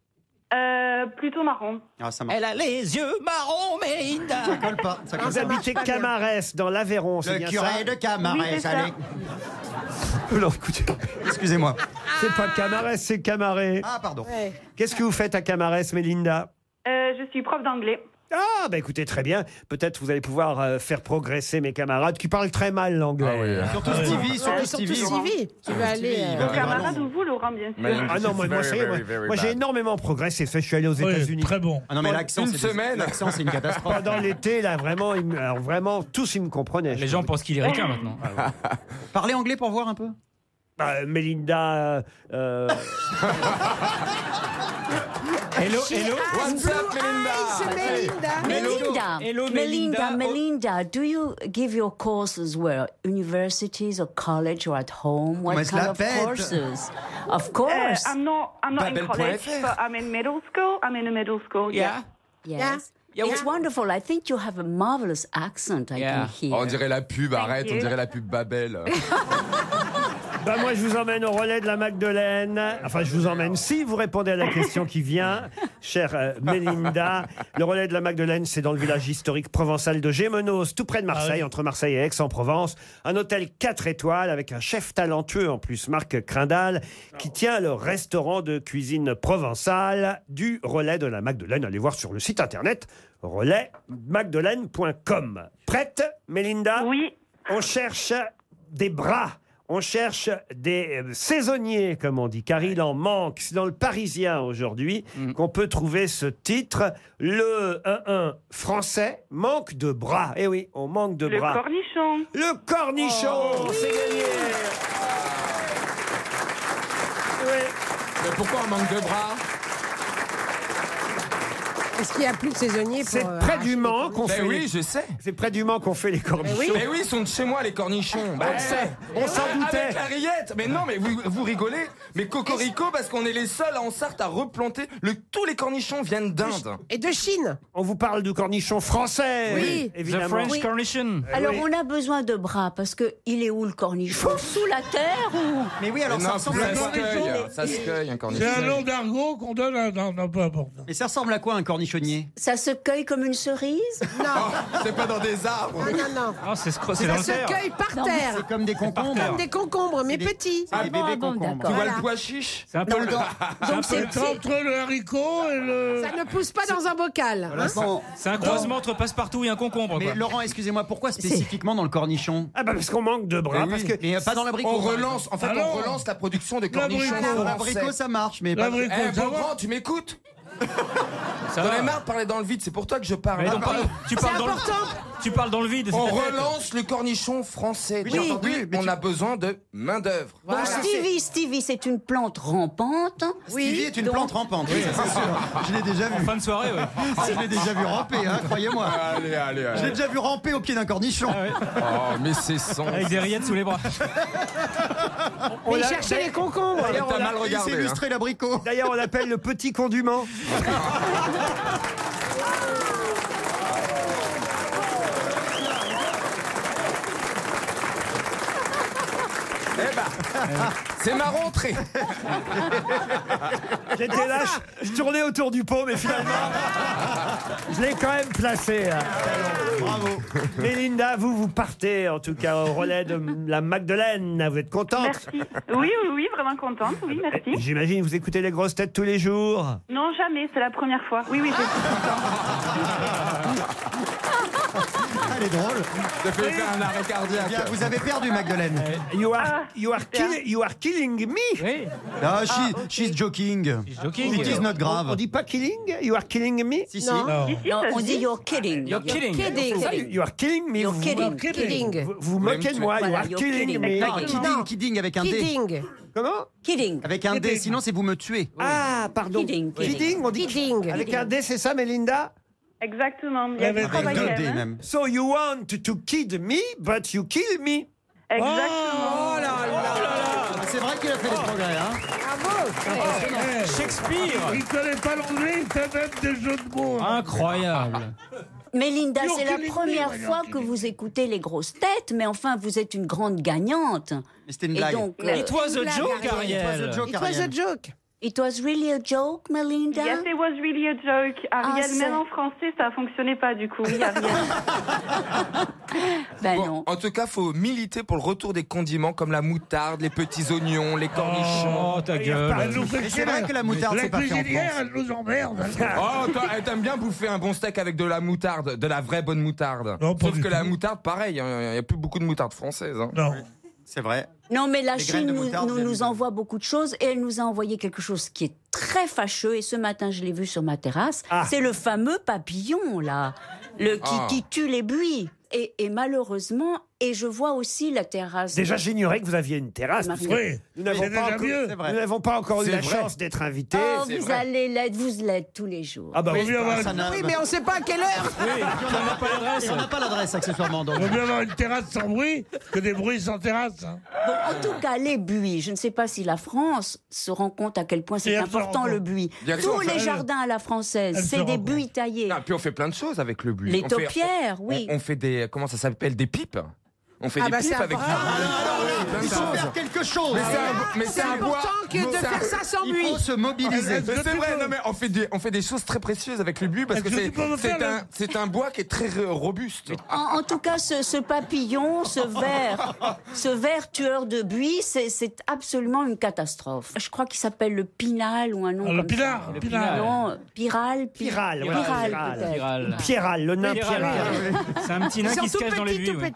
Euh, plutôt marron. Ah, ça marche. Elle a les yeux marrons, Mélinda. Ça colle pas. Ça colle Vous pas. habitez Camarès, dans l'Aveyron, c'est Le bien curé ça de Camarès, Oui, c'est ça. allez. Oula, Euh, écoutez. Excusez-moi. C'est pas Camarès, c'est Camaret. Ah, pardon. Ouais. Qu'est-ce que vous faites à Camarès, Mélinda Euh, je suis prof d'anglais. Ah, bah écoutez, très bien. Peut-être vous allez pouvoir euh, faire progresser mes camarades qui parlent très mal l'anglais. Ah Ah Surtout Stevie, surtout Ouais, surtout Stevie. Stevie, qui veut aller. Vos euh, camarades ou vous, Laurent, bien sûr. Ah non, moi, moi, ça y est, moi, moi, j'ai énormément progressé. Je suis allé aux États-Unis. Très bon. Ah non, mais l'accent, c'est- l'accent, c'est une catastrophe. Pendant l'été, là, vraiment, ils me- alors, vraiment, tous, ils me comprenaient. Ah, Les gens pensent qu'il est ricain maintenant. (laughs) Parlez anglais pour voir un peu. Bah, Melinda. (laughs) euh, Hello, She has blue eyes, Melinda. Melinda. Hello, Melinda, Oh. Melinda. Melinda, do you give your courses where universities or college or at home? What Mais se kind la of pète. courses? Of course. Uh, I'm not, I'm Bah, not in college, hein. Babel.fr. but I'm in middle school. I'm in a middle school, yeah. Yes. It's wonderful. I think you have a marvelous accent. I can hear. Oh, On dirait la pub, arrête, you. on dirait la pub Babel. (laughs) Bah moi, je vous emmène au relais de la Magdeleine. Enfin, je vous emmène. Si vous répondez à la question qui vient, chère euh, Mélinda, le relais de la Magdeleine, c'est dans le village historique provençal de Gémenos, tout près de Marseille, entre Marseille et Aix-en-Provence. Un hôtel 4 étoiles avec un chef talentueux en plus, Marc Crindal, qui tient le restaurant de cuisine provençale du relais de la Magdeleine. Allez voir sur le site internet relaismagdeleine.com. Prête, Mélinda Oui. On cherche des bras. On cherche des euh, saisonniers, comme on dit, car il en manque. C'est dans le Parisien aujourd'hui qu'on peut trouver ce titre. Le 1-1 français manque de bras. Eh oui, on manque de Le bras. cornichon. Le cornichon, Oh. c'est gagné. Mais pourquoi on manque de bras Est-ce qu'il n'y a plus de saisonniers pour. C'est euh, près arracher du Mans qu'on Ben fait. oui, les- je sais. C'est près du Mans qu'on fait les Mais cornichons. oui. ils sont de chez moi, les cornichons. Bah, On le sait, on s'en Avec doutait. la rillette. Mais non, mais vous, vous rigolez. Mais Cocorico, parce qu'on est les seuls en Sarthe à replanter. Le, tous les cornichons viennent d'Inde. Et de Chine. On vous parle du cornichon français, Oui. évidemment. Eh The French Oui. cornichon. Eh Alors, oui. on a besoin de bras parce que il est où le cornichon Sous la terre ou Mais oui, alors Mais ça non, ressemble à ça quoi se cueille, ça se cueille, un cornichon. C'est un long d'argot qu'on donne à. Non, non, peu importe. Mais ça ressemble à quoi un cornichonnier Ça se cueille comme une cerise Oh, C'est pas dans des arbres. Non, non, Ah, non. Ah, Non, c'est Ça se cueille par terre. C'est comme des concombres. Comme des concombres, mais petits. Ah des bon, bébés ah bon, concombres. d'accord. Tu vois le pois chiche C'est un peu le- Donc, (laughs) un peu c'est le- c'est- entre le haricot et le. Ça ne pousse pas dans un bocal. hein. C'est un croisement entre passe-partout et un concombre. Mais quoi. Laurent, excusez-moi, pourquoi spécifiquement dans le cornichon Ah bah parce qu'on manque de bras. Mais parce oui, que- mais euh, pas dans l'abricot. On par relance, exemple. en fait, on relance la production de cornichons. L'abricot, Voilà, l'abricot, français. ça marche, mais pas- L'abricot, Eh, ça Beaugrand, va. tu (laughs) m'écoutes T'en as marre de parler dans le vide, c'est pour toi que je parle. Mais Ah, non, pardon. parle- tu parles dans le- tu parles dans le vide. On c'est ta tête. relance le cornichon français. Oui, Bien j'ai entendu, on a besoin de main-d'œuvre. Donc Stevie, Stevie, c'est une plante rampante. Stevie est une plante rampante, oui, ça, c'est sûr. Je l'ai déjà vu. En fin de soirée, oui. (laughs) je l'ai déjà vu ramper, hein, croyez-moi. Allez, allez, allez. Je l'ai déjà vu ramper au pied d'un cornichon. Oh, mais c'est son. Ah Avec des rillettes sous les bras. On il l'a- cherchait d'ailleurs- les concombres. d'ailleurs, T'as on l'a- mal regardé, hein. s'est illustré l'abricot. D'ailleurs, on l'appelle le petit (laughs) condiment. Eh ben, c'est ma rentrée. J'étais là, je, je tournais autour du pot, mais (laughs) finalement, je l'ai quand même placé. hein. Bravo. Mélinda, vous, vous partez en tout cas au relais de la Magdeleine. Vous êtes contente Merci. Oui, oui, oui, vraiment contente. Oui, merci. J'imagine, vous écoutez les grosses têtes tous les jours. Non, jamais, c'est la première fois. Oui, oui, Elle est drôle. Ça fait faire un arrêt cardiaque. Bien, vous avez perdu, Magdalene. Euh, You are, you are, kill- you are killing me. Ah, she- she's joking. She's joking. It is not On, on grave. dit pas killing You are killing me Si, si. Non. Non. Non, on dit you're kidding. You're kidding. Ça, You are killing me. You're Vous- kidding. Vous, Kidding. vous- vous moquez de moi. You Voilà, are you're killing kidding. me. Non, kidding, kidding avec un D. Comment Kidding. Avec un D, Kidding. sinon c'est vous me tuez. Ah, pardon. Kidding, Kidding, kidding. on dit Kidding. Avec un D, c'est ça, Mélinda Exactement. Il y a du travail quand même. hein. So you want to kid me, but you kill me. Oh Exactement. C'est vrai qu'il a fait des progrès, hein Shakespeare Il connaît pas l'anglais, il fait même des jeux de mots. Incroyable. Mais Linda, You're c'est la kidding me, première you're fois que vous écoutez les grosses têtes, mais enfin, vous êtes une grande gagnante. C'était une Et blague. donc, euh, It was a joke, Ariel. It was a joke, It was a Ariel. joke. It was really a joke, Melinda. Ah, Yes, it was really a joke. Ariel, c'est- même en français, ça fonctionnait pas du coup. Oui, (laughs) Ariel. Bon, En tout cas, faut militer pour le retour des condiments comme la moutarde, les petits oignons, les cornichons. Oh, ta gueule. Elle nous fait chier. La cuisinière, elle nous emmerde. Oh, toi, eh, t'aimes bien bouffer un bon steak avec de la moutarde, de la vraie bonne moutarde. Sauf que la moutarde, pareil, hein, il n'y a plus beaucoup de moutarde française. hein. Non. C'est vrai. Non, mais la Les graines Chine de nous, moutarde, nous- bien nous évidemment. envoie beaucoup de choses et elle nous a envoyé quelque chose qui est très fâcheux. Et ce matin, je l'ai vu sur ma terrasse. C'est le fameux papillon, là, le, qui, Ah. qui tue les buis. Et, et malheureusement, et je vois aussi la terrasse. Déjà, j'ignorais que vous aviez une terrasse. parce que Oui, nous n'avons c'est pas, déjà encore- mieux. nous n'avons pas encore eu C'est la vrai. chance d'être invités. Oh, vous allez l'être, vous l'êtes tous les jours. Ah bah oui, Oui, mais on sait pas à quelle heure. Et on n'a pas l'adresse, accessoirement. Donc. Il vaut mieux avoir une terrasse sans bruit que des bruits sans terrasse. hein. Bon, en tout cas, les buis, je ne sais pas si la France se rend compte à quel point c'est Bien sûr, important bon. le buis. Bien sûr, Tous enfin, les elle- jardins à la française, c'est des buis. taillés. puis on fait plein de choses avec le buis. Les On fait- taupières, on- oui. On, fait des. Comment ça s'appelle Des pipes On fait Ah des bah, c'est pipes avec vrai. ça. Ah, non, non, non, il faut faire quelque chose. Mais c'est un- mais C'est c'est un important bois. que de c'est un- faire ça sans Il buis. Ah, faut se Mais mobiliser. C'est vrai, non mais on fait, des, on fait des choses très précieuses avec le buis parce que Est-ce que tu c'est peux me faire c'est le- un, c'est un bois qui est très euh, robuste. En, en tout cas, ce, ce papillon, ce ver, ce ver tueur de buis, c'est c'est absolument une catastrophe. Je crois qu'il s'appelle le pinal ou un nom Ah, le comme pinard, ça. le pinard. Non, piral, pi- Piral, voilà, piral, Piral. peut-être. Piral. Pierral, le nain Pierral, Pierral. C'est un petit nain qui se cache dans les vues. ouais.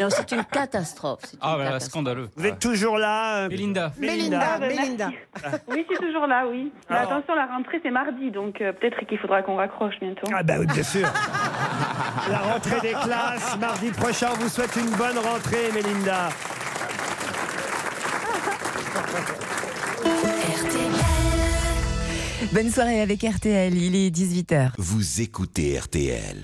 Non, c'est une catastrophe. c'est une Ah, bah, voilà, catastrophe. scandaleux. Vous êtes toujours là, euh, Melinda. Ah, ben, merci. (laughs) Oui, je suis toujours là, oui. Ah. Mais attention, la rentrée, c'est mardi, donc euh, peut-être qu'il faudra qu'on raccroche bientôt. Ah bah oui, bien sûr. (laughs) La rentrée des classes, mardi prochain, on vous souhaite une bonne rentrée, Mélinda. Bonne soirée avec RTL, il est 18h. Vous écoutez RTL.